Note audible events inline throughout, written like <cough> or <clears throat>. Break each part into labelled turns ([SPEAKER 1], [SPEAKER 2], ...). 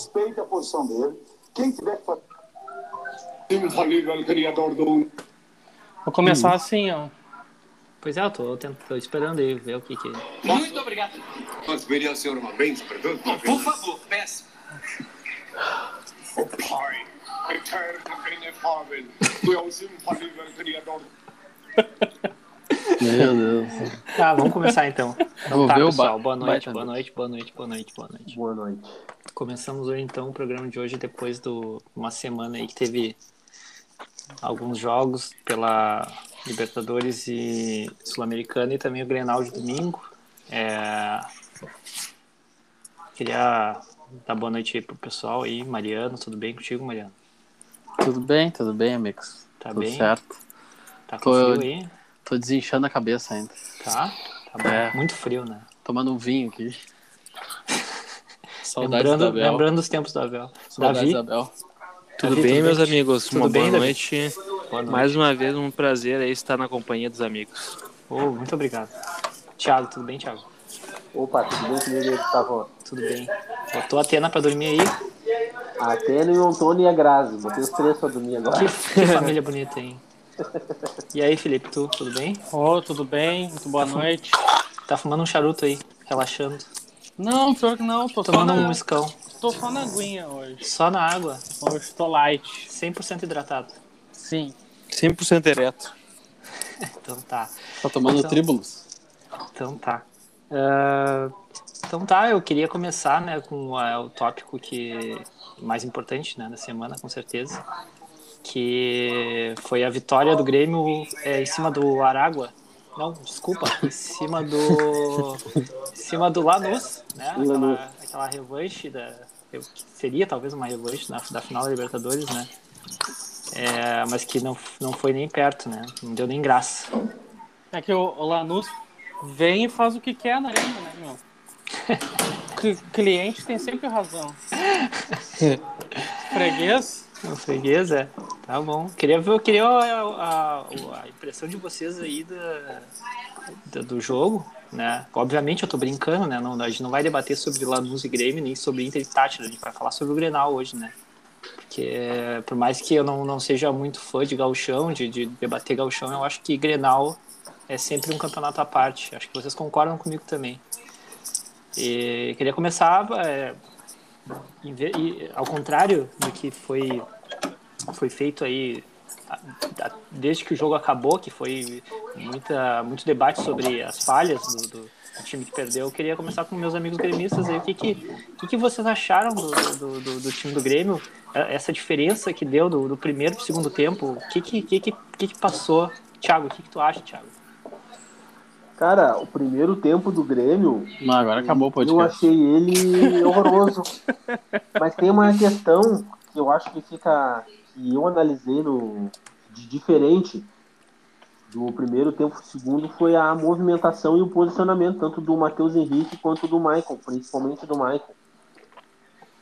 [SPEAKER 1] respeite a posição dele. Quem tiver que fazer.
[SPEAKER 2] Deus Alívio, Criador do mundo.
[SPEAKER 3] Vou
[SPEAKER 4] Uhum.
[SPEAKER 3] começar assim, ó.
[SPEAKER 5] Pois é, eu tô, tento- tô esperando aí ver o que que...
[SPEAKER 6] Muito obrigado.
[SPEAKER 2] Nós deveríamos ser uma bênção para todos.
[SPEAKER 6] Bom, por favor, peço.
[SPEAKER 2] O Pai, eterno, inefável, Deus infalível, um Criador.
[SPEAKER 4] Meu Deus.
[SPEAKER 5] Tá, vamos começar então. Então
[SPEAKER 4] Vou
[SPEAKER 5] tá,
[SPEAKER 4] ver o
[SPEAKER 5] <laughs> pessoal.
[SPEAKER 4] ba-
[SPEAKER 5] Boa noite,
[SPEAKER 4] Batman.
[SPEAKER 5] boa noite, boa noite, boa noite, boa noite.
[SPEAKER 4] Boa noite.
[SPEAKER 5] Começamos hoje então o programa de hoje depois de uma semana aí que teve alguns jogos pela Libertadores e Sul-Americana e também o Grenal de domingo. É, Queria dar boa noite aí pro pessoal aí, Mariano, tudo bem contigo, Mariano?
[SPEAKER 4] Tudo bem, tudo bem, amigos?
[SPEAKER 5] Tá
[SPEAKER 4] tudo
[SPEAKER 5] bem?
[SPEAKER 4] certo.
[SPEAKER 5] Tá com
[SPEAKER 4] Tô-
[SPEAKER 5] frio aí?
[SPEAKER 4] Tô desinchando a cabeça ainda.
[SPEAKER 5] Tá? Tá bom.
[SPEAKER 4] É.
[SPEAKER 5] Muito frio, né?
[SPEAKER 4] Tomando um vinho aqui. Saudades
[SPEAKER 5] Lembrando,
[SPEAKER 4] da Bel.
[SPEAKER 5] lembrando os tempos do Abel.
[SPEAKER 4] Saudades
[SPEAKER 5] Davi,
[SPEAKER 4] da Bel.
[SPEAKER 5] Tudo
[SPEAKER 7] Tudo
[SPEAKER 5] bem,
[SPEAKER 7] bem,
[SPEAKER 5] tudo
[SPEAKER 7] meus
[SPEAKER 5] bem?
[SPEAKER 7] amigos?
[SPEAKER 5] Tudo
[SPEAKER 7] uma
[SPEAKER 5] bem,
[SPEAKER 7] boa
[SPEAKER 5] Davi?
[SPEAKER 7] noite.
[SPEAKER 5] boa noite.
[SPEAKER 7] Mais uma vez, um prazer aí estar na companhia dos amigos.
[SPEAKER 5] Oh, muito obrigado. Thiago, tudo bem, Thiago?
[SPEAKER 4] Opa, tudo bem comigo aí, Gustavo?
[SPEAKER 5] Tudo bem. Botou a Atena pra dormir aí?
[SPEAKER 4] A Tênia e o Antônio e a Grazi. Botei os três pra dormir agora.
[SPEAKER 5] Que, que família bonita, hein? E aí, Felipe, tu, tudo bem?
[SPEAKER 3] Ô, tudo bem? Muito boa noite.
[SPEAKER 5] Tá fumando um charuto aí, relaxando,
[SPEAKER 3] Não, pior que não. Tô só,
[SPEAKER 5] tomando um
[SPEAKER 3] na,
[SPEAKER 5] muscão,
[SPEAKER 3] tô só na aguinha hoje.
[SPEAKER 5] só na água,
[SPEAKER 3] Hoje tô light.
[SPEAKER 5] 100% hidratado.
[SPEAKER 3] Sim.
[SPEAKER 7] 100% ereto.
[SPEAKER 5] Então tá,
[SPEAKER 4] Tá tomando
[SPEAKER 5] Então-
[SPEAKER 4] tribulus.
[SPEAKER 5] então tá. Ah, então tá, eu queria começar, né, com ah, o tópico que mais importante, né, da semana, com certeza, que foi a vitória do Grêmio é, em cima do Aragua. Não, desculpa, em cima do. em cima do Lanús, né?
[SPEAKER 4] Lanús.
[SPEAKER 5] Aquela, aquela revanche da. eu- que Seria talvez uma revanche na- da final da Libertadores, né? É, mas que não, não foi nem perto, né? Não deu nem graça.
[SPEAKER 3] É que o, o Lanús vem e faz o que quer na arena, né, meu? <laughs> Cli- cliente tem sempre
[SPEAKER 4] <laughs>
[SPEAKER 3] razão. Freguês?
[SPEAKER 5] O freguês, é. Tá bom. Queria ver, eu queria a, a- a impressão de vocês aí da, da- do jogo, né? Obviamente eu tô brincando, né? Não, a gente não vai debater sobre Lanús e Grêmio, nem sobre Inter e Tátila. A gente vai falar sobre o Grenal hoje, né? Porque é, por mais que eu não, não seja muito fã de gauchão, de, de debater gauchão, eu acho que Grenal é sempre um campeonato à parte. Acho que vocês concordam comigo também. E queria começar... é, em ve- e, ao contrário do que foi foi feito aí a- a- desde que o jogo acabou, que foi muita, muito debate sobre as falhas do, do- do time que perdeu. Eu queria começar com meus amigos gremistas aí. O que, que, o que, que vocês acharam do, do, do- do time do Grêmio? Eh, Essa diferença que deu do, do primeiro pro segundo tempo? O que, que, que, que, que que passou? Thiago, o que, que tu acha, Thiago?
[SPEAKER 8] Cara, o primeiro tempo do Grêmio,
[SPEAKER 4] Mas agora acabou o
[SPEAKER 8] eu
[SPEAKER 4] podcast.
[SPEAKER 8] achei
[SPEAKER 4] <laughs>
[SPEAKER 8] ele horroroso. Mas tem uma questão que eu acho que fica. que eu analisei no, de diferente do primeiro tempo pro segundo foi a movimentação e o posicionamento, tanto do Matheus Henrique quanto do Michael, principalmente do Michael.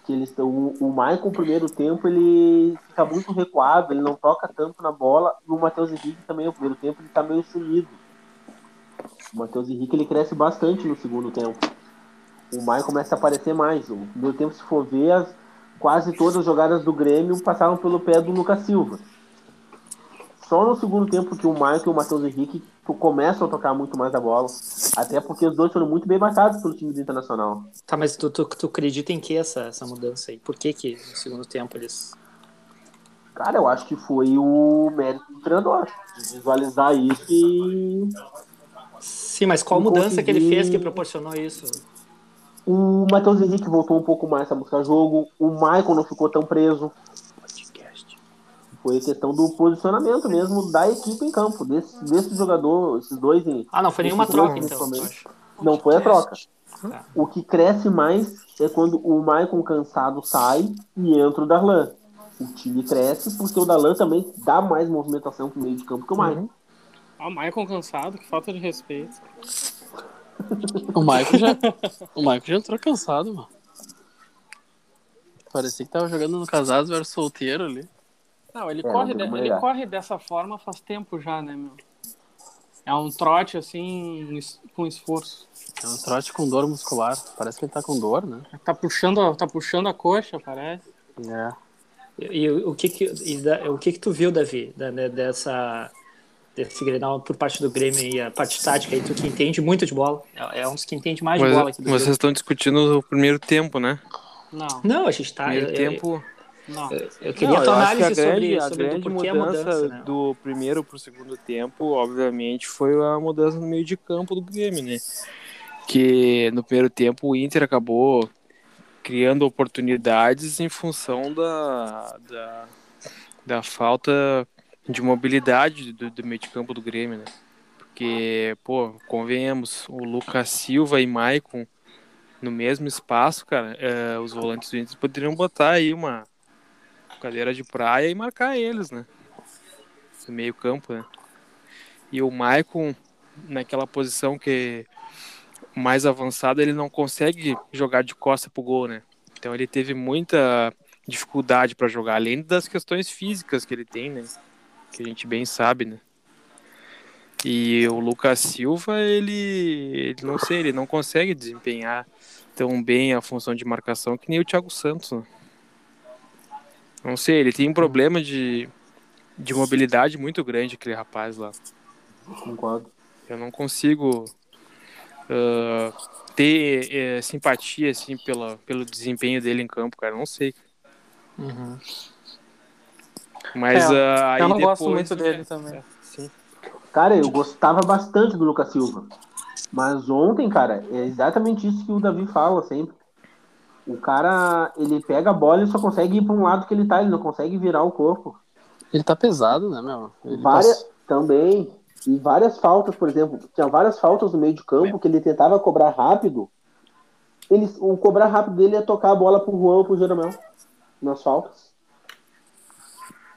[SPEAKER 8] Que eles, tão- o, o Michael, no primeiro tempo, ele fica muito recuado, ele não toca tanto na bola, e o Matheus Henrique também, no primeiro tempo, ele tá meio sumido. O Matheus Henrique ele cresce bastante no segundo tempo. O Maicon começa a aparecer mais. O primeiro tempo, se for ver, as- quase todas as jogadas do Grêmio passaram pelo pé do Lucas Silva. Só no segundo tempo que o Maicon e o Matheus Henrique co- começam a tocar muito mais a bola. Até porque os dois foram muito bem marcados pelo time do Internacional.
[SPEAKER 5] Tá, mas tu, tu, tu acredita em que essa, essa mudança aí? Por que, que no segundo tempo eles
[SPEAKER 8] Cara, eu acho que foi o mérito do treinador. De visualizar isso e
[SPEAKER 5] Sim, mas qual a
[SPEAKER 8] Não
[SPEAKER 5] mudança que ele
[SPEAKER 8] consegui.
[SPEAKER 5] fez que proporcionou isso?
[SPEAKER 8] O Matheus Henrique voltou um pouco mais a buscar jogo. O Maicon não ficou tão preso. Foi questão do posicionamento mesmo da equipe em campo, desse, desse jogador, esses dois. em-
[SPEAKER 5] Ah, não, foi nenhuma
[SPEAKER 8] Esse
[SPEAKER 5] troca,
[SPEAKER 8] jogo,
[SPEAKER 5] então. eu
[SPEAKER 8] principalmente.
[SPEAKER 5] acho.
[SPEAKER 8] Não foi a troca.
[SPEAKER 5] Tá.
[SPEAKER 8] O que cresce mais é quando o Maicon cansado sai e entra o Darlan. O time cresce porque o Darlan também dá mais movimentação pro meio de campo que o Maicon.
[SPEAKER 3] Ó, Ah, o Maicon cansado, que falta de respeito.
[SPEAKER 4] O Michael já,
[SPEAKER 3] <laughs>
[SPEAKER 4] o Michael já entrou cansado, mano. Parecia que tava jogando no casados, eu era solteiro ali.
[SPEAKER 3] Não, ele,
[SPEAKER 8] É,
[SPEAKER 3] corre,
[SPEAKER 8] não tem
[SPEAKER 3] de-
[SPEAKER 8] como
[SPEAKER 3] ele
[SPEAKER 8] negar.
[SPEAKER 3] corre dessa forma faz tempo já, né, meu? É um trote, assim, es- um com esforço.
[SPEAKER 4] É um trote com dor muscular. Parece que ele tá com dor, né?
[SPEAKER 3] Tá puxando, a- tá puxando a coxa, parece.
[SPEAKER 4] É.
[SPEAKER 9] E, e o que que, e da- o que que tu viu, Davi, da- da- dessa desse Grenal por parte do Grêmio e a parte tática aí, tu que entende muito de bola, é, é um dos que entende mais de bola
[SPEAKER 7] Mas,
[SPEAKER 9] aqui do
[SPEAKER 7] vocês
[SPEAKER 9] Brasil.
[SPEAKER 7] estão discutindo o primeiro tempo, né?
[SPEAKER 3] Não,
[SPEAKER 9] Não, a gente tá...
[SPEAKER 5] Ah,
[SPEAKER 7] primeiro
[SPEAKER 9] eu, eu-
[SPEAKER 7] tempo.
[SPEAKER 3] não.
[SPEAKER 9] eu- eu queria
[SPEAKER 7] Não,
[SPEAKER 9] a tua
[SPEAKER 7] eu acho que
[SPEAKER 9] análise
[SPEAKER 7] a
[SPEAKER 9] sobre,
[SPEAKER 7] grande,
[SPEAKER 9] sobre
[SPEAKER 7] a grande
[SPEAKER 9] do porquê a
[SPEAKER 7] mudança,
[SPEAKER 9] mudança,
[SPEAKER 3] Ah,
[SPEAKER 9] né?
[SPEAKER 7] do primeiro para o segundo tempo, obviamente, foi a mudança no meio de campo do Grêmio, né? Que no primeiro tempo o Inter acabou criando oportunidades em função da, da, da falta de mobilidade do, do meio de campo do Grêmio, né? Porque, pô, convenhamos, o Lucas Silva e Maicon no mesmo espaço, cara, eh, os volantes do Inter poderiam botar aí uma cadeira de praia e marcar eles, né? No meio campo, né? E o Maicon, naquela posição que mais avançada, ele não consegue jogar de costa pro gol, né? Então ele teve muita dificuldade para jogar, além das questões físicas que ele tem, né? Que a gente bem sabe, né? E o Lucas Silva, ele, ele não sei, ele não consegue desempenhar tão bem a função de marcação que nem o Thiago Santos, né? Não sei, ele tem um problema de, de mobilidade muito grande, aquele rapaz lá.
[SPEAKER 8] Concordo.
[SPEAKER 7] Eu não consigo ah, ter eh, simpatia, assim, pela, pelo desempenho dele em campo, cara. Não sei. Mas
[SPEAKER 3] É,
[SPEAKER 7] ah, aí
[SPEAKER 3] eu não
[SPEAKER 7] depois...
[SPEAKER 3] gosto muito dele também.
[SPEAKER 8] Cara, eu gostava bastante do Lucas Silva. Mas ontem, cara, é exatamente isso que o Davi fala sempre. O cara, ele pega a bola e só consegue ir pra um lado que ele tá, ele não consegue virar o corpo.
[SPEAKER 4] Ele tá pesado, né, meu? Ele
[SPEAKER 8] Várias,
[SPEAKER 4] tá-
[SPEAKER 8] também. E várias faltas, por exemplo, tinha várias faltas no meio de campo que ele tentava cobrar rápido. Ele, o cobrar rápido dele é tocar a bola pro Juan ou pro Jeromel nas faltas.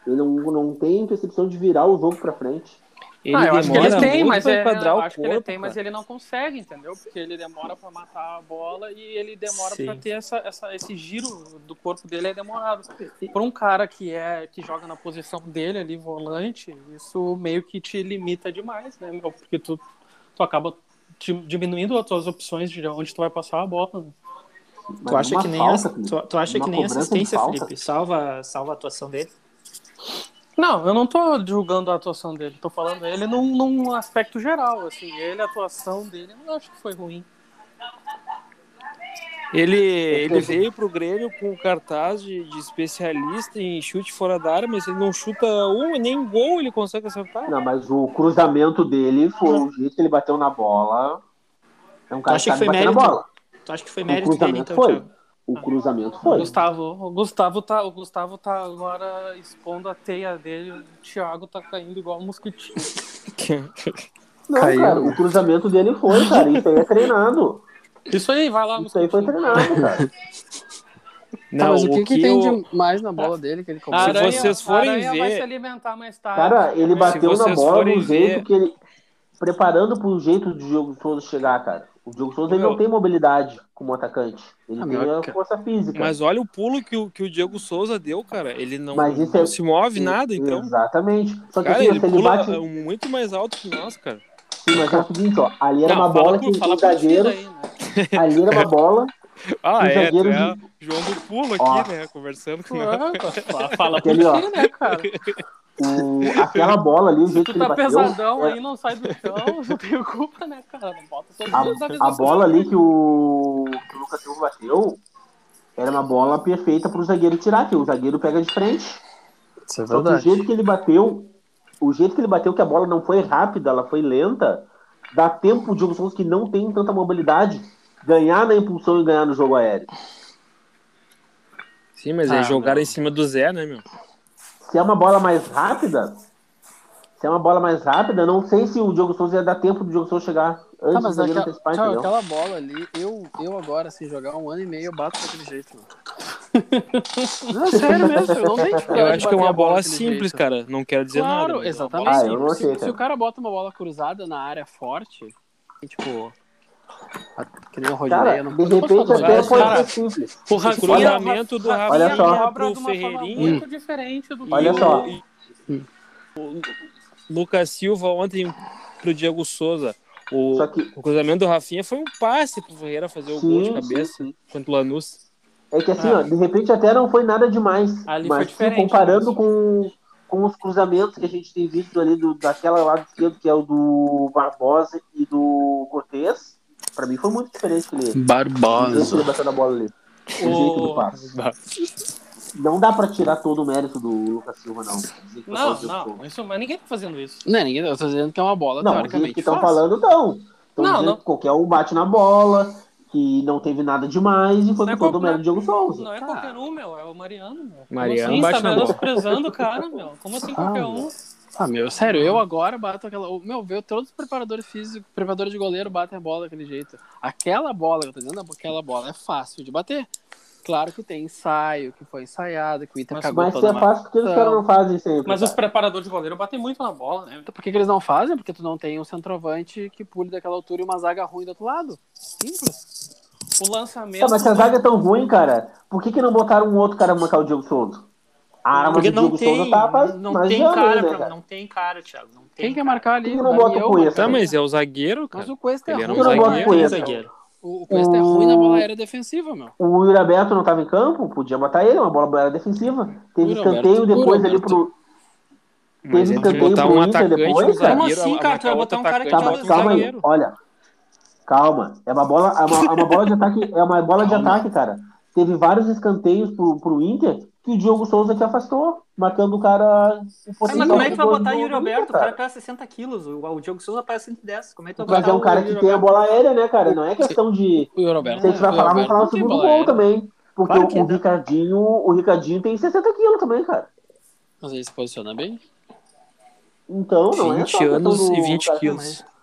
[SPEAKER 8] Ele não, não tem percepção de virar o jogo pra frente.
[SPEAKER 7] Ele
[SPEAKER 3] Ah, eu acho que ele
[SPEAKER 7] demora
[SPEAKER 3] tem,
[SPEAKER 7] muito
[SPEAKER 3] mas
[SPEAKER 7] pra
[SPEAKER 3] é,
[SPEAKER 7] enquadrar
[SPEAKER 3] eu
[SPEAKER 7] o
[SPEAKER 3] acho que ele
[SPEAKER 7] corpo,
[SPEAKER 3] tem, mas
[SPEAKER 7] cara.
[SPEAKER 3] ele não consegue, entendeu? Porque ele demora pra matar a bola e ele demora
[SPEAKER 9] Sim.
[SPEAKER 3] pra ter essa, essa- esse giro do corpo dele é demorado. Por um cara que é que joga na posição dele ali volante, isso meio que te limita demais, né? meu? Porque tu tu acaba ti- diminuindo as tuas opções de onde tu vai passar a bola. né?
[SPEAKER 8] Mas
[SPEAKER 9] Tu acha
[SPEAKER 8] uma
[SPEAKER 9] que nem,
[SPEAKER 8] falta,
[SPEAKER 9] essa-
[SPEAKER 8] Felipe.
[SPEAKER 9] tu, tu acha
[SPEAKER 8] Uma
[SPEAKER 9] que nem
[SPEAKER 8] cobrança de
[SPEAKER 9] assistência,
[SPEAKER 8] falta.
[SPEAKER 9] Felipe, salva, salva a atuação dele?
[SPEAKER 3] Não, eu não tô julgando a atuação dele, tô falando ele num, num aspecto geral, assim, ele a atuação dele, eu não acho que foi ruim.
[SPEAKER 7] Ele, ele veio pro Grêmio com o cartaz de, de especialista em chute fora da área, mas ele não chuta um, nem gol ele consegue acertar.
[SPEAKER 8] Não, mas o cruzamento dele foi o jeito que ele bateu na bola. É um cara
[SPEAKER 9] acha
[SPEAKER 8] que sabe
[SPEAKER 9] que foi
[SPEAKER 8] bater na
[SPEAKER 9] mérito?
[SPEAKER 8] bola.
[SPEAKER 9] Tu acha que foi
[SPEAKER 8] O
[SPEAKER 9] mérito dele,
[SPEAKER 8] cruzamento
[SPEAKER 9] então,
[SPEAKER 8] foi.
[SPEAKER 9] Thiago?
[SPEAKER 8] O cruzamento
[SPEAKER 3] O
[SPEAKER 8] foi.
[SPEAKER 3] Gustavo, o Gustavo tá, o Gustavo tá agora expondo a teia dele, o Thiago tá caindo igual um mosquitinho.
[SPEAKER 8] Não, cara, o cruzamento dele foi, cara. Isso aí é treinado.
[SPEAKER 3] Isso aí, vai lá,
[SPEAKER 8] Isso aí foi
[SPEAKER 3] mosquitinho.
[SPEAKER 8] treinado, cara.
[SPEAKER 4] Tá, mas o que, que tem
[SPEAKER 7] eu-
[SPEAKER 4] de mais na bola dele que ele
[SPEAKER 3] A
[SPEAKER 4] cobrou?
[SPEAKER 7] Cara,
[SPEAKER 3] aranha,
[SPEAKER 7] vocês forem
[SPEAKER 3] a aranha vai
[SPEAKER 7] ver-
[SPEAKER 3] se alimentar mais tarde.
[SPEAKER 8] Cara, ele bateu na
[SPEAKER 7] vocês
[SPEAKER 8] bola
[SPEAKER 7] forem
[SPEAKER 8] do jeito
[SPEAKER 7] ver-
[SPEAKER 8] que ele. Preparando pro jeito de Diogo Souza chegar, cara. O Diogo Souza ele
[SPEAKER 7] Meu.
[SPEAKER 8] não tem mobilidade como atacante. Ele
[SPEAKER 4] Ah,
[SPEAKER 8] tem
[SPEAKER 4] meu,
[SPEAKER 8] a
[SPEAKER 4] cara.
[SPEAKER 8] força física.
[SPEAKER 7] Mas olha o pulo que o, que o Diego Souza deu, cara. Ele não,
[SPEAKER 8] Mas isso
[SPEAKER 7] não
[SPEAKER 8] é-
[SPEAKER 7] se move nada, então.
[SPEAKER 8] Exatamente. Só que
[SPEAKER 7] Cara,
[SPEAKER 8] assim,
[SPEAKER 7] ele
[SPEAKER 8] se ele
[SPEAKER 7] pula
[SPEAKER 8] bate.
[SPEAKER 7] uh, muito mais alto que nós, cara.
[SPEAKER 8] Sim, mas é o seguinte, ó. Ali era
[SPEAKER 3] Não,
[SPEAKER 8] uma
[SPEAKER 3] fala
[SPEAKER 8] bola
[SPEAKER 3] com-
[SPEAKER 8] que
[SPEAKER 3] fala
[SPEAKER 8] o
[SPEAKER 3] com o
[SPEAKER 8] zagueiro.
[SPEAKER 3] Cida aí, né?
[SPEAKER 8] Ali era uma bola
[SPEAKER 7] Ah,
[SPEAKER 8] Um
[SPEAKER 7] é, tu
[SPEAKER 8] zagueiro
[SPEAKER 7] é João do Pulo aqui, né? Conversando com nós.
[SPEAKER 3] Fala- Fala pro
[SPEAKER 8] Ele, ó.
[SPEAKER 3] time, né, cara?
[SPEAKER 8] O- aquela bola ali, o jeito que
[SPEAKER 3] Tu
[SPEAKER 8] ele
[SPEAKER 3] tá
[SPEAKER 8] bateu.
[SPEAKER 3] pesadão
[SPEAKER 8] é-
[SPEAKER 3] aí, não sai do chão, não tem culpa, né, cara? Não bota todo mundo na
[SPEAKER 8] a, a
[SPEAKER 3] mesma
[SPEAKER 8] bola ali que o, que o Lucas Silva bateu era uma bola perfeita pro zagueiro tirar, que o zagueiro pega de frente.
[SPEAKER 4] Isso é
[SPEAKER 8] Só que o jeito que ele bateu, o jeito que ele bateu, que a bola não foi rápida, ela foi lenta, dá tempo de alguns que não tem tanta mobilidade ganhar na impulsão e ganhar no jogo aéreo.
[SPEAKER 7] Sim, mas
[SPEAKER 8] Ah,
[SPEAKER 7] aí jogaram em cima do Zé, né, meu?
[SPEAKER 8] Se é uma bola mais rápida, se é uma bola mais rápida, não sei se o Diogo Souza ia dar tempo do Diogo Souza chegar antes
[SPEAKER 4] Tá,
[SPEAKER 8] do
[SPEAKER 4] mas
[SPEAKER 8] zagueiro
[SPEAKER 4] aquela,
[SPEAKER 8] antecipar,
[SPEAKER 4] Thiago,
[SPEAKER 8] entendeu?
[SPEAKER 4] aquela bola ali, eu, eu agora, se jogar um ano e meio, eu bato daquele jeito. Mano. Não, sério mesmo, eu não tenho dificuldade
[SPEAKER 7] Eu
[SPEAKER 4] de
[SPEAKER 7] acho que é
[SPEAKER 4] bater
[SPEAKER 7] uma
[SPEAKER 4] a
[SPEAKER 7] bola
[SPEAKER 4] daquele
[SPEAKER 7] simples,
[SPEAKER 4] jeito.
[SPEAKER 7] cara. Não quero dizer nada.
[SPEAKER 4] Claro,
[SPEAKER 7] mas é uma bola
[SPEAKER 4] exatamente.
[SPEAKER 8] Ah, eu não
[SPEAKER 4] se,
[SPEAKER 8] sei,
[SPEAKER 4] se
[SPEAKER 8] cara.
[SPEAKER 4] o cara bota uma bola cruzada na área forte, e, tipo, a, que nem o Rodinei,
[SPEAKER 8] Cara,
[SPEAKER 4] eu não
[SPEAKER 8] de
[SPEAKER 4] não posso
[SPEAKER 8] repente
[SPEAKER 4] falar do
[SPEAKER 8] até
[SPEAKER 4] Vasco,
[SPEAKER 8] pode
[SPEAKER 4] cara.
[SPEAKER 8] ser simples.
[SPEAKER 3] O
[SPEAKER 7] O cruzamento do
[SPEAKER 3] Rafinha
[SPEAKER 8] Olha só.
[SPEAKER 7] Rafinha
[SPEAKER 3] cobra
[SPEAKER 7] pro
[SPEAKER 3] de uma forma
[SPEAKER 7] Ferreirinha.
[SPEAKER 3] muito diferente do que
[SPEAKER 8] Olha
[SPEAKER 3] o-
[SPEAKER 8] só.
[SPEAKER 7] Lucas Silva ontem pro Diego Souza. O,
[SPEAKER 8] Só que
[SPEAKER 7] o cruzamento do Rafinha foi um passe pro Ferreira fazer o gol um de
[SPEAKER 8] Sim,
[SPEAKER 7] cabeça
[SPEAKER 8] sim, sim.
[SPEAKER 7] contra o Lanús.
[SPEAKER 8] é que assim,
[SPEAKER 3] Ah.
[SPEAKER 8] ó, de repente até não foi nada demais.
[SPEAKER 3] Ali foi
[SPEAKER 8] mas se
[SPEAKER 3] diferente,
[SPEAKER 8] comparando
[SPEAKER 3] né?
[SPEAKER 8] com, com os cruzamentos que a gente tem visto ali do, daquela lado esquerdo, que é o do Barbosa e do Cortez, pra mim foi muito diferente que ele. Esse
[SPEAKER 4] Barbosa.
[SPEAKER 8] ele bateu na bola ali. O jeito do passe. Não dá pra tirar todo o mérito do Lucas Silva, não. Dizer que
[SPEAKER 3] Não,
[SPEAKER 8] foi só o jogo.
[SPEAKER 3] não, isso, mas ninguém tá fazendo isso.
[SPEAKER 4] Não, ninguém eu tô dizendo que é uma bola,
[SPEAKER 8] Não, os
[SPEAKER 4] teoricamente.
[SPEAKER 8] que estão
[SPEAKER 4] fácil.
[SPEAKER 8] falando não. Estão
[SPEAKER 3] Não,
[SPEAKER 8] dizendo
[SPEAKER 3] não.
[SPEAKER 8] que qualquer um bate na bola, que não teve nada demais e foi
[SPEAKER 3] Não é
[SPEAKER 8] com todo o
[SPEAKER 3] qualquer-
[SPEAKER 8] mérito do Diogo Souza.
[SPEAKER 3] Não é
[SPEAKER 4] Tá.
[SPEAKER 3] qualquer um, meu, é o Mariano, meu. Como
[SPEAKER 7] Mariano
[SPEAKER 3] assim,
[SPEAKER 7] bate
[SPEAKER 3] tá
[SPEAKER 7] na bola.
[SPEAKER 3] menosprezando o cara, meu. Como assim qualquer
[SPEAKER 4] Ah,
[SPEAKER 3] um?
[SPEAKER 4] Ah, meu, sério, eu agora bato aquela. o- Meu, vê todos os preparadores físicos, preparadores de goleiro batem a bola daquele jeito. Aquela bola, eu tô dizendo, aquela bola é fácil de bater. Claro que tem ensaio, que foi ensaiado, que o Inter
[SPEAKER 3] Mas-
[SPEAKER 4] cagou
[SPEAKER 8] Mas se
[SPEAKER 4] toda
[SPEAKER 8] é
[SPEAKER 4] uma-
[SPEAKER 8] fácil porque os
[SPEAKER 4] Não.
[SPEAKER 8] caras não fazem sempre. Tá,
[SPEAKER 3] Mas os
[SPEAKER 8] cara.
[SPEAKER 3] preparadores de goleiro batem muito na bola, né?
[SPEAKER 4] Então, Por que, que eles não fazem? Porque tu não tem um centroavante que pule daquela altura e uma zaga ruim do outro lado. Simples.
[SPEAKER 3] O lançamento.
[SPEAKER 8] Tá, mas se a zaga é tão ruim, cara, por que, que não botaram um outro cara pra marcar o Diogo Souza? A arma
[SPEAKER 5] Porque
[SPEAKER 8] do
[SPEAKER 5] não
[SPEAKER 8] Diogo
[SPEAKER 5] tem,
[SPEAKER 8] Souza tá pra,
[SPEAKER 5] não
[SPEAKER 8] mas
[SPEAKER 5] tem
[SPEAKER 8] já
[SPEAKER 5] cara,
[SPEAKER 8] né,
[SPEAKER 5] pra-
[SPEAKER 8] cara?
[SPEAKER 5] não tem cara, Thiago. Não tem
[SPEAKER 4] Quem quer
[SPEAKER 5] cara.
[SPEAKER 4] marcar
[SPEAKER 8] Por
[SPEAKER 4] ali?
[SPEAKER 8] que que não
[SPEAKER 4] Daniel,
[SPEAKER 8] bota o Cuesta?
[SPEAKER 7] Tá, mas é o zagueiro,
[SPEAKER 4] Mas
[SPEAKER 7] cara.
[SPEAKER 4] o Cuesta é
[SPEAKER 7] Ele era
[SPEAKER 4] ruim.
[SPEAKER 7] um
[SPEAKER 8] Eu não gosto
[SPEAKER 7] zagueiro.
[SPEAKER 8] do
[SPEAKER 7] Ele é um
[SPEAKER 8] Cuesta.
[SPEAKER 7] zagueiro.
[SPEAKER 4] O o Cuesta é ruim na bola aérea defensiva, meu.
[SPEAKER 8] O Yuri Alberto não tava em campo, podia botar ele, uma bola era defensiva. Teve
[SPEAKER 4] Yuri
[SPEAKER 8] escanteio
[SPEAKER 4] Alberto,
[SPEAKER 8] depois
[SPEAKER 4] Yuri
[SPEAKER 8] ali pro.
[SPEAKER 7] Mas
[SPEAKER 8] Teve
[SPEAKER 7] é que
[SPEAKER 8] escanteio
[SPEAKER 7] botar
[SPEAKER 8] pro
[SPEAKER 7] um
[SPEAKER 8] Inter
[SPEAKER 7] atacante, um
[SPEAKER 8] depois, cara.
[SPEAKER 7] zagueiro.
[SPEAKER 5] Como assim,
[SPEAKER 7] a-
[SPEAKER 5] cara? Tu vai
[SPEAKER 7] marcar
[SPEAKER 5] botar um
[SPEAKER 7] outro
[SPEAKER 5] cara que
[SPEAKER 8] Tá,
[SPEAKER 5] Tinha
[SPEAKER 8] mas
[SPEAKER 5] um
[SPEAKER 7] atacante,
[SPEAKER 8] calma aí,
[SPEAKER 5] zagueiro.
[SPEAKER 8] olha. Calma, é uma bola, é uma, é uma bola de ataque, é uma bola de ataque, cara. Teve vários escanteios pro, pro Inter que o Diogo Souza te afastou, marcando o cara. o
[SPEAKER 5] Ah, mas
[SPEAKER 8] potencial
[SPEAKER 5] como é que tu vai
[SPEAKER 8] do-
[SPEAKER 5] botar
[SPEAKER 8] do-
[SPEAKER 5] Yuri
[SPEAKER 8] do
[SPEAKER 5] Alberto?
[SPEAKER 8] Inter,
[SPEAKER 5] O cara
[SPEAKER 8] cara?
[SPEAKER 5] pesa 60 quilos, o, o Diogo Souza pesa 110. Como é que tu vai
[SPEAKER 8] Mas
[SPEAKER 5] botar
[SPEAKER 8] é um cara
[SPEAKER 5] o
[SPEAKER 8] que
[SPEAKER 5] Yuri
[SPEAKER 8] tem a
[SPEAKER 5] Alberto?
[SPEAKER 8] bola aérea, né, cara? Não é questão de.
[SPEAKER 4] O Roberto.
[SPEAKER 8] Se a gente vai
[SPEAKER 4] o
[SPEAKER 8] falar,
[SPEAKER 4] Roberto
[SPEAKER 8] vamos falar
[SPEAKER 4] não
[SPEAKER 8] o
[SPEAKER 4] tem
[SPEAKER 8] segundo
[SPEAKER 4] bola
[SPEAKER 8] gol
[SPEAKER 4] aérea.
[SPEAKER 8] também. Porque
[SPEAKER 5] Claro que
[SPEAKER 8] o, o
[SPEAKER 5] dá.
[SPEAKER 8] Ricardinho, o Ricardinho tem 60 quilos também, cara.
[SPEAKER 4] Mas ele se posiciona bem.
[SPEAKER 8] Então, não é
[SPEAKER 7] 20
[SPEAKER 8] só a questão
[SPEAKER 7] anos
[SPEAKER 8] do-
[SPEAKER 7] e
[SPEAKER 8] do né?
[SPEAKER 7] 20
[SPEAKER 8] cara
[SPEAKER 7] quilos.
[SPEAKER 8] um-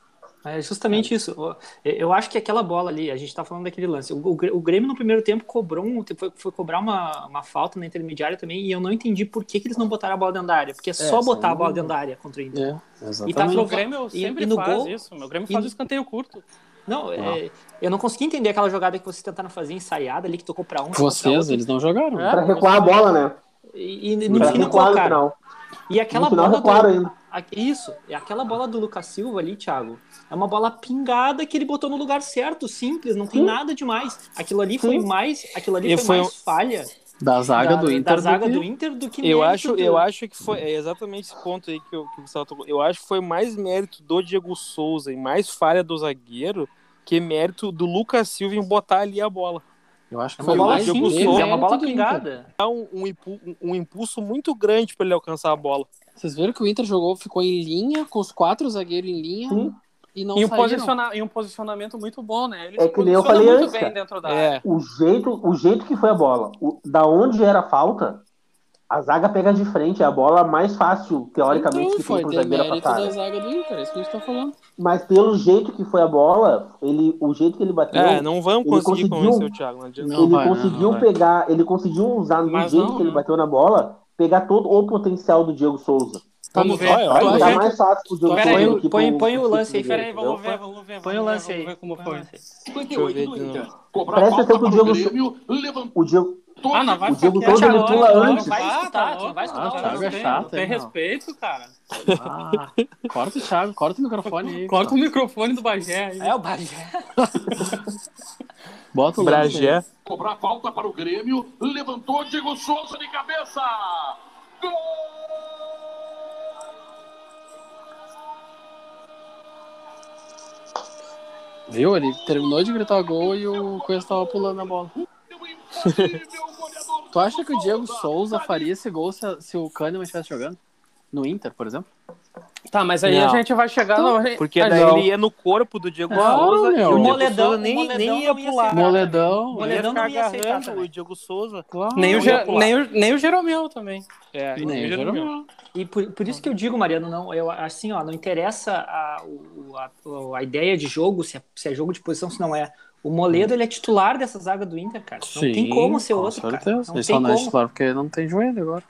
[SPEAKER 5] É justamente isso. O- Eu acho que aquela bola ali, a gente tá falando daquele lance. O, o Grê- o Grêmio no primeiro tempo cobrou um, foi, foi cobrar uma, uma falta na intermediária também, e eu não entendi por que, que eles não botaram a bola dentro da área. Porque é só
[SPEAKER 4] sim.
[SPEAKER 5] botar a bola dentro da área contra o Inter.
[SPEAKER 4] É,
[SPEAKER 5] E tá
[SPEAKER 3] Mas o
[SPEAKER 5] prov-
[SPEAKER 3] Grêmio
[SPEAKER 5] E-
[SPEAKER 3] sempre
[SPEAKER 5] e no
[SPEAKER 3] faz
[SPEAKER 5] gol?
[SPEAKER 3] isso. Meu. O Grêmio
[SPEAKER 5] E-
[SPEAKER 3] faz o escanteio curto.
[SPEAKER 5] Não, é, eu não consegui entender aquela jogada que vocês tentaram fazer ensaiada ali, que tocou pra um. tocou pra
[SPEAKER 4] Vocês,
[SPEAKER 5] outro,
[SPEAKER 4] eles não jogaram.
[SPEAKER 3] É.
[SPEAKER 8] Pra recuar a bola, né?
[SPEAKER 5] E, e no
[SPEAKER 8] pra
[SPEAKER 5] fim não
[SPEAKER 8] recuar no
[SPEAKER 5] colocaram.
[SPEAKER 8] final.
[SPEAKER 5] E aquela
[SPEAKER 8] No final
[SPEAKER 5] bola. do-
[SPEAKER 8] recuaram ainda.
[SPEAKER 5] a- Isso, e aquela bola do Lucas Silva ali, Thiago, é uma bola pingada que ele botou no lugar certo, simples, não tem
[SPEAKER 8] Sim.
[SPEAKER 5] nada demais. Aquilo ali foi
[SPEAKER 8] Sim.
[SPEAKER 5] mais. Aquilo ali
[SPEAKER 7] E
[SPEAKER 5] foi,
[SPEAKER 7] foi
[SPEAKER 5] mais falha
[SPEAKER 4] Da um- zaga
[SPEAKER 5] da,
[SPEAKER 4] do
[SPEAKER 5] da
[SPEAKER 4] Inter.
[SPEAKER 5] zaga
[SPEAKER 4] que-
[SPEAKER 5] do Inter do que
[SPEAKER 7] Eu
[SPEAKER 5] mérito
[SPEAKER 7] acho,
[SPEAKER 5] do-
[SPEAKER 7] eu acho que foi é exatamente esse ponto aí que, eu, que o Gustavo tocou. Eu acho que foi mais mérito do Diego Souza e mais falha do zagueiro que mérito do Lucas Silva em botar ali a bola.
[SPEAKER 4] Eu acho que
[SPEAKER 5] É
[SPEAKER 4] foi
[SPEAKER 5] uma bola
[SPEAKER 4] mais um.
[SPEAKER 7] Diego
[SPEAKER 5] simples,
[SPEAKER 7] Souza.
[SPEAKER 5] é uma bola
[SPEAKER 4] mérito do Inter.
[SPEAKER 5] pingada.
[SPEAKER 7] Dá um, um impu- um- um impulso muito grande para ele alcançar a bola.
[SPEAKER 4] Vocês viram que o Inter jogou, ficou em linha, com os quatro zagueiros em linha.
[SPEAKER 8] Sim.
[SPEAKER 4] E não
[SPEAKER 3] E um,
[SPEAKER 4] saíram.
[SPEAKER 3] posiciona- e um posicionamento muito bom, né? Ele
[SPEAKER 8] É
[SPEAKER 3] se
[SPEAKER 8] que nem eu
[SPEAKER 3] posiciona
[SPEAKER 8] falei
[SPEAKER 3] muito
[SPEAKER 8] antes,
[SPEAKER 3] bem
[SPEAKER 8] cara.
[SPEAKER 3] dentro da área.
[SPEAKER 7] É,
[SPEAKER 8] O jeito, o jeito que foi a bola, o- da onde era a falta, a zaga pega de frente, é a bola mais fácil, teoricamente,
[SPEAKER 4] Então,
[SPEAKER 8] que
[SPEAKER 4] foi
[SPEAKER 8] tem pro zagueiro
[SPEAKER 4] demérito
[SPEAKER 8] passar.
[SPEAKER 4] da zaga do Inter, é isso que a gente tá falando.
[SPEAKER 8] Mas pelo jeito que foi a bola, ele, o jeito que ele bateu,
[SPEAKER 7] é, não vamos
[SPEAKER 8] ele
[SPEAKER 7] conseguir
[SPEAKER 8] conseguiu-
[SPEAKER 7] convencer o Thiago, não adianta.
[SPEAKER 4] Não.
[SPEAKER 8] ele
[SPEAKER 4] vai,
[SPEAKER 8] conseguiu
[SPEAKER 4] não vai.
[SPEAKER 8] pegar, ele conseguiu usar no
[SPEAKER 3] Mas
[SPEAKER 8] jeito
[SPEAKER 3] não,
[SPEAKER 8] que ele
[SPEAKER 3] né?
[SPEAKER 8] bateu na bola, pegar todo o potencial do Diego Souza.
[SPEAKER 7] Vamos ver.
[SPEAKER 4] Tá Olha,
[SPEAKER 7] Tu
[SPEAKER 8] Vai
[SPEAKER 7] acha
[SPEAKER 8] ficar
[SPEAKER 7] que-
[SPEAKER 8] mais fácil pro Diogo
[SPEAKER 5] Pera
[SPEAKER 8] Souza.
[SPEAKER 5] aí,
[SPEAKER 8] do que
[SPEAKER 5] põe-
[SPEAKER 8] pro-
[SPEAKER 5] põe o
[SPEAKER 8] pro
[SPEAKER 5] lance aí,
[SPEAKER 8] time
[SPEAKER 3] Peraí, vamos
[SPEAKER 8] entendeu?
[SPEAKER 3] ver, vamos ver.
[SPEAKER 5] Põe o
[SPEAKER 3] vamos
[SPEAKER 5] lance
[SPEAKER 3] ver,
[SPEAKER 5] aí.
[SPEAKER 3] Vamos ver como foi.
[SPEAKER 7] Deixa eu
[SPEAKER 2] 58
[SPEAKER 7] ver
[SPEAKER 2] do
[SPEAKER 7] de
[SPEAKER 2] Inter.
[SPEAKER 7] novo.
[SPEAKER 2] Cobrar
[SPEAKER 8] Presta
[SPEAKER 2] falta
[SPEAKER 8] atenção que o
[SPEAKER 2] pro
[SPEAKER 8] Diogo-
[SPEAKER 2] Grêmio, levantou
[SPEAKER 8] O Diogo,
[SPEAKER 3] Ah, não, vai
[SPEAKER 8] O Diego
[SPEAKER 3] faquear
[SPEAKER 8] Souza, ele
[SPEAKER 3] agora,
[SPEAKER 8] pula
[SPEAKER 3] agora,
[SPEAKER 8] antes.
[SPEAKER 3] Vai
[SPEAKER 5] Vai
[SPEAKER 3] escutar,
[SPEAKER 5] escutar, tu vai escutar
[SPEAKER 3] Ah,
[SPEAKER 5] o
[SPEAKER 3] tá,
[SPEAKER 5] Thiago,
[SPEAKER 3] não
[SPEAKER 5] é
[SPEAKER 3] tem-
[SPEAKER 4] chato,
[SPEAKER 3] não Tem
[SPEAKER 4] hein, meu.
[SPEAKER 3] respeito, cara.
[SPEAKER 4] Ah, corta o Thiago, corta o microfone aí.
[SPEAKER 3] Corta o microfone do Bagé aí.
[SPEAKER 5] É o Bagé.
[SPEAKER 4] Bota o
[SPEAKER 7] Bragé.
[SPEAKER 2] cobrar falta para o Grêmio, levantou Diego Souza de
[SPEAKER 8] <laughs>
[SPEAKER 2] cabeça. Gol!
[SPEAKER 4] Viu? Ele terminou de gritar gol e o Cuesta tava pulando a bola. Tu acha que o Diego Souza faria esse gol se, a- se o Kahneman estivesse jogando? No Inter, por exemplo?
[SPEAKER 3] Tá, mas aí
[SPEAKER 7] Não.
[SPEAKER 3] a gente vai chegar no. Ah,
[SPEAKER 7] Porque
[SPEAKER 3] a
[SPEAKER 7] daí
[SPEAKER 3] gente-
[SPEAKER 7] ele ia no corpo do Diego
[SPEAKER 4] Claro,
[SPEAKER 7] Souza e
[SPEAKER 4] meu.
[SPEAKER 7] o Diego
[SPEAKER 5] Moledão-
[SPEAKER 7] Souza nem,
[SPEAKER 5] Moledão
[SPEAKER 7] nem ia
[SPEAKER 5] não ia
[SPEAKER 7] pular.
[SPEAKER 5] aceitar.
[SPEAKER 4] Moledão.
[SPEAKER 5] Moledão.
[SPEAKER 7] Moledão não
[SPEAKER 5] não
[SPEAKER 7] ia
[SPEAKER 5] ia aceitar
[SPEAKER 7] agarrando
[SPEAKER 5] também.
[SPEAKER 7] o Diogo Souza.
[SPEAKER 4] Claro.
[SPEAKER 3] Nem o,
[SPEAKER 7] Não ia
[SPEAKER 3] Ge-
[SPEAKER 7] pular.
[SPEAKER 3] nem, o, nem o Jeromel também.
[SPEAKER 7] É,
[SPEAKER 4] Nem o Jeromel.
[SPEAKER 5] E por, por isso que eu digo, Mariano, não, eu, assim, ó, não interessa a, o- a, a ideia de jogo, se é, se é jogo de posição, se não é. O Moledo, ele é titular dessa zaga do Inter, cara. Não tem como ser
[SPEAKER 4] Hum. com
[SPEAKER 5] outro, cara.
[SPEAKER 4] certeza.
[SPEAKER 5] Não
[SPEAKER 4] Ele
[SPEAKER 5] tem
[SPEAKER 4] só não é
[SPEAKER 5] como.
[SPEAKER 4] titular porque não tem joelho agora.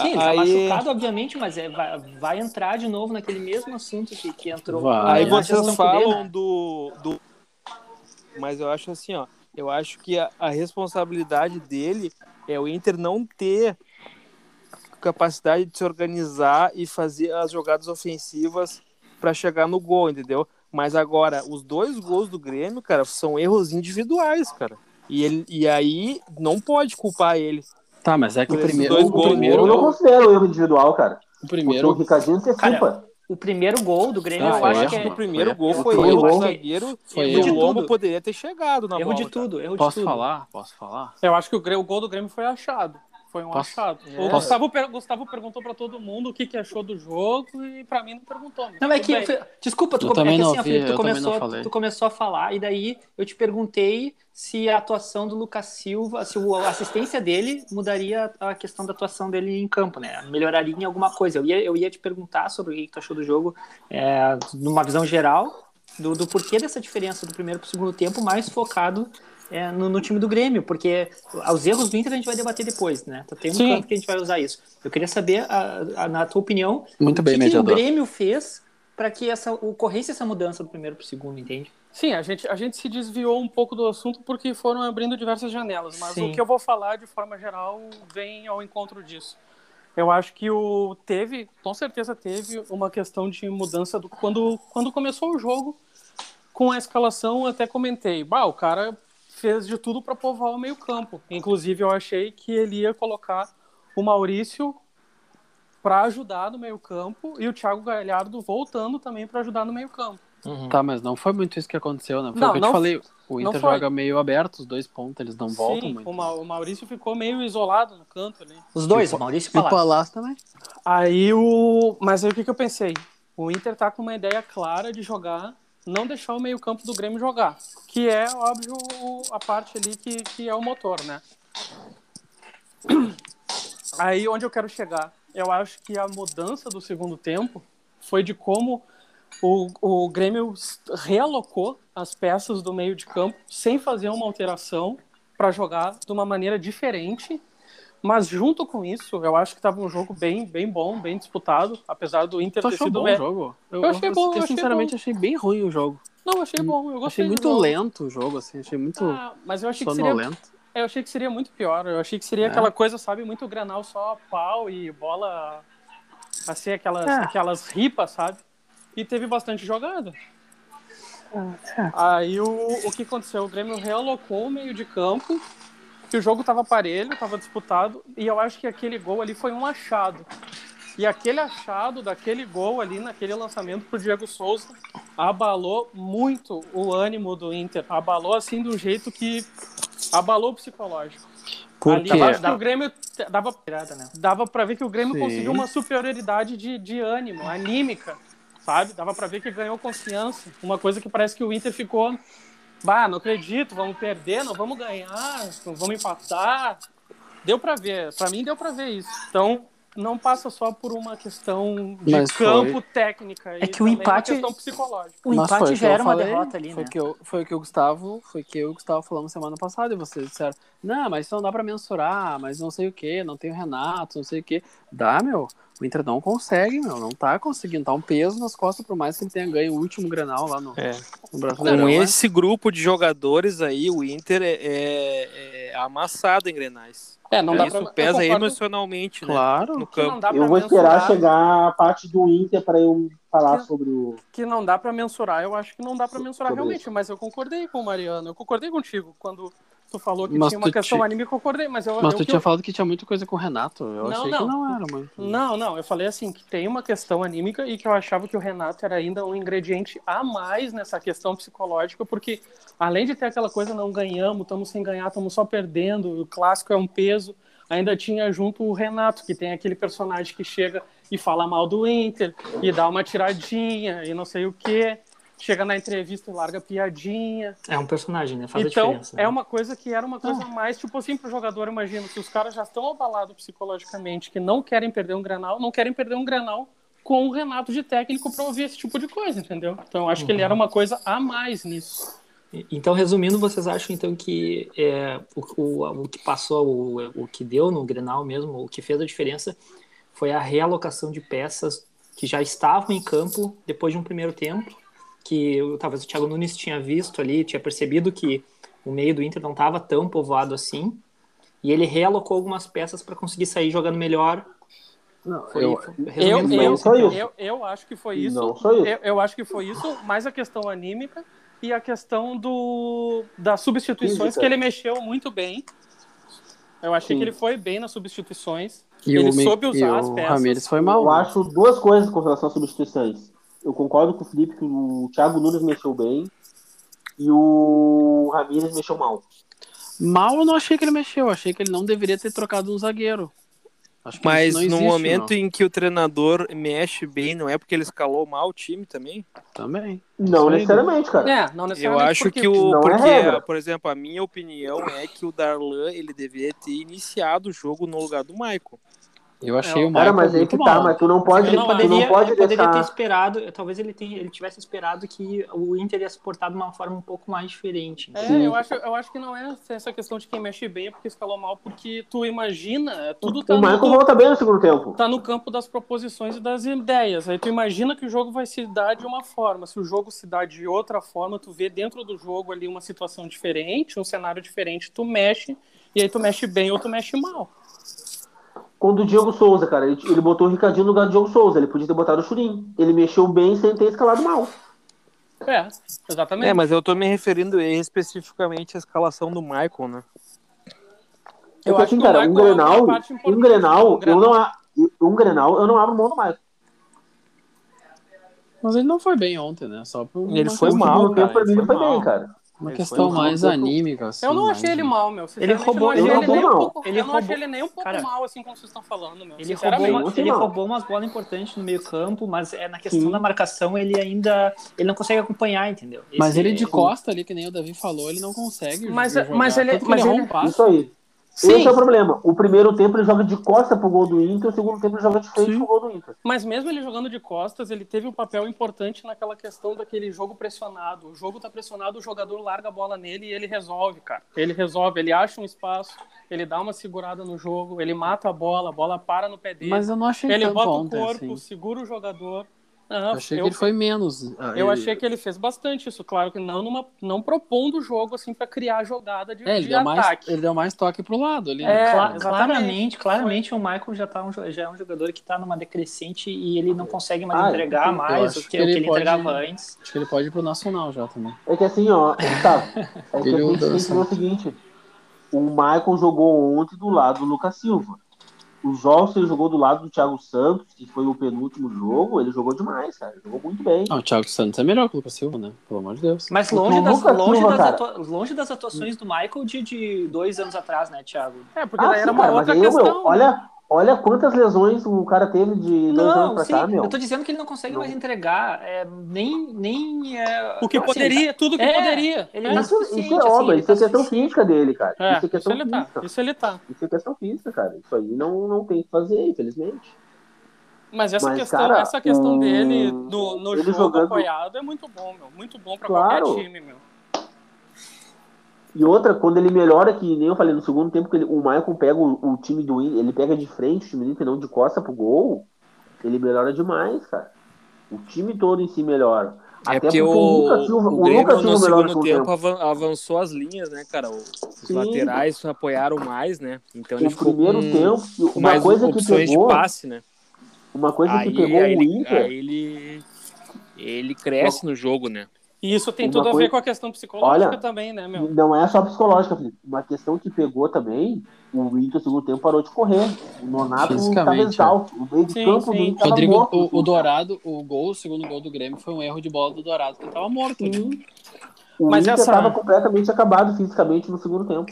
[SPEAKER 5] Sim, ele tá
[SPEAKER 7] Aí-
[SPEAKER 5] machucado, obviamente, mas é, vai, vai entrar de novo naquele mesmo assunto que, que entrou.
[SPEAKER 4] Vai.
[SPEAKER 7] Aí
[SPEAKER 5] na
[SPEAKER 7] vocês
[SPEAKER 5] questão com o Dê,
[SPEAKER 7] falam
[SPEAKER 5] né?
[SPEAKER 7] do, do. Mas eu acho assim, ó. Eu acho que a, a responsabilidade dele é o Inter não ter capacidade de se organizar e fazer as jogadas ofensivas para chegar no gol, entendeu? Mas agora, os dois gols do Grêmio, cara, são erros individuais, cara. E, ele, e aí não pode culpar ele.
[SPEAKER 4] Tá, mas é que o
[SPEAKER 7] Esses
[SPEAKER 4] primeiro.
[SPEAKER 7] dois
[SPEAKER 4] o
[SPEAKER 7] gols,
[SPEAKER 4] primeiro,
[SPEAKER 8] Eu não considero erro individual, cara.
[SPEAKER 4] o
[SPEAKER 8] Porque o
[SPEAKER 4] primeiro
[SPEAKER 8] Ricardinho antecipa.
[SPEAKER 5] O primeiro gol do Grêmio,
[SPEAKER 4] Ah,
[SPEAKER 5] eu acho
[SPEAKER 4] erro,
[SPEAKER 5] que é
[SPEAKER 7] O primeiro gol
[SPEAKER 8] O
[SPEAKER 7] foi
[SPEAKER 8] primeiro
[SPEAKER 7] erro do
[SPEAKER 8] gol-
[SPEAKER 7] zagueiro
[SPEAKER 4] foi
[SPEAKER 7] e
[SPEAKER 4] erro de
[SPEAKER 7] o Lombo
[SPEAKER 5] tudo.
[SPEAKER 7] poderia ter chegado na
[SPEAKER 5] erro
[SPEAKER 7] bola.
[SPEAKER 5] de tudo, erro de
[SPEAKER 4] Posso
[SPEAKER 5] tudo.
[SPEAKER 4] falar? Posso falar?
[SPEAKER 3] É, Eu acho que o, Grê- o gol do Grêmio foi achado. Foi um
[SPEAKER 4] Posso-
[SPEAKER 3] achado. O
[SPEAKER 4] Posso-
[SPEAKER 3] Gustavo, per- Gustavo perguntou pra todo mundo o que, que achou do jogo e pra mim não perguntou. mas
[SPEAKER 5] Não, é
[SPEAKER 3] tudo
[SPEAKER 5] que.
[SPEAKER 3] bem.
[SPEAKER 5] Fe- Desculpa, tu,
[SPEAKER 4] Eu
[SPEAKER 5] come- é
[SPEAKER 4] também
[SPEAKER 5] que,
[SPEAKER 4] não
[SPEAKER 5] assim, ó,
[SPEAKER 4] vi,
[SPEAKER 5] Felipe, tu
[SPEAKER 4] eu também não
[SPEAKER 5] começou,
[SPEAKER 4] falei.
[SPEAKER 5] tu começou a falar, e daí eu te perguntei se a atuação do Lucas Silva, se o- a assistência dele mudaria a questão da atuação dele em campo, né? Melhoraria em alguma coisa. Eu ia, eu ia te perguntar sobre o que tu achou do jogo, é, numa visão geral, do, do porquê dessa diferença do primeiro pro segundo tempo, mais focado. é, no, no time do Grêmio, porque os erros do Inter a gente vai debater depois, né? Tem um
[SPEAKER 3] Sim.
[SPEAKER 5] canto que a gente vai usar isso. Eu queria saber, a- a- na tua opinião,
[SPEAKER 4] Muito bem,
[SPEAKER 5] o que que, o
[SPEAKER 4] mediador.
[SPEAKER 5] Grêmio fez para que essa ocorresse essa mudança do primeiro pro segundo, entende?
[SPEAKER 3] Sim, a gente, a gente se desviou um pouco do assunto porque foram abrindo diversas janelas, mas
[SPEAKER 5] Sim.
[SPEAKER 3] o que eu vou falar de forma geral vem ao encontro disso. Eu acho que o teve, com certeza teve uma questão de mudança do quando quando começou o jogo com a escalação, eu até comentei, bah, o cara fez de tudo para povoar o meio-campo. Inclusive eu achei que ele ia colocar o Maurício para ajudar no meio-campo e o Thiago Galhardo voltando também para ajudar no meio-campo.
[SPEAKER 4] Tá, mas não foi muito isso que aconteceu, né? Foi
[SPEAKER 3] Não,
[SPEAKER 4] o que eu
[SPEAKER 3] não-
[SPEAKER 4] te falei. O Inter
[SPEAKER 3] foi.
[SPEAKER 4] joga meio aberto, os dois pontos, eles não voltam
[SPEAKER 3] Sim,
[SPEAKER 4] muito.
[SPEAKER 3] o Ma- o Maurício ficou meio isolado no canto ali.
[SPEAKER 5] Os dois, o Maurício
[SPEAKER 4] E o
[SPEAKER 5] Palácio.
[SPEAKER 4] Palácio também.
[SPEAKER 3] Aí o. Mas aí o que, que eu pensei? O Inter tá com uma ideia clara de jogar, não deixar o meio-campo do Grêmio jogar. Que é, óbvio, o- a parte ali que, que é o motor, né? <clears throat> Aí onde eu quero chegar? Eu acho que a mudança do segundo tempo foi de como o, o Grêmio s- realocou as peças do meio de campo sem fazer uma alteração para jogar de uma maneira diferente mas junto com isso, eu acho que tava um jogo bem, bem bom, bem disputado, apesar do Inter
[SPEAKER 4] Tu
[SPEAKER 3] ter
[SPEAKER 4] achou
[SPEAKER 3] sido
[SPEAKER 4] bom
[SPEAKER 3] me-
[SPEAKER 4] o jogo?
[SPEAKER 3] é. Eu achei bom, eu
[SPEAKER 4] Eu
[SPEAKER 3] achei
[SPEAKER 4] sinceramente
[SPEAKER 3] bom.
[SPEAKER 4] achei bem ruim o jogo.
[SPEAKER 3] Não, eu achei bom, eu gostei.
[SPEAKER 4] Hum, Achei
[SPEAKER 3] do
[SPEAKER 4] muito
[SPEAKER 3] jogo.
[SPEAKER 4] lento o jogo, assim. Achei muito
[SPEAKER 3] Ah, mas eu achei que seria,
[SPEAKER 4] sonolento.
[SPEAKER 3] eu achei que seria muito pior. Eu achei que seria
[SPEAKER 4] É.
[SPEAKER 3] aquela coisa, sabe, muito granal só pau e bola assim aquelas
[SPEAKER 5] É.
[SPEAKER 3] aquelas ripas, sabe? E teve bastante jogada. Aí o, o que aconteceu? O Grêmio realocou o meio de campo que o jogo tava parelho, tava disputado, e eu acho que aquele gol ali foi um achado. E aquele achado daquele gol ali, naquele lançamento pro Diego Souza, abalou muito o ânimo do Inter. Abalou assim de um jeito que abalou o psicológico. ali
[SPEAKER 4] quê?
[SPEAKER 3] eu acho que o Grêmio t- dava,
[SPEAKER 5] Pirata, né?
[SPEAKER 3] dava pra ver que o Grêmio
[SPEAKER 4] Sim.
[SPEAKER 3] conseguiu uma superioridade de, de ânimo, anímica, sabe? Dava pra ver que ganhou confiança. Uma coisa que parece que o Inter ficou. Bah, não acredito, vamos perder, não vamos ganhar, não vamos empatar. Deu pra ver, pra mim deu pra ver isso. Então, não passa só por uma questão de
[SPEAKER 4] Mas foi.
[SPEAKER 3] campo técnica.
[SPEAKER 5] É
[SPEAKER 3] e
[SPEAKER 5] que o
[SPEAKER 3] também
[SPEAKER 5] empate-
[SPEAKER 3] Uma questão psicológica.
[SPEAKER 5] O
[SPEAKER 4] Mas foi
[SPEAKER 5] um empate
[SPEAKER 4] o que
[SPEAKER 5] já
[SPEAKER 4] eu
[SPEAKER 5] era uma
[SPEAKER 4] falei,
[SPEAKER 5] derrota ali,
[SPEAKER 4] foi
[SPEAKER 5] né?
[SPEAKER 4] que eu, foi o que o Gustavo, foi que eu e o Gustavo falamos semana passada e vocês disseram, não, mas isso não dá pra mensurar, mas não sei o que, não tem o Renato, não sei o que. Dá, meu. O Inter não consegue, meu, não tá conseguindo, tá um peso nas costas, por mais que ele tenha ganho o último Grenal lá no,
[SPEAKER 7] É.
[SPEAKER 4] no
[SPEAKER 7] Com
[SPEAKER 4] Brasileirão. né?
[SPEAKER 7] esse grupo de jogadores aí, o Inter é, é- é amassado em Grenais.
[SPEAKER 3] É, não dá
[SPEAKER 7] Isso
[SPEAKER 3] pra. eu
[SPEAKER 7] pesa
[SPEAKER 3] concordo
[SPEAKER 7] emocionalmente, né?
[SPEAKER 4] Claro.
[SPEAKER 7] No campo.
[SPEAKER 3] não dá
[SPEAKER 8] Eu
[SPEAKER 3] Ah, pra
[SPEAKER 8] vou esperar
[SPEAKER 5] né?
[SPEAKER 3] mensurar.
[SPEAKER 8] chegar a parte do Inter pra eu falar
[SPEAKER 3] Que-
[SPEAKER 8] sobre o.
[SPEAKER 3] que não dá pra mensurar. Eu acho que não dá pra mensurar
[SPEAKER 8] Sobre
[SPEAKER 3] realmente, mas eu concordei com o Mariano. Eu concordei contigo quando tu falou que
[SPEAKER 4] Mas
[SPEAKER 3] tinha uma
[SPEAKER 4] tu
[SPEAKER 3] questão
[SPEAKER 4] ti-
[SPEAKER 3] anímica, eu concordei, mas eu,
[SPEAKER 4] Mas
[SPEAKER 3] eu
[SPEAKER 4] tu
[SPEAKER 3] que
[SPEAKER 4] tinha
[SPEAKER 3] eu-
[SPEAKER 4] falado que tinha muita coisa com o Renato. Eu
[SPEAKER 3] Não,
[SPEAKER 4] achei
[SPEAKER 3] não.
[SPEAKER 4] que não era muito.
[SPEAKER 3] Não, não, eu falei assim que tem uma questão anímica e que eu achava que o Renato era ainda um ingrediente a mais nessa questão psicológica, porque além de ter aquela coisa não ganhamos, estamos sem ganhar, estamos só perdendo, o clássico é um peso, ainda tinha junto o Renato, que tem aquele personagem que chega e fala mal do Inter e dá uma tiradinha e não sei o quê. Chega na entrevista e larga piadinha.
[SPEAKER 5] É um personagem, né? Faz a
[SPEAKER 3] então,
[SPEAKER 5] diferença.
[SPEAKER 3] é uma coisa que era uma coisa a mais, tipo assim, pro jogador, imagina, se os caras já estão abalados psicologicamente, que não querem perder um granal, não querem perder um granal com o Renato de técnico pra ouvir esse tipo de coisa, entendeu? Então, eu acho que ele era uma coisa a mais nisso.
[SPEAKER 5] Então, resumindo, vocês acham então que é, o, o, o que passou, o, o que deu no Grenal mesmo, o que fez a diferença foi a realocação de peças que já estavam em campo depois de um primeiro tempo, que eu- talvez o Thiago Nunes tinha visto ali, tinha percebido que o meio do Inter não estava tão povoado assim, e ele realocou algumas peças para conseguir sair jogando melhor
[SPEAKER 9] Não,
[SPEAKER 5] Foi-
[SPEAKER 9] eu,
[SPEAKER 5] foi-
[SPEAKER 3] Eu,
[SPEAKER 5] resumindo,
[SPEAKER 8] não
[SPEAKER 3] eu,
[SPEAKER 8] só isso.
[SPEAKER 3] eu, eu acho que foi isso. É,
[SPEAKER 8] Não só isso.
[SPEAKER 3] Eu, eu acho que foi isso, mais a questão anímica e a questão do das substituições,
[SPEAKER 1] Física.
[SPEAKER 3] que ele mexeu muito bem. Eu achei
[SPEAKER 8] Sim.
[SPEAKER 3] que ele foi bem nas substituições.
[SPEAKER 4] E
[SPEAKER 3] Ele
[SPEAKER 4] o, Mi-
[SPEAKER 3] soube usar
[SPEAKER 4] e
[SPEAKER 3] as
[SPEAKER 4] o
[SPEAKER 3] peças.
[SPEAKER 4] Ramires foi mal.
[SPEAKER 8] Eu acho duas coisas com relação às substituições. Eu concordo com o Felipe que o Thiago Nunes mexeu bem e o Ramírez mexeu mal.
[SPEAKER 4] Mal eu não achei que ele mexeu. Achei que ele não deveria ter trocado um zagueiro. Acho que
[SPEAKER 7] Mas
[SPEAKER 4] isso não
[SPEAKER 7] no
[SPEAKER 4] existe,
[SPEAKER 7] momento
[SPEAKER 4] não.
[SPEAKER 7] em que o treinador mexe bem, não é porque ele escalou mal o time também?
[SPEAKER 4] Também.
[SPEAKER 8] Não
[SPEAKER 4] Sim.
[SPEAKER 8] necessariamente, cara.
[SPEAKER 3] É, não
[SPEAKER 7] Eu
[SPEAKER 3] necessariamente
[SPEAKER 7] acho
[SPEAKER 3] porque-
[SPEAKER 7] que o.
[SPEAKER 8] não é
[SPEAKER 7] Porque,
[SPEAKER 8] regra.
[SPEAKER 7] por exemplo, a minha opinião é que o Darlan ele deveria ter iniciado o jogo no lugar do Maicon.
[SPEAKER 4] Eu achei
[SPEAKER 3] É,
[SPEAKER 4] o Michael
[SPEAKER 8] Cara, mas aí
[SPEAKER 4] muito
[SPEAKER 8] que tá,
[SPEAKER 4] mal.
[SPEAKER 8] mas tu não pode,
[SPEAKER 3] Ele
[SPEAKER 8] tu
[SPEAKER 5] poderia,
[SPEAKER 8] não pode
[SPEAKER 5] ele poderia ter
[SPEAKER 8] deixar.
[SPEAKER 5] esperado, talvez ele, tenha, ele tivesse esperado que o Inter ia se portar de uma forma um pouco mais diferente.
[SPEAKER 3] É, eu acho, eu acho que não é essa questão de quem mexe bem é porque escalou mal, porque tu imagina, tudo tá
[SPEAKER 8] O Michael
[SPEAKER 3] no,
[SPEAKER 8] volta bem no segundo tempo.
[SPEAKER 3] tá no campo das proposições e das ideias. Aí tu imagina que o jogo vai se dar de uma forma. Se o jogo se dá de outra forma, tu vê dentro do jogo ali uma situação diferente, um cenário diferente, tu mexe, e aí tu mexe bem ou tu mexe mal.
[SPEAKER 8] Quando o Diego Souza, cara, ele, ele botou o Ricardinho no lugar do Diego Souza, ele podia ter botado o Churin. Ele mexeu bem sem ter escalado mal.
[SPEAKER 3] É, exatamente.
[SPEAKER 7] É, mas eu tô me referindo especificamente à escalação do Maicon, né?
[SPEAKER 8] Eu
[SPEAKER 3] Eu
[SPEAKER 8] acho
[SPEAKER 3] acho
[SPEAKER 8] assim,
[SPEAKER 3] que o
[SPEAKER 8] cara, um
[SPEAKER 3] Michael é uma
[SPEAKER 8] Grenal,
[SPEAKER 3] parte
[SPEAKER 8] um
[SPEAKER 3] importante
[SPEAKER 8] Grenal,
[SPEAKER 3] do
[SPEAKER 8] eu
[SPEAKER 3] Grenal.
[SPEAKER 8] não a- um Grenal, eu não abro mão do Michael.
[SPEAKER 4] Mas ele não foi bem ontem, né? Só por uma
[SPEAKER 7] Ele foi
[SPEAKER 8] O
[SPEAKER 7] mal,
[SPEAKER 8] segundo
[SPEAKER 7] cara,
[SPEAKER 8] tempo pra mim
[SPEAKER 7] ele
[SPEAKER 8] ele foi
[SPEAKER 7] foi mal.
[SPEAKER 8] bem, cara.
[SPEAKER 4] Uma
[SPEAKER 7] Ele
[SPEAKER 4] questão
[SPEAKER 8] foi um
[SPEAKER 4] mais
[SPEAKER 8] jogo-
[SPEAKER 4] anímica, assim.
[SPEAKER 3] Eu não
[SPEAKER 4] mais
[SPEAKER 3] achei ele
[SPEAKER 4] de-
[SPEAKER 3] mal, meu.
[SPEAKER 5] Ele roubou-
[SPEAKER 3] eu
[SPEAKER 8] ele
[SPEAKER 3] não achei
[SPEAKER 8] roubou
[SPEAKER 3] ele nem um
[SPEAKER 8] mal.
[SPEAKER 3] pouco-
[SPEAKER 5] Ele
[SPEAKER 3] eu não achei
[SPEAKER 5] roubou-
[SPEAKER 3] ele nem um pouco
[SPEAKER 5] Cara,
[SPEAKER 3] mal, assim como vocês estão falando, meu.
[SPEAKER 5] Ele roubou, uma-
[SPEAKER 3] sinceramente.
[SPEAKER 8] Sinceramente,
[SPEAKER 5] ele
[SPEAKER 8] não.
[SPEAKER 5] roubou umas bolas importantes no meio campo, mas é na questão da marcação ele ainda ele não consegue acompanhar, entendeu?
[SPEAKER 4] Mas
[SPEAKER 5] Esse-
[SPEAKER 4] ele de costa ali, que nem o Davi falou, ele não consegue.
[SPEAKER 3] Mas-
[SPEAKER 4] jogar.
[SPEAKER 3] mas ele-
[SPEAKER 4] Tanto que
[SPEAKER 3] mas
[SPEAKER 4] errou
[SPEAKER 3] ele-
[SPEAKER 4] um passe.
[SPEAKER 8] Isso aí. Esse
[SPEAKER 3] Sim,
[SPEAKER 8] é o problema. O primeiro tempo ele joga de costa pro gol do Inter, o segundo tempo ele joga de frente
[SPEAKER 4] Sim.
[SPEAKER 8] pro gol do Inter.
[SPEAKER 3] mas mesmo ele jogando de costas, ele teve um papel importante naquela questão daquele jogo pressionado. O jogo tá pressionado, o jogador larga a bola nele e ele resolve, cara. Ele resolve, ele acha um espaço, ele dá uma segurada no jogo, ele mata a bola, a bola para no pé dele.
[SPEAKER 4] Mas eu não achei
[SPEAKER 3] ele
[SPEAKER 4] tanto
[SPEAKER 3] bota o
[SPEAKER 8] né,
[SPEAKER 4] ontem,
[SPEAKER 3] corpo,
[SPEAKER 4] assim.
[SPEAKER 3] segura o jogador.
[SPEAKER 4] Eu
[SPEAKER 3] Ah,
[SPEAKER 4] achei
[SPEAKER 3] eu-
[SPEAKER 4] que ele foi menos. ah,
[SPEAKER 3] Eu
[SPEAKER 4] ele-
[SPEAKER 3] achei que ele fez bastante isso, claro que não numa, não propondo o jogo assim para criar jogada de,
[SPEAKER 4] É, ele
[SPEAKER 3] de
[SPEAKER 4] deu, mais,
[SPEAKER 3] ataque.
[SPEAKER 4] ele deu mais toque pro lado ali.
[SPEAKER 3] É,
[SPEAKER 4] né?
[SPEAKER 5] Cla-
[SPEAKER 3] exatamente.
[SPEAKER 5] claramente, claramente o Michael já, tá um, jo- já é um jogador que tá numa decrescente e ele não consegue mais
[SPEAKER 8] Ah,
[SPEAKER 5] entregar
[SPEAKER 8] eu
[SPEAKER 5] mais
[SPEAKER 4] acho
[SPEAKER 5] o que,
[SPEAKER 4] que
[SPEAKER 5] o que
[SPEAKER 4] ele
[SPEAKER 5] ele
[SPEAKER 4] pode-
[SPEAKER 5] entregava antes.
[SPEAKER 4] Acho que ele pode ir pro Nacional já também.
[SPEAKER 8] É que assim, ó, Gustavo, é que a
[SPEAKER 4] Ele
[SPEAKER 8] gente tem que ver
[SPEAKER 4] dança.
[SPEAKER 8] o seguinte. O Michael jogou ontem do lado do Lucas Silva. O Jolson jogou do lado do Thiago Santos, que foi o penúltimo jogo, ele jogou demais, cara. Jogou muito bem.
[SPEAKER 4] Ah, o Thiago Santos é melhor que o Lucas Silva, né? Pelo amor de Deus.
[SPEAKER 5] Mas
[SPEAKER 8] O
[SPEAKER 5] longe das,
[SPEAKER 8] Lucas
[SPEAKER 5] longe, das
[SPEAKER 8] Silva, cara.
[SPEAKER 5] atua- longe das atuações do Michael de, de dois anos atrás, né, Thiago?
[SPEAKER 3] É, porque
[SPEAKER 8] Ah,
[SPEAKER 3] daí
[SPEAKER 8] sim,
[SPEAKER 3] era uma
[SPEAKER 8] cara, mas
[SPEAKER 3] outra
[SPEAKER 8] aí,
[SPEAKER 3] questão. né?
[SPEAKER 8] meu, olha, olha quantas lesões o cara teve de dois anos pra
[SPEAKER 5] sim,
[SPEAKER 8] cá, meu.
[SPEAKER 5] eu tô dizendo que ele não consegue
[SPEAKER 8] Não.
[SPEAKER 5] mais entregar é, nem, nem é,
[SPEAKER 3] o que
[SPEAKER 5] assim,
[SPEAKER 3] poderia, tudo que
[SPEAKER 5] é,
[SPEAKER 3] poderia.
[SPEAKER 5] ele
[SPEAKER 3] é.
[SPEAKER 5] tá
[SPEAKER 8] Isso, isso
[SPEAKER 5] suficiente,
[SPEAKER 8] é
[SPEAKER 5] assim,
[SPEAKER 8] obra,
[SPEAKER 5] ele
[SPEAKER 8] isso
[SPEAKER 5] tá
[SPEAKER 8] é questão
[SPEAKER 5] suficiente.
[SPEAKER 8] física dele, cara. isso
[SPEAKER 3] É,
[SPEAKER 8] é
[SPEAKER 3] isso
[SPEAKER 8] questão
[SPEAKER 3] ele tá,
[SPEAKER 8] física.
[SPEAKER 3] isso ele tá.
[SPEAKER 8] Isso é questão física, cara. Isso aí não, não tem o que fazer, infelizmente.
[SPEAKER 3] Mas essa
[SPEAKER 8] Mas,
[SPEAKER 3] questão,
[SPEAKER 8] cara,
[SPEAKER 3] essa questão
[SPEAKER 8] o-
[SPEAKER 3] dele no, no
[SPEAKER 8] ele
[SPEAKER 3] jogo
[SPEAKER 8] jogando-
[SPEAKER 3] apoiado é muito bom, meu. Muito bom pra
[SPEAKER 8] Claro.
[SPEAKER 3] qualquer time, meu.
[SPEAKER 8] E outra, quando ele melhora, que nem eu falei no segundo tempo, que ele- o Maicon pega o, o time do Inter, ele pega de frente o time do Inter, não de costa pro gol, ele melhora demais, cara. O time todo em si melhora.
[SPEAKER 7] É
[SPEAKER 8] Até
[SPEAKER 7] porque
[SPEAKER 8] porque o
[SPEAKER 7] o,
[SPEAKER 8] Lucas Silva-
[SPEAKER 7] o
[SPEAKER 8] o
[SPEAKER 7] Grêmio
[SPEAKER 8] Lucas Silva
[SPEAKER 7] no
[SPEAKER 8] melhora
[SPEAKER 7] segundo
[SPEAKER 8] com o
[SPEAKER 7] tempo
[SPEAKER 8] tempo.
[SPEAKER 7] avan- avançou as linhas, né, cara? O- Os
[SPEAKER 8] Sim.
[SPEAKER 7] laterais apoiaram mais, né? Então ele
[SPEAKER 8] O
[SPEAKER 7] ficou
[SPEAKER 8] primeiro
[SPEAKER 7] com
[SPEAKER 8] tempo,
[SPEAKER 7] com
[SPEAKER 8] uma
[SPEAKER 7] mais
[SPEAKER 8] coisa que
[SPEAKER 7] opções
[SPEAKER 8] pegou,
[SPEAKER 7] de passe, né?
[SPEAKER 8] uma coisa
[SPEAKER 7] aí,
[SPEAKER 8] que pegou
[SPEAKER 7] aí
[SPEAKER 8] o
[SPEAKER 7] ele,
[SPEAKER 8] Inter,
[SPEAKER 7] aí ele, ele cresce no jogo, né?
[SPEAKER 3] E isso tem
[SPEAKER 8] Uma
[SPEAKER 3] tudo a ver
[SPEAKER 8] coisa-
[SPEAKER 3] com a questão psicológica
[SPEAKER 8] Olha,
[SPEAKER 3] também, né, meu?
[SPEAKER 8] Não é só psicológica, Felipe. Uma questão que pegou também, o Inter no segundo tempo parou de correr. O Nonato estava
[SPEAKER 7] é.
[SPEAKER 4] Fisicamente,
[SPEAKER 8] exausto. O meio de
[SPEAKER 3] Sim,
[SPEAKER 8] campo do
[SPEAKER 3] sim.
[SPEAKER 8] Inter tava
[SPEAKER 4] Rodrigo,
[SPEAKER 8] morto. né?
[SPEAKER 4] o, o Dourado, o gol, o segundo gol do Grêmio foi um erro de bola do Dourado, que ele tava morto. né?
[SPEAKER 8] O
[SPEAKER 3] Mas
[SPEAKER 8] Inter
[SPEAKER 3] essa-
[SPEAKER 8] estava completamente acabado fisicamente no segundo tempo.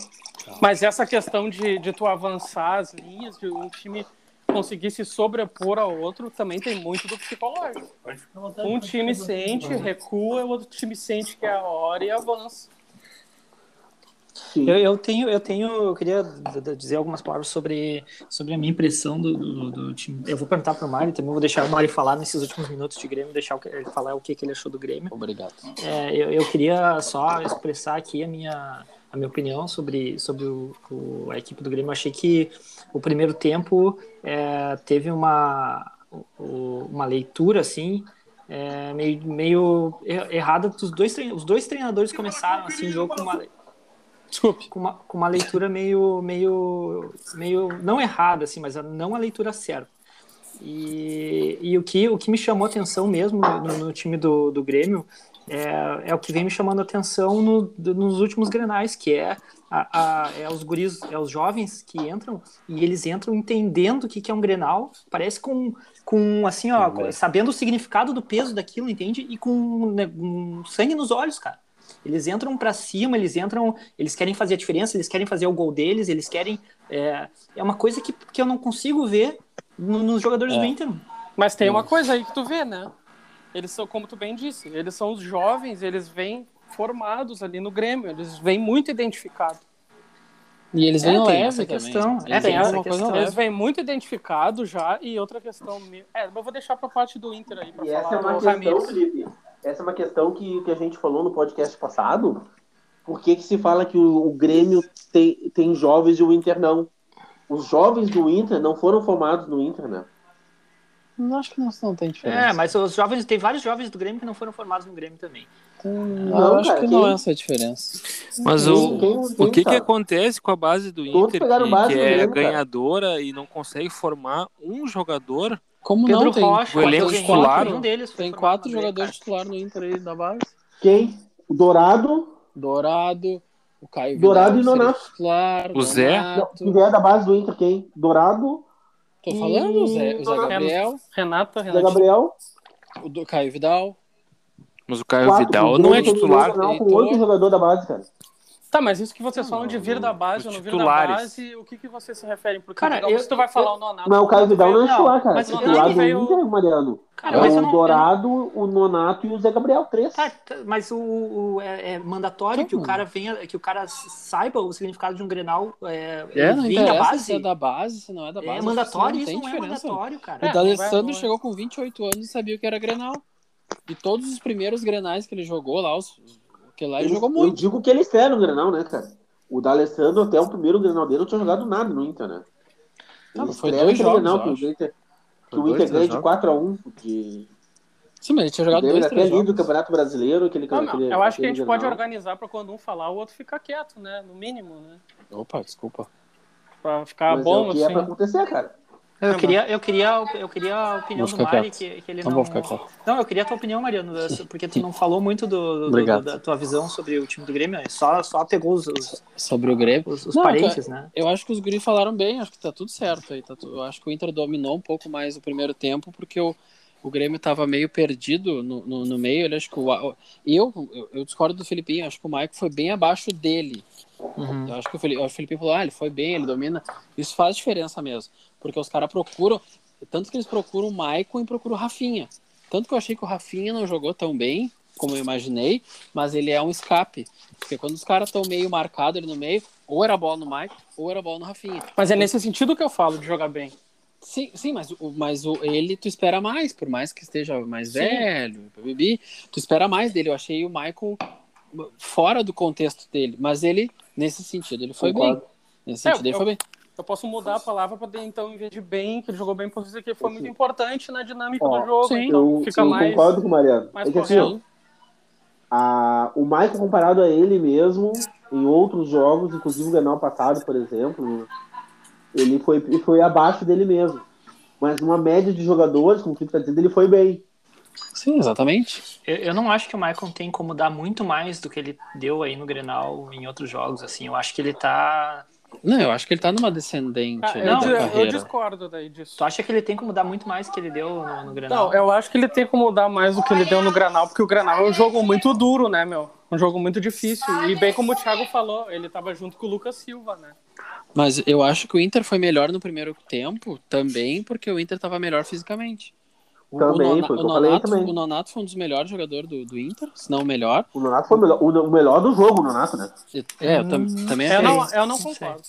[SPEAKER 3] Mas essa questão de, de tu avançar as linhas, de um time conseguir se sobrepor ao outro, também tem muito do psicológico. Um time sente, recua, o outro time sente que é a hora e avança.
[SPEAKER 8] Sim.
[SPEAKER 5] Eu, eu tenho, eu tenho, eu queria d- d- dizer algumas palavras sobre, sobre a minha impressão do, do, do time. Eu vou perguntar pro Mário também, vou deixar o Mário falar nesses últimos minutos de Grêmio, deixar o que- ele falar o que, que ele achou do Grêmio.
[SPEAKER 4] Obrigado.
[SPEAKER 5] É, eu, eu queria só expressar aqui a minha, a minha opinião sobre, sobre o, o- a equipe do Grêmio. Eu achei que o primeiro tempo é, teve uma, o- uma leitura assim. é, meio, meio er- errada dos dois trein- os dois treinadores começaram assim o jogo com uma
[SPEAKER 3] Desculpe.
[SPEAKER 5] com uma, com uma leitura meio, meio, meio não errada assim, mas a- não a leitura certa. E, e o, que, o que me chamou atenção mesmo no, no time do, do Grêmio é, é o que vem me chamando atenção no- do- nos últimos grenais, que é, a, a- é os guris, é os jovens que entram e eles entram entendendo o que, que é um grenal, parece com, com assim, ó, com- sabendo o significado do peso daquilo, entende? E com né, um sangue nos olhos, cara. Eles entram pra cima, eles entram, eles querem fazer a diferença, eles querem fazer o gol deles, eles querem. É, é uma coisa que, que eu não consigo ver no- nos
[SPEAKER 4] É.
[SPEAKER 5] jogadores do Inter.
[SPEAKER 3] Mas tem uma coisa aí que tu vê, né? Eles são, como tu bem disse, eles são os jovens, eles vêm formados ali no Grêmio, eles vêm muito identificados.
[SPEAKER 4] E eles vêm
[SPEAKER 5] É, tem
[SPEAKER 4] leve
[SPEAKER 5] essa
[SPEAKER 4] também.
[SPEAKER 5] questão.
[SPEAKER 4] Eles
[SPEAKER 5] É, tem
[SPEAKER 4] vêm
[SPEAKER 5] essa
[SPEAKER 4] alguma coisa
[SPEAKER 5] questão.
[SPEAKER 4] leve.
[SPEAKER 3] Eles vêm muito identificados já, e outra questão... me- É, mas eu vou deixar pra parte do Inter aí, pra
[SPEAKER 8] E
[SPEAKER 3] falar
[SPEAKER 8] essa é uma
[SPEAKER 3] do
[SPEAKER 8] questão,
[SPEAKER 3] Ramires.
[SPEAKER 8] Felipe. Essa é uma questão que, que a gente falou no podcast passado. Por que, que se fala que o, o Grêmio tem, tem jovens e o Inter não? Os jovens do Inter não foram formados no Inter, né?
[SPEAKER 4] Não acho que não, não tem
[SPEAKER 5] É,
[SPEAKER 4] diferença.
[SPEAKER 5] mas os jovens, tem vários jovens do Grêmio que não foram formados no Grêmio também.
[SPEAKER 4] Hum,
[SPEAKER 8] Não,
[SPEAKER 4] eu acho
[SPEAKER 8] cara,
[SPEAKER 4] que
[SPEAKER 8] que-
[SPEAKER 4] não é essa a diferença.
[SPEAKER 7] Mas
[SPEAKER 8] Tem-
[SPEAKER 7] o,
[SPEAKER 8] tem- tem,
[SPEAKER 7] o que, é que
[SPEAKER 8] cara.
[SPEAKER 7] acontece com a base do
[SPEAKER 8] Então, Todos
[SPEAKER 7] Inter,
[SPEAKER 8] pegaram
[SPEAKER 7] que,
[SPEAKER 8] base
[SPEAKER 7] que
[SPEAKER 8] do
[SPEAKER 7] é
[SPEAKER 8] Grêmio, cara.
[SPEAKER 7] ganhadora e não consegue formar um jogador?
[SPEAKER 4] Como
[SPEAKER 5] Pedro
[SPEAKER 4] não tem?
[SPEAKER 5] Rocha,
[SPEAKER 7] o elenco
[SPEAKER 5] Matheus Henrique,
[SPEAKER 7] titular.
[SPEAKER 5] nenhum um deles foi
[SPEAKER 4] Tem
[SPEAKER 5] formado
[SPEAKER 4] quatro
[SPEAKER 5] no Grêmio,
[SPEAKER 4] jogadores
[SPEAKER 5] cara.
[SPEAKER 4] titulares no Inter aí da base.
[SPEAKER 8] Quem? O Dourado,
[SPEAKER 4] Dourado, o Caio
[SPEAKER 8] Dourado
[SPEAKER 4] Vidal,
[SPEAKER 8] e Nonato.
[SPEAKER 4] seria Titular,
[SPEAKER 7] O Zé?
[SPEAKER 8] não,
[SPEAKER 4] Nonato.
[SPEAKER 8] que vier da base do Inter, quem? Dourado,
[SPEAKER 4] Tô falando o Zé, o Zé Gabriel,
[SPEAKER 3] Renata,
[SPEAKER 8] Zé
[SPEAKER 3] Renata.
[SPEAKER 8] Gabriel.
[SPEAKER 4] o do Caio Vidal.
[SPEAKER 7] Mas o Caio
[SPEAKER 8] quatro.
[SPEAKER 7] Vidal
[SPEAKER 8] O
[SPEAKER 7] não é
[SPEAKER 8] Grêmio terminou
[SPEAKER 7] titular.
[SPEAKER 8] o Grenal Com
[SPEAKER 4] Heitor.
[SPEAKER 8] oito jogadores da base, cara.
[SPEAKER 3] Tá, mas isso que vocês falam de vir da base ou
[SPEAKER 7] os
[SPEAKER 3] não vir da
[SPEAKER 7] titulares.
[SPEAKER 3] base, o que, que vocês se referem? Porque,
[SPEAKER 5] Cara,
[SPEAKER 3] digamos,
[SPEAKER 5] eu-
[SPEAKER 3] tu vai falar
[SPEAKER 5] eu-
[SPEAKER 3] o Nonato...
[SPEAKER 8] Não, o Caio Vidal não é
[SPEAKER 5] Não,
[SPEAKER 8] titular, cara.
[SPEAKER 5] mas
[SPEAKER 8] O
[SPEAKER 5] eu
[SPEAKER 8] titular
[SPEAKER 5] nem
[SPEAKER 8] do
[SPEAKER 5] veio-
[SPEAKER 8] Inter, Mariano.
[SPEAKER 3] Ah,
[SPEAKER 5] Cara,
[SPEAKER 8] é
[SPEAKER 5] mas eu
[SPEAKER 8] o
[SPEAKER 5] não-
[SPEAKER 8] Dourado, o Nonato e o Zé Gabriel, três.
[SPEAKER 5] Tá, tá, mas o, o- é, é mandatório que o cara venha, que o cara saiba o significado de um Grenal é,
[SPEAKER 4] É,
[SPEAKER 5] ele
[SPEAKER 4] não
[SPEAKER 5] vir da
[SPEAKER 4] interessa
[SPEAKER 5] base.
[SPEAKER 4] se é da base, se não é da base.
[SPEAKER 5] É
[SPEAKER 4] acho que
[SPEAKER 5] mandatório,
[SPEAKER 4] não
[SPEAKER 5] isso
[SPEAKER 4] tem
[SPEAKER 5] não é
[SPEAKER 4] diferença.
[SPEAKER 5] mandatório,
[SPEAKER 4] O
[SPEAKER 5] cara.
[SPEAKER 3] É, não vai,
[SPEAKER 4] D'Alessandro
[SPEAKER 3] não é.
[SPEAKER 4] chegou com 28 anos e sabia o que era Grenal. E todos os primeiros Grenais que ele jogou lá, os, que lá ele
[SPEAKER 8] Eles-
[SPEAKER 4] jogou
[SPEAKER 8] Eu
[SPEAKER 4] muito.
[SPEAKER 8] digo que eles fizeram o Grenal, né, cara? O D'Alessandro, até o primeiro Grenal dele, não tinha jogado nada no Inter, né?
[SPEAKER 4] Tá, mas
[SPEAKER 8] Eles
[SPEAKER 4] foi
[SPEAKER 8] fizeram
[SPEAKER 4] dois
[SPEAKER 8] o
[SPEAKER 4] jogos,
[SPEAKER 8] Grenal
[SPEAKER 4] eu
[SPEAKER 8] que
[SPEAKER 4] acho.
[SPEAKER 8] o Inter, que
[SPEAKER 7] Foi
[SPEAKER 8] o
[SPEAKER 7] dois,
[SPEAKER 8] Inter
[SPEAKER 7] três
[SPEAKER 8] ganha de
[SPEAKER 7] jogos.
[SPEAKER 8] 4x1. De...
[SPEAKER 4] Sim, mas ele tinha
[SPEAKER 8] O
[SPEAKER 4] jogado
[SPEAKER 8] Grêmio é
[SPEAKER 4] dois,
[SPEAKER 8] até
[SPEAKER 4] três
[SPEAKER 8] lindo
[SPEAKER 4] jogos.
[SPEAKER 8] do Campeonato Brasileiro. Aquele,
[SPEAKER 3] Não, não,
[SPEAKER 8] aquele-
[SPEAKER 3] eu acho que a
[SPEAKER 8] aquele
[SPEAKER 3] gente pode
[SPEAKER 8] Grenal.
[SPEAKER 3] organizar pra quando um falar, o outro ficar quieto, né? No mínimo, né?
[SPEAKER 4] Opa, desculpa.
[SPEAKER 3] Pra ficar
[SPEAKER 8] Mas é
[SPEAKER 3] bom,
[SPEAKER 8] o que
[SPEAKER 3] assim.
[SPEAKER 8] é pra acontecer, cara.
[SPEAKER 5] Eu queria, eu queria, eu queria a opinião
[SPEAKER 4] Vou
[SPEAKER 5] do
[SPEAKER 4] ficar
[SPEAKER 5] Mari, que, que ele
[SPEAKER 4] Não
[SPEAKER 5] não.
[SPEAKER 4] Então vou ficar quieto.
[SPEAKER 5] Não, eu queria a tua opinião, Mariano, porque tu não falou muito do, do-
[SPEAKER 4] Obrigado.
[SPEAKER 5] da tua visão sobre o time do Grêmio, é só, só pegou os, os,
[SPEAKER 4] Sobre o Grêmio.
[SPEAKER 5] os- os
[SPEAKER 4] Não,
[SPEAKER 5] parentes, né?
[SPEAKER 4] Eu acho que os guri falaram bem, acho que tá tudo certo aí. tá tu- Eu acho que o Inter dominou um pouco mais o primeiro tempo, porque o, o Grêmio tava meio perdido no, no, no meio. Ele acho que o, a- eu, eu, eu discordo do Filipinho, acho que o Maicon foi bem abaixo dele. Eu acho que o Felipe, o Filipinho falou, ah, ele foi bem, ele domina. Isso faz diferença mesmo. Porque os caras procuram. Tanto que eles procuram o Maicon e procuram o Rafinha. Tanto que eu achei que o Rafinha não jogou tão bem como eu imaginei, mas ele é um escape. Porque quando os caras estão meio marcados ali no meio, ou era bola no Maicon, ou era bola no Rafinha.
[SPEAKER 3] Mas é nesse sentido que eu falo de jogar bem.
[SPEAKER 4] Sim, sim, mas, o, mas o, ele tu espera mais, por mais que esteja mais velho, bibi, tu espera mais dele. Eu achei o Michael fora do contexto dele, mas ele, nesse sentido, ele foi
[SPEAKER 8] Concordo.
[SPEAKER 4] bem. Nesse
[SPEAKER 3] É,
[SPEAKER 4] sentido, ele
[SPEAKER 3] eu-
[SPEAKER 4] foi bem.
[SPEAKER 3] Eu posso mudar a palavra pra poder, então, em vez de bem, que ele jogou bem, por dizer que ele foi muito importante na dinâmica
[SPEAKER 8] Ó,
[SPEAKER 3] do jogo.
[SPEAKER 4] sim.
[SPEAKER 3] então
[SPEAKER 8] eu
[SPEAKER 3] fica
[SPEAKER 8] eu
[SPEAKER 3] mais.
[SPEAKER 8] concordo com o Mariano.
[SPEAKER 3] mais
[SPEAKER 8] É que assim,
[SPEAKER 3] correto.
[SPEAKER 8] ó, a- o Michael comparado a ele mesmo em outros jogos, inclusive o Grenal passado, por exemplo, ele foi, ele foi abaixo dele mesmo. Mas numa média de jogadores, como o Felipe tá dizendo, ele foi bem.
[SPEAKER 4] Sim, exatamente.
[SPEAKER 5] Eu, eu não acho que o Maicon tem como dar muito mais do que ele deu aí no Grenal em outros jogos, assim. Eu acho que ele tá.
[SPEAKER 4] Não, eu acho que ele tá numa descendente
[SPEAKER 3] Ah,
[SPEAKER 4] aí
[SPEAKER 3] eu,
[SPEAKER 5] Não,
[SPEAKER 4] da
[SPEAKER 3] di- eu
[SPEAKER 4] carreira.
[SPEAKER 3] discordo daí disso.
[SPEAKER 5] Tu acha que ele tem como dar muito mais que ele deu no, no Grenal?
[SPEAKER 8] é-
[SPEAKER 3] Não, eu acho que ele tem como dar mais do que ele deu no Granal, porque o Granal é um jogo muito duro, né, meu? Um jogo muito difícil. E bem como o Thiago falou, ele tava junto com o Lucas Silva, né?
[SPEAKER 4] Mas eu acho que o Inter foi melhor no primeiro tempo também, porque o Inter tava melhor fisicamente. O,
[SPEAKER 8] Também,
[SPEAKER 4] o, Nona-
[SPEAKER 8] foi o
[SPEAKER 4] o
[SPEAKER 8] que eu falei
[SPEAKER 4] Nonato,
[SPEAKER 8] também.
[SPEAKER 4] o Nonato foi um dos melhores jogadores do, do Inter, se não o melhor.
[SPEAKER 8] O Nonato foi o melhor, o- o melhor do jogo, o Nonato, né?
[SPEAKER 4] É, eu tam- também
[SPEAKER 3] Eu
[SPEAKER 4] achei.
[SPEAKER 3] não, eu não concordo.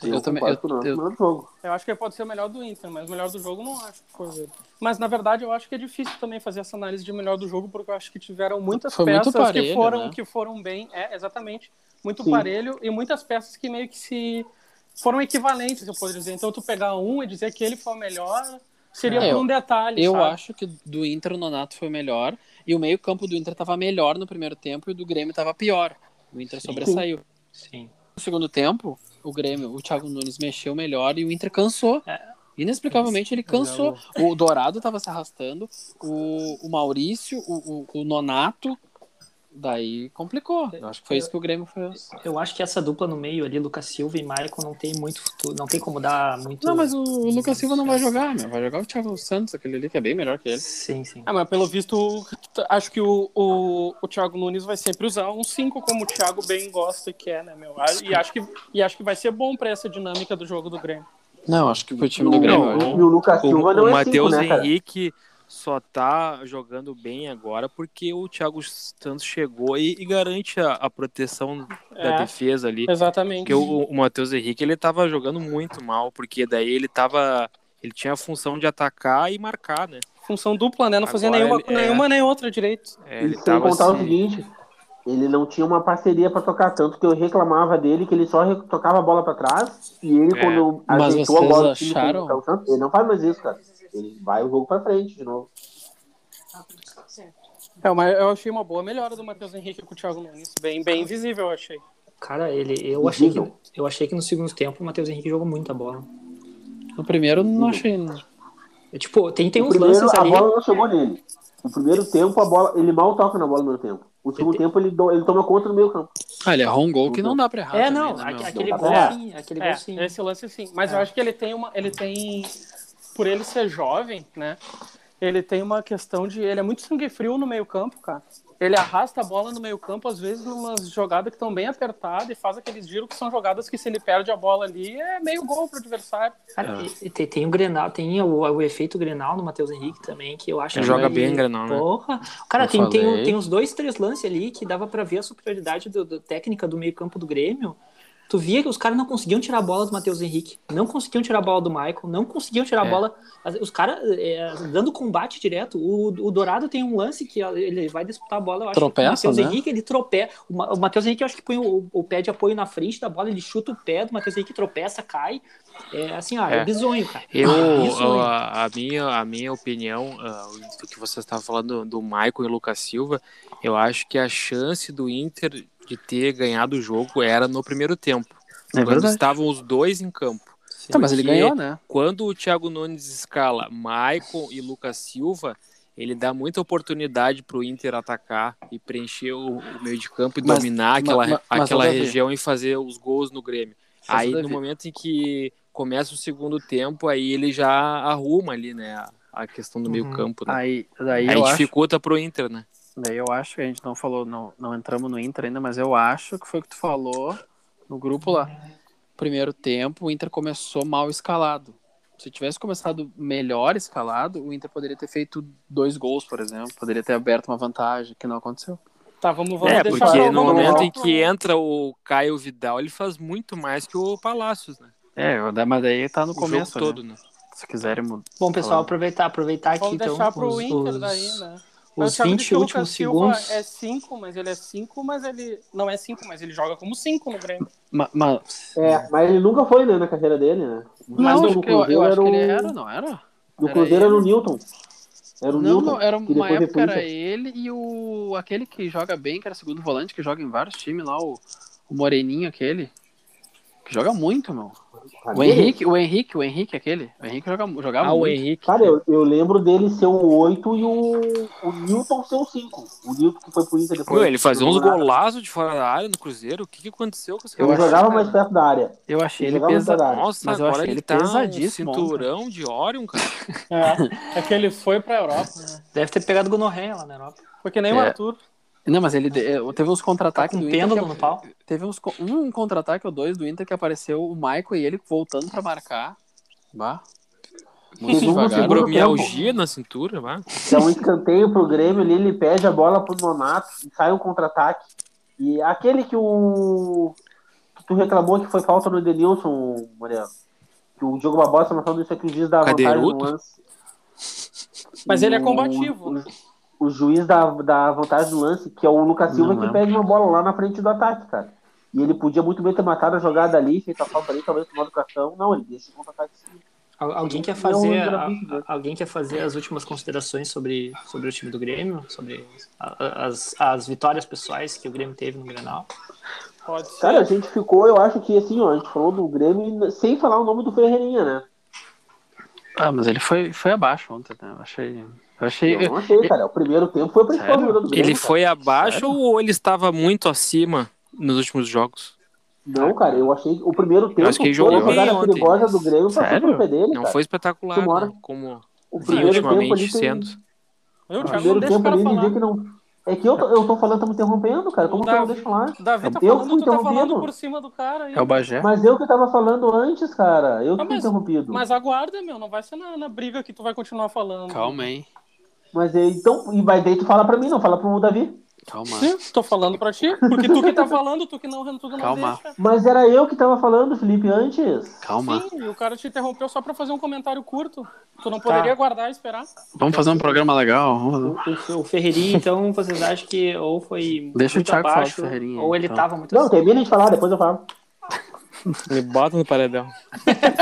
[SPEAKER 4] Eu, eu também.
[SPEAKER 8] concordo
[SPEAKER 4] eu-
[SPEAKER 8] com o Nonato,
[SPEAKER 4] eu-
[SPEAKER 8] o melhor do jogo.
[SPEAKER 3] Eu acho que ele pode ser o melhor do Inter, mas o melhor do jogo eu não acho que foi ele. Mas na verdade eu acho que é difícil também fazer essa análise de melhor do jogo, porque eu acho que tiveram muitas
[SPEAKER 4] Foi muito
[SPEAKER 3] peças que
[SPEAKER 4] parelho,
[SPEAKER 3] foram
[SPEAKER 4] né?
[SPEAKER 3] que foram bem, é exatamente, muito
[SPEAKER 8] Sim.
[SPEAKER 3] parelho e muitas peças que meio que se foram equivalentes, eu poderia dizer. Então tu pegar um e dizer que ele foi o melhor seria
[SPEAKER 4] É,
[SPEAKER 3] por um detalhe,
[SPEAKER 4] Eu
[SPEAKER 3] sabe?
[SPEAKER 4] acho que do Inter o Nonato foi o melhor e o meio-campo do Inter tava melhor no primeiro tempo e o do Grêmio tava pior. O Inter sobressaiu.
[SPEAKER 5] Sim.
[SPEAKER 4] No segundo tempo, o Grêmio, o Thiago Nunes mexeu melhor e o Inter cansou. Inexplicavelmente ele cansou. O Dourado tava se arrastando, o, o Maurício, o, o, o Nonato. Daí complicou. Eu acho que foi isso que o Grêmio fez.
[SPEAKER 5] Eu acho que essa dupla no meio ali, Lucas Silva e Maicon, não tem muito futuro, não tem como dar muito.
[SPEAKER 4] Não, mas o, o Lucas Silva não vai jogar, meu. Vai jogar o Thiago Santos, aquele ali que é bem melhor que ele.
[SPEAKER 5] Sim, sim.
[SPEAKER 3] Ah, mas pelo visto, t- acho que o, o, o Thiago Nunes vai sempre usar um 5 como o Thiago bem gosta e quer, né, meu? A- E acho que, e acho que vai ser bom pra essa dinâmica do jogo do Grêmio.
[SPEAKER 4] Não, acho que foi o time do Grêmio. hoje.
[SPEAKER 8] E o Lucas
[SPEAKER 7] O,
[SPEAKER 8] Silva não
[SPEAKER 7] o
[SPEAKER 8] é cinco,
[SPEAKER 7] Matheus
[SPEAKER 8] né, cara?
[SPEAKER 7] Henrique só tá jogando bem agora porque o Thiago Santos chegou e, e garante a, a proteção da
[SPEAKER 3] É.
[SPEAKER 7] defesa ali.
[SPEAKER 3] Exatamente.
[SPEAKER 7] Porque o, o Matheus Henrique ele tava jogando muito mal, porque daí ele tava. Ele tinha a função de atacar e marcar, né?
[SPEAKER 3] Função dupla, né? Não fazia
[SPEAKER 7] Agora
[SPEAKER 3] nenhuma,
[SPEAKER 7] ele- é.
[SPEAKER 3] nenhuma nem outra direito.
[SPEAKER 7] É,
[SPEAKER 8] E
[SPEAKER 7] ele
[SPEAKER 8] sem
[SPEAKER 7] tava
[SPEAKER 8] contar o
[SPEAKER 7] assim.
[SPEAKER 8] seguinte, ele não tinha uma parceria pra tocar, tanto que eu reclamava dele que ele só re- tocava a bola pra trás e ele,
[SPEAKER 7] É.
[SPEAKER 8] quando
[SPEAKER 4] Mas
[SPEAKER 8] ajeitou a
[SPEAKER 4] vocês
[SPEAKER 8] bola, do time
[SPEAKER 4] acharam?
[SPEAKER 8] contra o Santos, ele não faz mais isso, cara. Ele vai o jogo pra frente de novo.
[SPEAKER 3] É, mas eu achei uma boa melhora do Matheus Henrique com o Thiago Nunes. Bem, bem visível, eu achei.
[SPEAKER 5] Cara, ele, eu, achei que, eu achei que no segundo tempo o Matheus Henrique jogou muita bola.
[SPEAKER 4] No primeiro, não achei. né?
[SPEAKER 5] É, tipo, tem, tem
[SPEAKER 8] o
[SPEAKER 5] uns
[SPEAKER 8] primeiro,
[SPEAKER 5] lances
[SPEAKER 8] a
[SPEAKER 5] ali.
[SPEAKER 8] bola não chegou nele. No primeiro tempo, a bola, ele mal toca na bola no primeiro tempo. O segundo tempo, ele, do- ele toma conta do meio campo.
[SPEAKER 4] Ah, ele errou um gol que não dá pra errar.
[SPEAKER 5] É,
[SPEAKER 4] também,
[SPEAKER 5] não,
[SPEAKER 4] né,
[SPEAKER 5] aque-
[SPEAKER 4] meu?
[SPEAKER 5] aquele
[SPEAKER 8] Não dá
[SPEAKER 5] gol
[SPEAKER 8] pra-
[SPEAKER 5] sim, aquele
[SPEAKER 3] É,
[SPEAKER 5] gol sim.
[SPEAKER 3] esse lance sim. É. Mas eu acho que ele tem uma. Ele tem. Por ele ser jovem, né? Ele tem uma questão de. Ele é muito sangue frio no meio-campo, cara. Ele arrasta a bola no meio-campo, às vezes, umas jogadas que estão bem apertadas e faz aqueles giros que são jogadas que, se ele perde a bola ali, é meio gol pro adversário.
[SPEAKER 5] Cara, Ah,
[SPEAKER 7] é.
[SPEAKER 5] e- e tem, tem o Grenal, tem o, o efeito Grenal no Matheus Henrique também, que eu acho
[SPEAKER 7] Ele
[SPEAKER 5] que
[SPEAKER 7] joga bem, Grenal, né?
[SPEAKER 5] Porra. Cara,
[SPEAKER 4] Eu
[SPEAKER 5] tem, tem,
[SPEAKER 4] falei.
[SPEAKER 5] tem uns dois, três lances ali que dava pra ver a superioridade do, do- técnica do meio-campo do Grêmio. Tu via que os caras não conseguiam tirar a bola do Matheus Henrique, não conseguiam tirar a bola do Michael, não conseguiam tirar
[SPEAKER 4] É.
[SPEAKER 5] a bola. As- Os caras é, dando combate direto. O, o Dourado tem um lance que ó, ele vai disputar a bola, eu acho
[SPEAKER 4] Tropeça,
[SPEAKER 5] que o Matheus
[SPEAKER 4] né?
[SPEAKER 5] Henrique ele tropeça. O, Ma- o Matheus Henrique eu acho que põe o, o pé de apoio na frente da bola, ele chuta o pé do Matheus Henrique, tropeça, cai. É assim, ó, é,
[SPEAKER 7] É.
[SPEAKER 5] bizonho, cara.
[SPEAKER 7] Eu,
[SPEAKER 4] Ah,
[SPEAKER 5] é bizonho.
[SPEAKER 7] a, a minha, a minha opinião, ah, do que você estava falando do Maicon e Lucas Silva, eu acho que a chance do Inter de ter ganhado o jogo era no primeiro tempo.
[SPEAKER 4] É
[SPEAKER 7] quando
[SPEAKER 4] verdade.
[SPEAKER 7] estavam os dois em campo.
[SPEAKER 4] Tá, mas ele
[SPEAKER 7] Porque
[SPEAKER 4] ganhou, né?
[SPEAKER 7] Quando o Thiago Nunes escala Maicon e Lucas Silva, ele dá muita oportunidade para o Inter atacar e preencher o, o meio de campo e
[SPEAKER 4] Mas-
[SPEAKER 7] dominar aquela,
[SPEAKER 4] ma- mas,
[SPEAKER 7] aquela
[SPEAKER 4] Davi-
[SPEAKER 7] região e fazer os gols no Grêmio.
[SPEAKER 4] Mas,
[SPEAKER 7] aí
[SPEAKER 4] Davi-
[SPEAKER 7] no momento em que começa o segundo tempo, aí ele já arruma ali, né, a, a questão do meio campo. Né?
[SPEAKER 4] Uhum. Aí, daí
[SPEAKER 7] Aí
[SPEAKER 4] eu acho,
[SPEAKER 7] dificulta pro Inter, né?
[SPEAKER 4] daí eu acho que a gente não falou, não, não entramos no Inter ainda, mas eu acho que foi o que tu falou no grupo lá. Primeiro tempo, o Inter começou mal escalado. Se tivesse começado melhor escalado, o Inter poderia ter feito dois gols, por exemplo. Poderia ter aberto uma vantagem, que não aconteceu.
[SPEAKER 3] Tá, vamos, vamos
[SPEAKER 7] É,
[SPEAKER 3] deixar
[SPEAKER 7] porque
[SPEAKER 3] vamos-
[SPEAKER 7] no
[SPEAKER 3] vamos-
[SPEAKER 7] momento em
[SPEAKER 3] vamos-
[SPEAKER 7] que entra o Caio Vidal, ele faz muito mais que o Palácios, né?
[SPEAKER 4] É, eu- mas daí tá no
[SPEAKER 7] O
[SPEAKER 4] começo,
[SPEAKER 7] jogo todo, né?
[SPEAKER 4] né? Se quiserem mudar.
[SPEAKER 5] Bom, pessoal, aproveitar, aproveitar aqui
[SPEAKER 3] Vamos
[SPEAKER 5] então
[SPEAKER 3] deixar pro
[SPEAKER 5] os,
[SPEAKER 3] Inter
[SPEAKER 5] os-
[SPEAKER 3] daí, né?
[SPEAKER 5] os
[SPEAKER 3] Eu tava
[SPEAKER 5] 20
[SPEAKER 3] dizendo que o
[SPEAKER 5] últimos
[SPEAKER 3] Lucas Silva
[SPEAKER 5] segundos.
[SPEAKER 3] É 5, mas ele é 5, mas ele. Não é 5, mas ele joga como 5 no Grêmio.
[SPEAKER 4] Ma- ma-
[SPEAKER 8] É, mas ele nunca foi, né, na carreira dele, né?
[SPEAKER 4] Não,
[SPEAKER 8] no
[SPEAKER 4] acho que eu, eu
[SPEAKER 8] Cruzeiro
[SPEAKER 4] acho que
[SPEAKER 8] o-
[SPEAKER 4] ele era, não era?
[SPEAKER 8] No
[SPEAKER 4] era ele.
[SPEAKER 8] Cruzeiro era o Newton. Era o
[SPEAKER 4] Não,
[SPEAKER 8] Newton.
[SPEAKER 4] não, era
[SPEAKER 8] que
[SPEAKER 4] uma
[SPEAKER 8] depois
[SPEAKER 4] época
[SPEAKER 8] depois-
[SPEAKER 4] era ele e o aquele que joga bem, que era segundo volante, que joga em vários times lá, o, o Moreninho aquele. Que joga muito, meu. O
[SPEAKER 8] Ramiro?
[SPEAKER 4] Henrique, o Henrique, o Henrique aquele. O Henrique joga, jogava
[SPEAKER 7] Ah, o
[SPEAKER 4] muito.
[SPEAKER 7] Henrique.
[SPEAKER 8] Cara, eu, eu lembro dele ser o 8 e o, o Newton ser o 5. O Newton que foi pro Inter depois.
[SPEAKER 7] Meu, ele fazia uns
[SPEAKER 8] Não jogava.
[SPEAKER 7] golaços de fora da área no Cruzeiro. O que, que aconteceu com esse
[SPEAKER 4] Eu
[SPEAKER 8] Ele
[SPEAKER 7] cara?
[SPEAKER 4] acho-
[SPEAKER 8] jogava
[SPEAKER 4] que- é.
[SPEAKER 8] mais perto da área.
[SPEAKER 4] Eu achei ele
[SPEAKER 8] jogava mais perto
[SPEAKER 4] pesado.
[SPEAKER 8] da área.
[SPEAKER 7] Nossa,
[SPEAKER 4] Mas eu
[SPEAKER 7] agora ele
[SPEAKER 4] achei ele é
[SPEAKER 7] tá um
[SPEAKER 4] pesadíssimo ontem.
[SPEAKER 7] cinturão de Orion, cara.
[SPEAKER 3] É, é que ele foi pra Europa, né?
[SPEAKER 5] Deve ter pegado gonorreia lá na Europa.
[SPEAKER 3] Porque nem o
[SPEAKER 4] É.
[SPEAKER 3] Arthur.
[SPEAKER 4] Não, mas ele de- eh, teve uns
[SPEAKER 5] Tá
[SPEAKER 4] contra-ataques
[SPEAKER 5] com
[SPEAKER 4] do
[SPEAKER 5] um
[SPEAKER 4] Inter.
[SPEAKER 5] pêndulo
[SPEAKER 4] que- é
[SPEAKER 5] no pau.
[SPEAKER 4] teve uns, co- um contra-ataque ou dois do Inter que apareceu o Maicon e ele voltando pra marcar. Bah. Muito
[SPEAKER 8] Teve uma
[SPEAKER 4] devagar.
[SPEAKER 8] segunda-
[SPEAKER 7] Fibromialgia na cintura, vá.
[SPEAKER 8] Dá um escanteio pro Grêmio ali, ele pede a bola pro Nonato e sai um contra-ataque. E aquele que o. que tu reclamou que foi falta no Edenilson, Mariano. Que o Diogo Barbosa tá falando isso aqui, o juiz da vantagem no
[SPEAKER 7] Cadeirudo?
[SPEAKER 8] lance.
[SPEAKER 3] Mas ele é
[SPEAKER 8] O-
[SPEAKER 3] combativo.
[SPEAKER 8] O, o juiz da, da vantagem do lance, que é o Lucas Silva,
[SPEAKER 4] Não
[SPEAKER 8] que
[SPEAKER 4] lembro.
[SPEAKER 8] pede uma bola lá na frente do ataque, cara. E ele podia muito bem ter matado a jogada ali, feito a falta ali, talvez tomado o cartão. Não, ele deixa o contra-ataque sim.
[SPEAKER 5] Al- alguém quer
[SPEAKER 8] Não,
[SPEAKER 4] um
[SPEAKER 5] fazer
[SPEAKER 8] não,
[SPEAKER 5] a-
[SPEAKER 8] não.
[SPEAKER 5] a- alguém quer fazer as últimas considerações sobre, sobre o time do Grêmio, sobre a- a- as, as vitórias pessoais que o Grêmio teve no Grenal.
[SPEAKER 3] Pode ser.
[SPEAKER 8] Cara, a gente ficou, eu acho que assim, ó, a gente falou do Grêmio e n- sem falar o nome do Ferreirinha, né?
[SPEAKER 4] Ah, mas ele foi, foi abaixo ontem, né? Eu achei. Eu achei.
[SPEAKER 8] Eu não achei, cara. O primeiro tempo foi o principal
[SPEAKER 4] Sério?
[SPEAKER 8] jogador do Grêmio.
[SPEAKER 7] Ele
[SPEAKER 8] cara.
[SPEAKER 7] foi abaixo ou ele estava muito acima nos últimos jogos?
[SPEAKER 8] Não, cara, eu achei o primeiro tempo
[SPEAKER 7] acho que ele
[SPEAKER 8] toda
[SPEAKER 7] jogou
[SPEAKER 8] a jogada
[SPEAKER 7] bem ontem,
[SPEAKER 8] perigosa
[SPEAKER 7] mas-
[SPEAKER 8] do Grêmio passou
[SPEAKER 4] Sério?
[SPEAKER 8] pro pé dele,
[SPEAKER 7] Não
[SPEAKER 8] cara.
[SPEAKER 7] foi espetacular,
[SPEAKER 8] Tomara.
[SPEAKER 7] né? Como
[SPEAKER 8] o
[SPEAKER 7] vem
[SPEAKER 8] primeiro tempo
[SPEAKER 7] ultimamente
[SPEAKER 8] ali tem...
[SPEAKER 7] sendo.
[SPEAKER 3] Eu,
[SPEAKER 8] O
[SPEAKER 3] Thiago, não
[SPEAKER 8] primeiro
[SPEAKER 3] deixa o
[SPEAKER 8] tempo
[SPEAKER 3] cara
[SPEAKER 8] ali
[SPEAKER 3] falar.
[SPEAKER 8] dizer que não. É que eu tô, eu tô falando, tá me interrompendo, cara. Como
[SPEAKER 3] O
[SPEAKER 8] que eu não
[SPEAKER 3] Davi-
[SPEAKER 8] deixo falar?
[SPEAKER 3] O Davi tá
[SPEAKER 8] Eu
[SPEAKER 3] falando,
[SPEAKER 8] fui
[SPEAKER 3] tu tá falando
[SPEAKER 8] interrompido?
[SPEAKER 3] por cima do cara aí.
[SPEAKER 4] É o Bagé?
[SPEAKER 8] Mas eu que tava falando antes, cara. Eu que
[SPEAKER 3] Ah,
[SPEAKER 8] fui
[SPEAKER 3] mas-
[SPEAKER 8] interrompido. Mas,
[SPEAKER 3] Mas aguarda, meu, não vai ser na, na briga que tu vai continuar falando.
[SPEAKER 4] Calma, hein?
[SPEAKER 8] é, então, e vai daí tu fala pra mim, não fala pro Davi.
[SPEAKER 4] Calma.
[SPEAKER 3] Sim, tô falando pra ti, porque tu que tá falando, tu que não, tu que não
[SPEAKER 4] Calma.
[SPEAKER 3] deixa.
[SPEAKER 8] Mas era eu que tava falando, Felipe, antes.
[SPEAKER 4] Calma.
[SPEAKER 3] Sim, e o cara te interrompeu só pra fazer um comentário curto. Tu não poderia aguardar e esperar?
[SPEAKER 4] Vamos fazer um programa legal. Vamos fazer-
[SPEAKER 5] O Ferreirinha, então, vocês acham que ou foi
[SPEAKER 4] Deixa o
[SPEAKER 5] muito
[SPEAKER 4] Thiago falar do
[SPEAKER 5] abaixo,
[SPEAKER 4] Ferreirinha,
[SPEAKER 5] ou ele
[SPEAKER 4] então.
[SPEAKER 5] tava muito
[SPEAKER 8] Não, termina de falar, depois eu falo.
[SPEAKER 7] Me bota no paredão.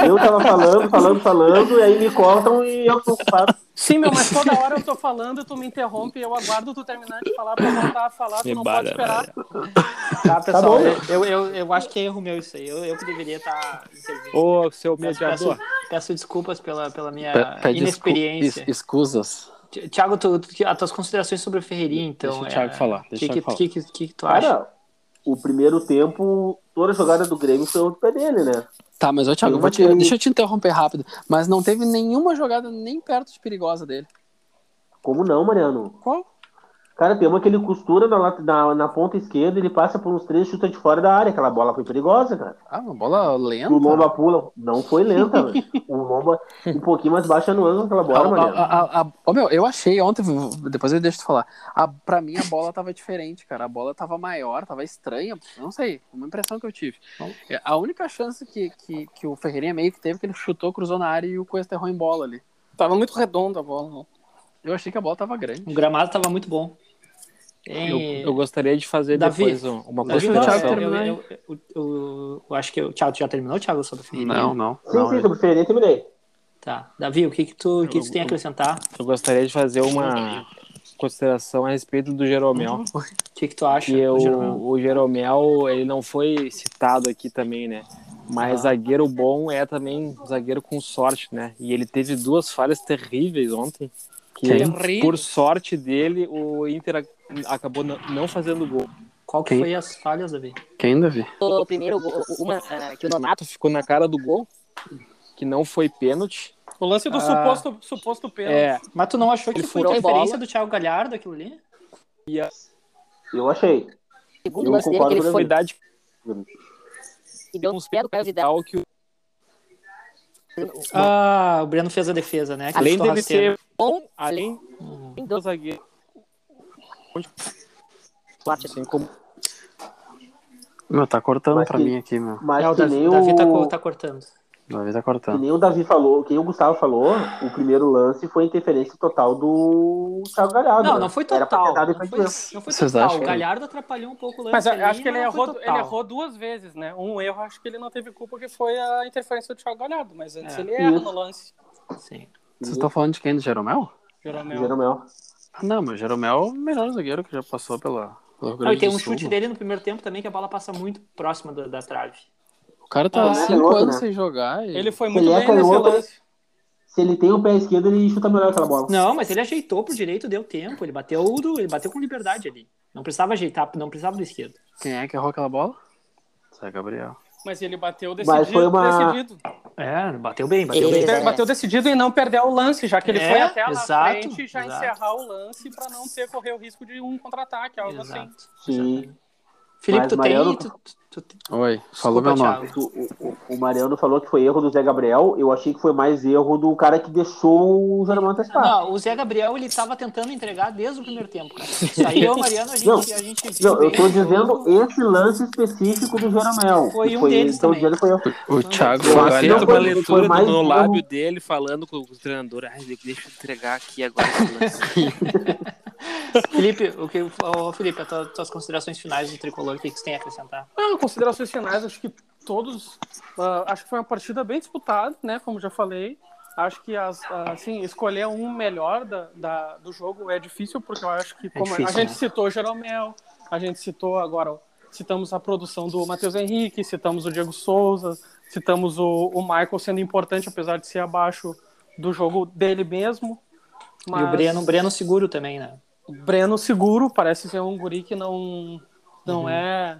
[SPEAKER 8] Eu tava falando, falando, falando, e aí me cortam e eu tô faço.
[SPEAKER 3] Sim, meu, mas <laughs> toda hora eu tô falando, tu me interrompe, eu aguardo tu terminar de falar pra voltar a falar, tu
[SPEAKER 7] Me
[SPEAKER 3] não pode
[SPEAKER 7] baralha.
[SPEAKER 3] esperar.
[SPEAKER 5] Tá, pessoal,
[SPEAKER 8] bom.
[SPEAKER 5] eu, eu, eu acho que é erro meu isso aí. Eu, eu que deveria estar intervindo.
[SPEAKER 7] Ô, seu
[SPEAKER 5] Peço,
[SPEAKER 4] tá
[SPEAKER 7] mediador.
[SPEAKER 5] peço- peço desculpas pela, pela minha
[SPEAKER 4] Pe- Pede escu-
[SPEAKER 5] É, inexperiência.
[SPEAKER 4] es- escusas.
[SPEAKER 5] Ti- Tiago, tu, tu, as tuas considerações sobre o Ferreirinha, então.
[SPEAKER 4] Deixa o Thiago falar,
[SPEAKER 5] O que,
[SPEAKER 4] deixa o
[SPEAKER 5] que,
[SPEAKER 4] Thiago
[SPEAKER 5] que, que- que tu acha?
[SPEAKER 8] Cara, o primeiro tempo, toda a jogada do Grêmio foi o pé dele, né?
[SPEAKER 4] Tá, mas ô Thiago,
[SPEAKER 8] Eu
[SPEAKER 4] eu vou te-
[SPEAKER 8] vou ter-
[SPEAKER 4] deixa eu te interromper rápido. Mas não teve nenhuma jogada nem perto de perigosa dele.
[SPEAKER 8] Como não, Mariano?
[SPEAKER 4] Qual?
[SPEAKER 8] Cara, tem uma que ele costura na, lata- na, na ponta esquerda, ele passa por uns três chuta de fora da área. Aquela bola foi perigosa, cara.
[SPEAKER 4] Ah, uma bola lenta.
[SPEAKER 8] O Lomba pula. Não foi
[SPEAKER 10] <laughs>
[SPEAKER 8] lenta, velho. O Lomba um pouquinho mais baixa no ângulo aquela bola,
[SPEAKER 4] a,
[SPEAKER 8] mano.
[SPEAKER 4] a- a- a- Ô, meu, eu achei ontem, v- v- depois eu deixo tu falar. A, pra mim a bola tava diferente, cara. A bola tava maior, tava estranha. Não sei, uma impressão que eu tive. É, A única chance que, que, que o Ferreirinha meio que teve é que ele chutou, cruzou na área e o Cuesta errou em bola ali.
[SPEAKER 3] Tava muito redonda a bola. né?
[SPEAKER 4] Eu achei que a bola tava grande.
[SPEAKER 5] O gramado tava muito bom.
[SPEAKER 7] Eu,
[SPEAKER 5] Tem-
[SPEAKER 7] eu gostaria de fazer
[SPEAKER 5] Davi,
[SPEAKER 7] depois um- uma
[SPEAKER 4] deixa o Thiago
[SPEAKER 7] consideração.
[SPEAKER 5] eu, eu,
[SPEAKER 4] terminar aí.
[SPEAKER 5] eu, eu- eu- eu acho que o Thiago tu já terminou, Thiago, sobre o Ferreirinha?
[SPEAKER 4] Não, não.
[SPEAKER 8] Sim,
[SPEAKER 4] não,
[SPEAKER 8] sim,
[SPEAKER 4] eu-
[SPEAKER 8] sobre o Ferreirinha terminei.
[SPEAKER 5] Tá. Davi, o que, que, tu, o que tu tem a acrescentar?
[SPEAKER 7] Eu gostaria de fazer uma consideração a respeito do Jeromel.
[SPEAKER 5] O que, que tu acha?
[SPEAKER 7] Que o,
[SPEAKER 5] Jeromel?
[SPEAKER 7] o Jeromel, ele não foi citado aqui também, né? Mas zagueiro bom é também zagueiro com sorte, né? E ele teve duas falhas terríveis ontem. Que,
[SPEAKER 4] Terríveis.
[SPEAKER 7] por sorte dele, o Inter ac- acabou n- não fazendo gol.
[SPEAKER 5] Qual que
[SPEAKER 4] Quem?
[SPEAKER 5] foi as falhas, Davi?
[SPEAKER 4] Quem, Davi?
[SPEAKER 10] O primeiro, o- o- uma ah, que o Donato.
[SPEAKER 7] Renato ficou na cara do gol, que não foi pênalti.
[SPEAKER 3] O lance do
[SPEAKER 7] Ah.
[SPEAKER 3] suposto, suposto pênalti.
[SPEAKER 7] É,
[SPEAKER 5] Mas tu não achou que
[SPEAKER 7] Ele
[SPEAKER 5] foi
[SPEAKER 7] furou a
[SPEAKER 5] interferência
[SPEAKER 7] bola.
[SPEAKER 5] do Thiago Galhardo aquilo ali?
[SPEAKER 8] Eu achei.
[SPEAKER 10] segundo
[SPEAKER 8] Eu
[SPEAKER 10] lance dele, que
[SPEAKER 8] concordo
[SPEAKER 10] ele
[SPEAKER 8] com
[SPEAKER 10] foi
[SPEAKER 8] ele.
[SPEAKER 7] qualidade
[SPEAKER 10] e deu uns pés do Carlos Vidal.
[SPEAKER 7] tal que o
[SPEAKER 5] Ah, o Breno fez a defesa, né? Que
[SPEAKER 7] além
[SPEAKER 5] chutou
[SPEAKER 7] dele
[SPEAKER 5] rasteiro.
[SPEAKER 7] ser
[SPEAKER 10] um
[SPEAKER 7] bom, além do zagueiro, assim como
[SPEAKER 4] Meu, tá cortando
[SPEAKER 8] Mas
[SPEAKER 4] pra
[SPEAKER 8] que-
[SPEAKER 4] mim aqui, meu.
[SPEAKER 8] Mas
[SPEAKER 5] É, o
[SPEAKER 8] que, nem
[SPEAKER 5] Davi,
[SPEAKER 8] o,
[SPEAKER 5] Davi tá, co- tá cortando.
[SPEAKER 4] Davi tá
[SPEAKER 8] que
[SPEAKER 4] cortando.
[SPEAKER 8] nem o Davi falou, que nem o Gustavo falou, o primeiro lance foi interferência total do Thiago Galhardo.
[SPEAKER 5] Não,
[SPEAKER 8] né?
[SPEAKER 5] não foi
[SPEAKER 8] Era pra
[SPEAKER 5] total.
[SPEAKER 8] tentar
[SPEAKER 5] Não foi,
[SPEAKER 8] defender.
[SPEAKER 5] não foi
[SPEAKER 4] Vocês
[SPEAKER 5] total.
[SPEAKER 4] acham?
[SPEAKER 5] O Galhardo atrapalhou um pouco o lance.
[SPEAKER 3] Mas eu
[SPEAKER 5] ali,
[SPEAKER 3] acho que ele
[SPEAKER 5] não foi
[SPEAKER 3] errou, ele
[SPEAKER 5] total.
[SPEAKER 3] errou duas vezes, né? Um erro, acho que ele não teve culpa, que foi a interferência do Thiago Galhardo, mas antes
[SPEAKER 5] É.
[SPEAKER 3] ele erra
[SPEAKER 8] Isso.
[SPEAKER 3] no lance,
[SPEAKER 5] Sim.
[SPEAKER 4] Vocês estão falando de quem? Do Jeromel?
[SPEAKER 3] Jeromel.
[SPEAKER 8] Jeromel.
[SPEAKER 4] Ah, não, mas o Jeromel é o melhor zagueiro que já passou pela. pelo Rio
[SPEAKER 5] Ah, e
[SPEAKER 4] Grande
[SPEAKER 5] tem
[SPEAKER 4] do
[SPEAKER 5] um
[SPEAKER 4] Sul,
[SPEAKER 5] chute
[SPEAKER 4] né?
[SPEAKER 5] dele no primeiro tempo também que a bola passa muito próxima da, da trave.
[SPEAKER 4] O cara tá
[SPEAKER 8] Ah,
[SPEAKER 4] há
[SPEAKER 8] né?
[SPEAKER 4] 5
[SPEAKER 8] Outro,
[SPEAKER 4] anos
[SPEAKER 8] né?
[SPEAKER 4] sem jogar. E...
[SPEAKER 3] Ele foi muito
[SPEAKER 8] Ele é
[SPEAKER 3] bem nesse
[SPEAKER 8] canhoto.
[SPEAKER 3] lance.
[SPEAKER 8] Se ele tem o pé esquerdo, ele chuta melhor aquela bola.
[SPEAKER 5] Não, mas ele ajeitou pro direito, deu tempo. Ele bateu, do- ele bateu com liberdade ali. Não precisava ajeitar, não precisava do esquerdo.
[SPEAKER 4] Quem é que errou aquela bola? Zé Gabriel.
[SPEAKER 3] Mas ele bateu decidido.
[SPEAKER 8] Mas foi uma-
[SPEAKER 3] decidido.
[SPEAKER 5] É, bateu bem, bateu
[SPEAKER 10] Ele-
[SPEAKER 5] bem.
[SPEAKER 10] É.
[SPEAKER 3] Bateu decidido e não perdeu o lance, já que ele
[SPEAKER 5] É,
[SPEAKER 3] foi até lá
[SPEAKER 5] exato,
[SPEAKER 3] na frente e já
[SPEAKER 5] exato.
[SPEAKER 3] encerrar o lance pra não ter correr o risco de um contra-ataque, algo assim.
[SPEAKER 5] Exato.
[SPEAKER 8] Sim.
[SPEAKER 5] Felipe,
[SPEAKER 8] Mas,
[SPEAKER 5] tu
[SPEAKER 8] Mariano,
[SPEAKER 5] tem. Tu, tu, tu-
[SPEAKER 4] Oi,
[SPEAKER 5] Desculpa,
[SPEAKER 4] falou meu nome.
[SPEAKER 5] Thiago.
[SPEAKER 8] O, o- o Mariano falou que foi erro do Zé Gabriel. Eu achei que foi mais erro do cara que deixou o Jeromel testar.
[SPEAKER 5] Não, o Zé Gabriel ele tava tentando entregar desde o primeiro tempo, cara. Isso aí eu, Mariano, a gente,
[SPEAKER 8] Não,
[SPEAKER 5] a gente viu
[SPEAKER 8] Não, eu tô
[SPEAKER 5] bem.
[SPEAKER 8] dizendo esse lance específico do Jeromel.
[SPEAKER 5] Foi
[SPEAKER 8] Que
[SPEAKER 5] um deles
[SPEAKER 8] então,
[SPEAKER 5] também.
[SPEAKER 8] dizendo que foi erro.
[SPEAKER 4] O Thiago
[SPEAKER 8] Eu
[SPEAKER 7] Eu
[SPEAKER 8] acho que
[SPEAKER 7] faria
[SPEAKER 4] Gabriel.
[SPEAKER 8] não
[SPEAKER 7] uma
[SPEAKER 8] foi- foi
[SPEAKER 7] leitura
[SPEAKER 8] mais
[SPEAKER 7] do, no
[SPEAKER 8] um-
[SPEAKER 7] lábio dele falando com o treinador. Ai, deixa eu entregar aqui agora esse lance.
[SPEAKER 5] Felipe, o que, ô, Felipe, as tuas, tuas considerações finais do tricolor, o que, que você tem a acrescentar?
[SPEAKER 3] Não, considerações finais, acho que todos. ah, acho que foi uma partida bem disputada, né? Como já falei. Acho que as, ah, assim, escolher um melhor da, da- do jogo é difícil, porque eu acho que, como a
[SPEAKER 5] difícil,
[SPEAKER 3] gente
[SPEAKER 5] né?
[SPEAKER 3] citou o Jeromel, a gente citou agora, citamos a produção do Matheus Henrique, citamos o Diego Souza, citamos o, o Michael sendo importante, apesar de ser abaixo do jogo dele mesmo. Mas
[SPEAKER 5] E o Breno, o Breno seguro também, né?
[SPEAKER 3] Breno seguro, parece ser um guri que não não é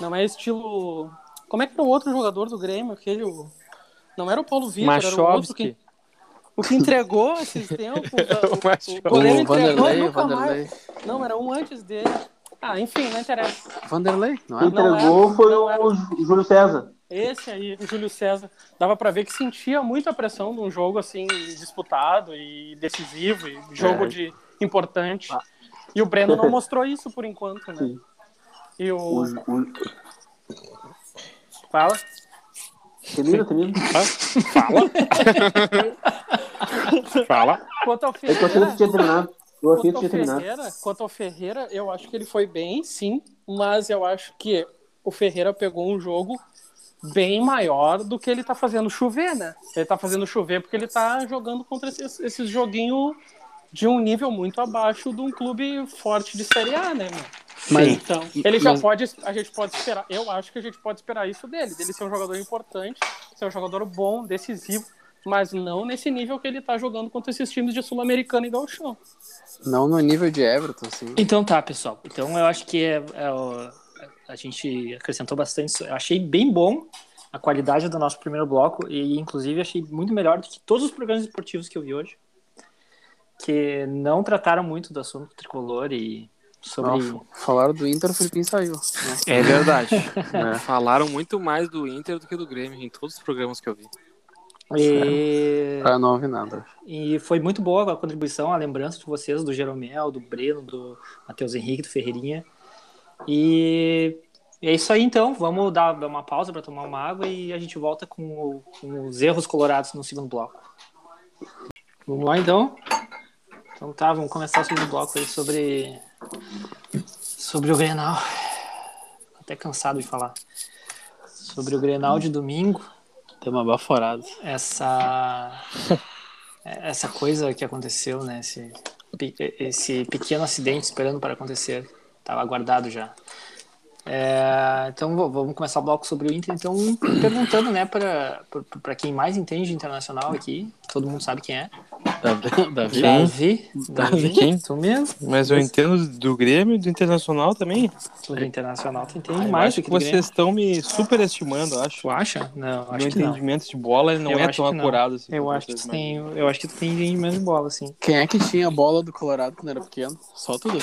[SPEAKER 3] não é estilo Como é que era o outro jogador do Grêmio, aquele o- não era o Paulo Vitor, era o outro
[SPEAKER 7] Machovski.
[SPEAKER 3] que o que entregou esses tempos,
[SPEAKER 7] O
[SPEAKER 3] o,
[SPEAKER 7] Machovski.
[SPEAKER 3] o goleiro
[SPEAKER 4] O
[SPEAKER 3] entregou e
[SPEAKER 4] Vanderlei,
[SPEAKER 3] nunca
[SPEAKER 4] Vanderlei.
[SPEAKER 3] mais. Não, era um antes dele. Ah, enfim, não interessa.
[SPEAKER 4] Vanderlei, não
[SPEAKER 8] Quem
[SPEAKER 4] é?
[SPEAKER 3] Não
[SPEAKER 8] entregou
[SPEAKER 3] era,
[SPEAKER 8] foi
[SPEAKER 3] não era.
[SPEAKER 8] o Jú- Júlio César.
[SPEAKER 3] Esse aí, o Júlio César, dava pra ver que sentia muita pressão num jogo assim disputado e decisivo, e jogo
[SPEAKER 8] É.
[SPEAKER 3] de importante. E o
[SPEAKER 8] <laughs>
[SPEAKER 3] Breno não mostrou isso por enquanto, né?
[SPEAKER 8] Ah. Sim.
[SPEAKER 3] E
[SPEAKER 8] O,
[SPEAKER 3] o
[SPEAKER 8] o...
[SPEAKER 3] fala,
[SPEAKER 8] Termina, termina.
[SPEAKER 7] Fala.
[SPEAKER 3] quanto ao
[SPEAKER 8] É que eu achei
[SPEAKER 3] Ferreira,
[SPEAKER 8] que tinha terminado. Eu achei
[SPEAKER 3] quanto
[SPEAKER 8] que
[SPEAKER 3] ao
[SPEAKER 8] tinha terminado.
[SPEAKER 3] Ferreira, quanto ao Ferreira, eu acho que ele foi bem, sim, mas eu acho que o Ferreira pegou um jogo bem maior do que ele tá fazendo chover, né? Ele tá fazendo chover porque ele tá jogando contra esses, esses joguinhos de um nível muito abaixo de um clube forte de Série A, né, meu?
[SPEAKER 4] Mas-
[SPEAKER 3] Então, ele já
[SPEAKER 4] mas-
[SPEAKER 3] pode, a gente pode esperar, eu acho que a gente pode esperar isso dele, dele ser um jogador importante, ser um jogador bom, decisivo, mas não nesse nível que ele tá jogando contra esses times de Sul-Americano e Gauchão.
[SPEAKER 4] Não no nível de Everton, assim.
[SPEAKER 5] Então tá, pessoal. Então eu acho que é, é o- a gente acrescentou bastante. Eu achei bem bom a qualidade do nosso primeiro bloco e inclusive achei muito melhor do que todos os programas esportivos que eu vi hoje, que não trataram muito do assunto tricolor e sobre
[SPEAKER 4] Não, falaram do Inter, o Filipinho saiu. né? É.
[SPEAKER 7] É
[SPEAKER 4] <laughs>
[SPEAKER 7] verdade. Falaram muito mais do Inter do que do Grêmio em todos os programas que eu vi.
[SPEAKER 5] e...
[SPEAKER 4] Ah, não ouvi nada.
[SPEAKER 5] E foi muito boa a contribuição, a lembrança de vocês, do Jeromel, do Breno, do Matheus Henrique, do Ferreirinha. E é isso aí então, vamos dar dar uma pausa para tomar uma água e a gente volta com, o- com os erros colorados no segundo bloco. Vamos lá então? Então tá, vamos começar o segundo bloco aí sobre, sobre o Grenal. Tô até cansado de falar. Sobre o Grenal de domingo
[SPEAKER 4] Deu uma baforada.
[SPEAKER 5] essa essa coisa que aconteceu, né? Esse, pe- esse pequeno acidente esperando para acontecer. Estava aguardado já. É, então v- vamos começar o bloco sobre o Inter. Então, perguntando, né, para para quem mais entende de internacional aqui, todo mundo sabe quem é.
[SPEAKER 4] Tá Davi.
[SPEAKER 5] Davi.
[SPEAKER 11] Davi quem?
[SPEAKER 5] Tu mesmo.
[SPEAKER 11] Mas eu entendo do Grêmio e do Internacional também.
[SPEAKER 5] Tu do internacional, tu entende
[SPEAKER 11] Ah, Eu
[SPEAKER 5] mais
[SPEAKER 11] acho que
[SPEAKER 5] do Ah, que do Grêmio.
[SPEAKER 11] vocês estão me superestimando, eu acho.
[SPEAKER 5] Tu acha? Não, acho
[SPEAKER 11] Meu
[SPEAKER 5] que não.
[SPEAKER 11] entendimento de bola ele não
[SPEAKER 5] Eu
[SPEAKER 11] é
[SPEAKER 5] acho
[SPEAKER 11] tão
[SPEAKER 5] que não.
[SPEAKER 11] acurado assim.
[SPEAKER 5] Eu
[SPEAKER 11] quanto
[SPEAKER 5] acho que
[SPEAKER 11] vocês
[SPEAKER 5] tu tem, eu acho que tu tem menos bola, assim.
[SPEAKER 4] Quem é que tinha a bola do Colorado quando era pequeno? Só tudo.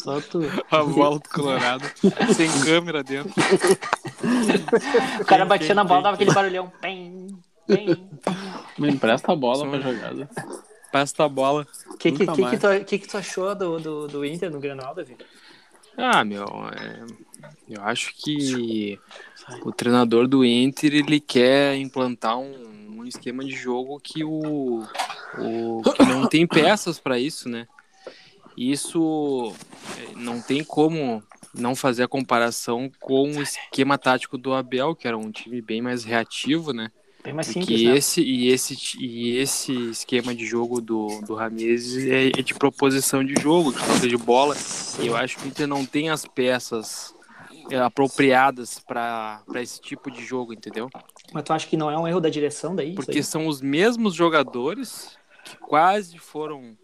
[SPEAKER 5] Só tu.
[SPEAKER 11] imaginam. A bola do Colorado, sem câmera dentro.
[SPEAKER 5] O cara batia na bola, dava aquele barulhão. Pem, pem.
[SPEAKER 4] Me empresta a bola pra jogada.
[SPEAKER 11] Passa a bola.
[SPEAKER 5] <laughs> que, que,
[SPEAKER 4] Nunca
[SPEAKER 5] que, que,
[SPEAKER 4] mais.
[SPEAKER 5] tu, que, que tu achou do, do, do Inter no Granal, Davi?
[SPEAKER 7] Ah, meu, é, eu acho que o treinador do Inter ele quer implantar um, um esquema de jogo que o, o- que não tem peças para isso, né? Isso é, não tem como não fazer a comparação com o esquema tático do Abel, que era um time bem mais reativo, né?
[SPEAKER 5] Bem mais
[SPEAKER 7] E
[SPEAKER 5] simples,
[SPEAKER 7] que
[SPEAKER 5] né?
[SPEAKER 7] esse e esse ti- e esse esquema de jogo do do Ramires é, é de proposição de jogo, de troca de bola. E eu acho que o Inter não tem as peças é, apropriadas para esse tipo de jogo, entendeu?
[SPEAKER 5] Mas tu acha que não é um erro da direção daí? isso
[SPEAKER 7] Porque
[SPEAKER 5] aí?
[SPEAKER 7] são os mesmos jogadores que quase foram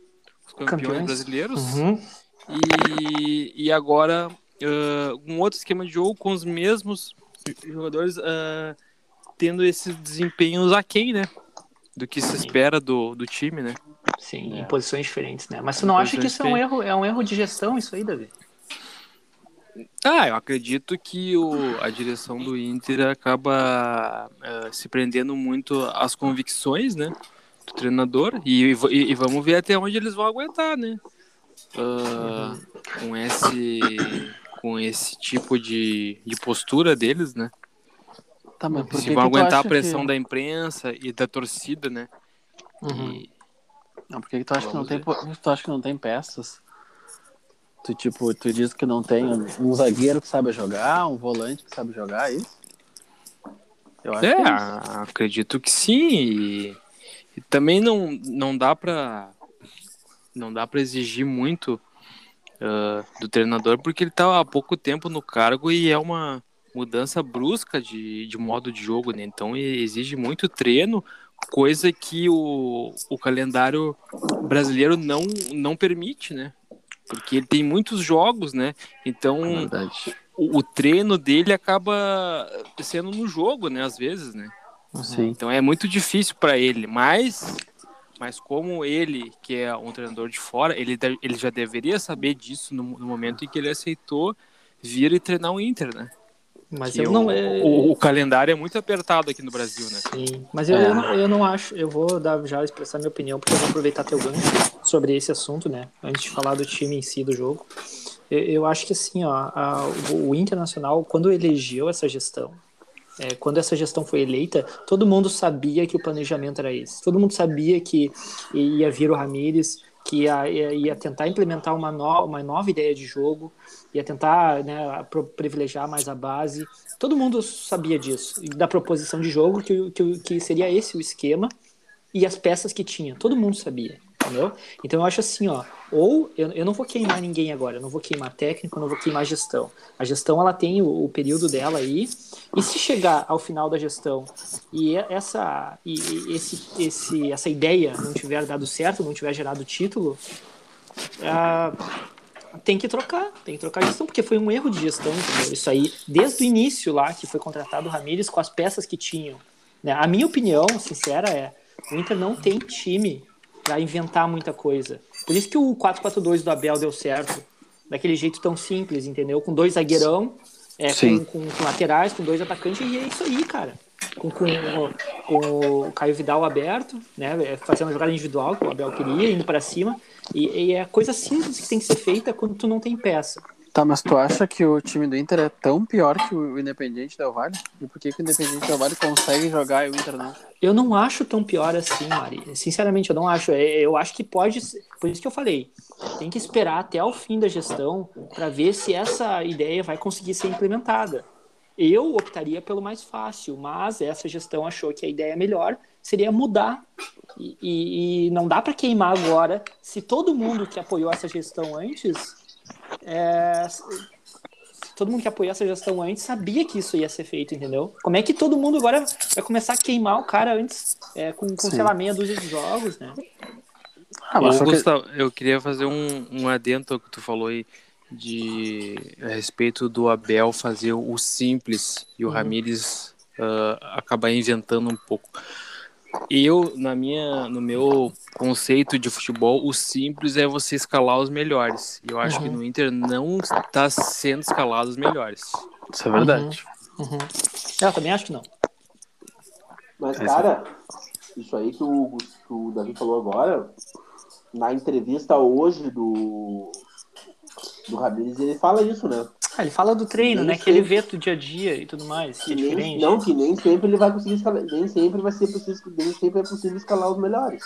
[SPEAKER 7] os campeões,
[SPEAKER 5] Campeões.
[SPEAKER 7] brasileiros
[SPEAKER 5] Uhum.
[SPEAKER 7] e, e agora ah, um outro esquema de jogo com os mesmos jogadores ah, tendo esses desempenhos aquém, né? Do que se espera do, do time, né?
[SPEAKER 5] Sim, em posições diferentes, né? Mas tu não acha que isso é um
[SPEAKER 7] Posições
[SPEAKER 5] erro, é um erro de gestão, isso aí, Davi?
[SPEAKER 7] Ah, eu acredito que o, a direção do Inter acaba eh, se prendendo muito às convicções, né, do treinador e, v- e- e vamos ver até onde eles vão aguentar, né, Ah, com esse com esse tipo de, de postura deles, né,
[SPEAKER 4] Tá, mas por
[SPEAKER 7] se
[SPEAKER 4] que
[SPEAKER 7] vão
[SPEAKER 4] que tu
[SPEAKER 7] aguentar a
[SPEAKER 4] acha
[SPEAKER 7] pressão
[SPEAKER 4] que...
[SPEAKER 7] da imprensa e da torcida, né, E-
[SPEAKER 4] Não, por que que tu acha que não,
[SPEAKER 7] Vamos
[SPEAKER 4] tem, po- tu acha que não tem peças? Tu, tipo, tu diz que não tem um, um zagueiro que sabe jogar, um volante que sabe jogar, é isso? Eu acho
[SPEAKER 7] É,
[SPEAKER 4] que é isso.
[SPEAKER 7] a- acredito que sim. E, e também não, não dá pra não dá para exigir muito ah, do treinador porque ele tá há pouco tempo no cargo e é uma mudança brusca de, de modo de jogo, né? Então e- exige muito treino, coisa que o, o calendário brasileiro não, não permite, né? Porque ele tem muitos jogos, né? Então o, o treino dele acaba sendo no jogo, né? Às vezes, né?
[SPEAKER 9] Sim.
[SPEAKER 7] Então é muito difícil para ele, mas mas como ele, que é um treinador de fora, ele, deve- ele já deveria saber disso no, no momento em que ele aceitou vir e treinar o Inter, né?
[SPEAKER 5] Mas
[SPEAKER 7] Que
[SPEAKER 5] eu
[SPEAKER 7] o,
[SPEAKER 5] não- é-
[SPEAKER 7] o, o calendário é muito apertado aqui no Brasil, né?
[SPEAKER 5] Sim, Mas eu, eu, não, eu não acho, eu vou dar, já expressar minha opinião, porque eu vou aproveitar teu gancho sobre esse assunto, né? Antes de falar do time em si, do jogo. Eu, eu acho que assim, ó, a- o, o Internacional, quando elegeu essa gestão, é, quando essa gestão foi eleita, todo mundo sabia que o planejamento era esse. Todo mundo sabia que ia vir o Ramires, que ia, ia- ia tentar implementar uma, no- uma nova ideia de jogo, ia tentar né, pro- privilegiar mais a base. Todo mundo sabia disso, e da proposição de jogo, que, o- que, o- que seria esse o esquema e as peças que tinha. Todo mundo sabia, entendeu? Então eu acho assim, ó, ou eu, eu não vou queimar ninguém agora, eu não vou queimar técnico, eu não vou queimar gestão. A gestão ela tem o, o período dela aí, e se chegar ao final da gestão e e- essa e e- esse, esse essa ideia não tiver dado certo, não tiver gerado título, ah, tem que trocar, tem que trocar a gestão, porque foi um erro de gestão, entendeu? Isso aí, desde o início lá, que foi contratado o Ramires com as peças que tinham. né? A minha opinião, sincera, é o Inter não tem time para inventar muita coisa. Por isso que o 4-4-2 do Abel deu certo. Daquele jeito tão simples, entendeu? Com dois zagueirão, é, com,
[SPEAKER 9] Sim.
[SPEAKER 5] com- com laterais, com dois atacantes, e é isso aí, cara. Com, com, o- com o Caio Vidal aberto, né? é, Fazendo a jogada individual que o Abel queria, indo para cima. E, e é coisa simples que tem que ser feita quando tu não tem peça.
[SPEAKER 4] Tá, mas tu acha que o time do Inter é tão pior que o Independiente Del Valle? E por que, que o Independiente Del Valle consegue jogar e o Inter não?
[SPEAKER 5] Eu não acho tão pior assim, Mari. Sinceramente, eu não acho. É, Eu acho que pode. ser- Por isso que eu falei. Tem que esperar até o fim da gestão para ver se essa ideia vai conseguir ser implementada. Eu optaria pelo mais fácil, mas essa gestão achou que a ideia melhor seria mudar. E, e- e não dá para queimar agora se todo mundo que apoiou essa gestão antes. é, todo mundo que apoiou essa gestão antes sabia que isso ia ser feito, entendeu? Como é que todo mundo agora vai começar a queimar o cara antes, é, com, com sei
[SPEAKER 7] Sim.
[SPEAKER 5] lá, meia dúzia de jogos, né?
[SPEAKER 4] Ah, mas
[SPEAKER 7] Ô,
[SPEAKER 4] só que-
[SPEAKER 7] Gustavo, eu queria fazer um, um adendo ao que tu falou aí de a respeito do Abel fazer o simples e o
[SPEAKER 11] Uhum.
[SPEAKER 7] Ramires ah, acabar inventando um pouco. Eu, na minha, no meu conceito de futebol, o simples é você escalar os melhores. E eu acho que
[SPEAKER 11] Uhum.
[SPEAKER 7] no Inter não está sendo escalado os melhores.
[SPEAKER 4] Isso
[SPEAKER 5] é verdade. Eu também acho que não.
[SPEAKER 8] Mas,
[SPEAKER 7] É,
[SPEAKER 8] cara, isso aí que o, Gus- que o Davi falou agora, na entrevista hoje do, do Ramires, ele fala isso, né?
[SPEAKER 5] Ah, ele fala do treino,
[SPEAKER 8] Nem
[SPEAKER 5] né? Que
[SPEAKER 8] sei.
[SPEAKER 5] ele vê do dia a dia e tudo mais, que é
[SPEAKER 8] Nem-
[SPEAKER 5] diferente.
[SPEAKER 8] não, que nem sempre ele vai conseguir escalar, nem sempre vai ser possível, nem sempre é possível escalar os melhores.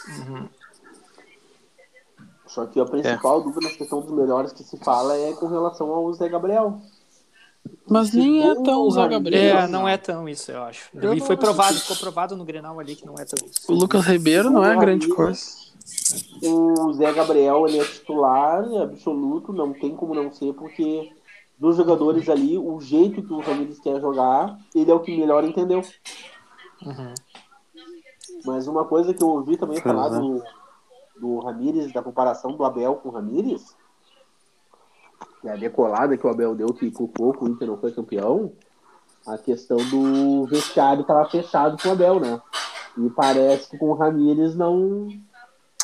[SPEAKER 8] Só que a principal dúvida na questão dos melhores que se fala é com relação ao Zé Gabriel.
[SPEAKER 4] Mas nem é tão o Zé Gabriel.
[SPEAKER 5] É, não é tão isso, eu acho.
[SPEAKER 4] Eu
[SPEAKER 5] e
[SPEAKER 4] não
[SPEAKER 5] foi
[SPEAKER 4] acho
[SPEAKER 5] provado,
[SPEAKER 4] isso.
[SPEAKER 5] ficou provado no Grenal ali que não é tão isso.
[SPEAKER 4] O Lucas Ribeiro não é grande coisa.
[SPEAKER 8] O Zé Gabriel ele é titular é absoluto, não tem como não ser, porque dos jogadores ali, o jeito que o Ramires quer jogar, ele é o que melhor entendeu. Mas uma coisa que eu ouvi também
[SPEAKER 4] Pois
[SPEAKER 8] falar
[SPEAKER 4] é.
[SPEAKER 8] do, do Ramires, da comparação do Abel com o Ramires, que é a decolada que o Abel deu, que por pouco o Inter não foi campeão, a questão do vestiário estava fechado com o Abel, né? E parece que com o Ramires não,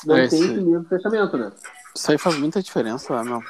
[SPEAKER 8] não
[SPEAKER 4] É,
[SPEAKER 8] tem
[SPEAKER 4] sim.
[SPEAKER 8] esse mesmo fechamento, né?
[SPEAKER 4] Isso aí faz muita diferença, né, meu?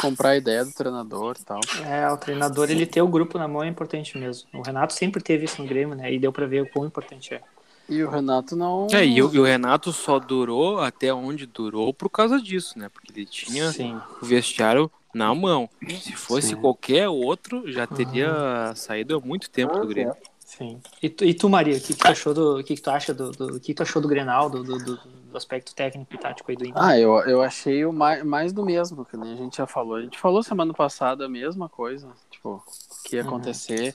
[SPEAKER 4] Comprar a ideia do treinador e tal.
[SPEAKER 5] É, o treinador, ele ter o grupo na mão é importante mesmo. O Renato sempre teve isso no Grêmio, né? E deu pra ver o quão importante é.
[SPEAKER 4] E o Renato não.
[SPEAKER 7] É, e, o, e o Renato só durou até onde durou por causa disso, né? Porque ele tinha
[SPEAKER 5] Sim.
[SPEAKER 7] o vestiário na mão. Se fosse qualquer outro, já teria saído há muito tempo do Grêmio.
[SPEAKER 5] Sim. E tu, e tu, Maria, o que, que tu achou do. O que, que tu acha do, do- o que, que tu achou do Grenal, do, do, do- do aspecto técnico e tático aí do Inter?
[SPEAKER 4] Ah, eu, eu achei o mais, mais do mesmo, que nem a gente já falou. A gente falou semana passada a mesma coisa, tipo, que ia
[SPEAKER 5] Uhum.
[SPEAKER 4] acontecer,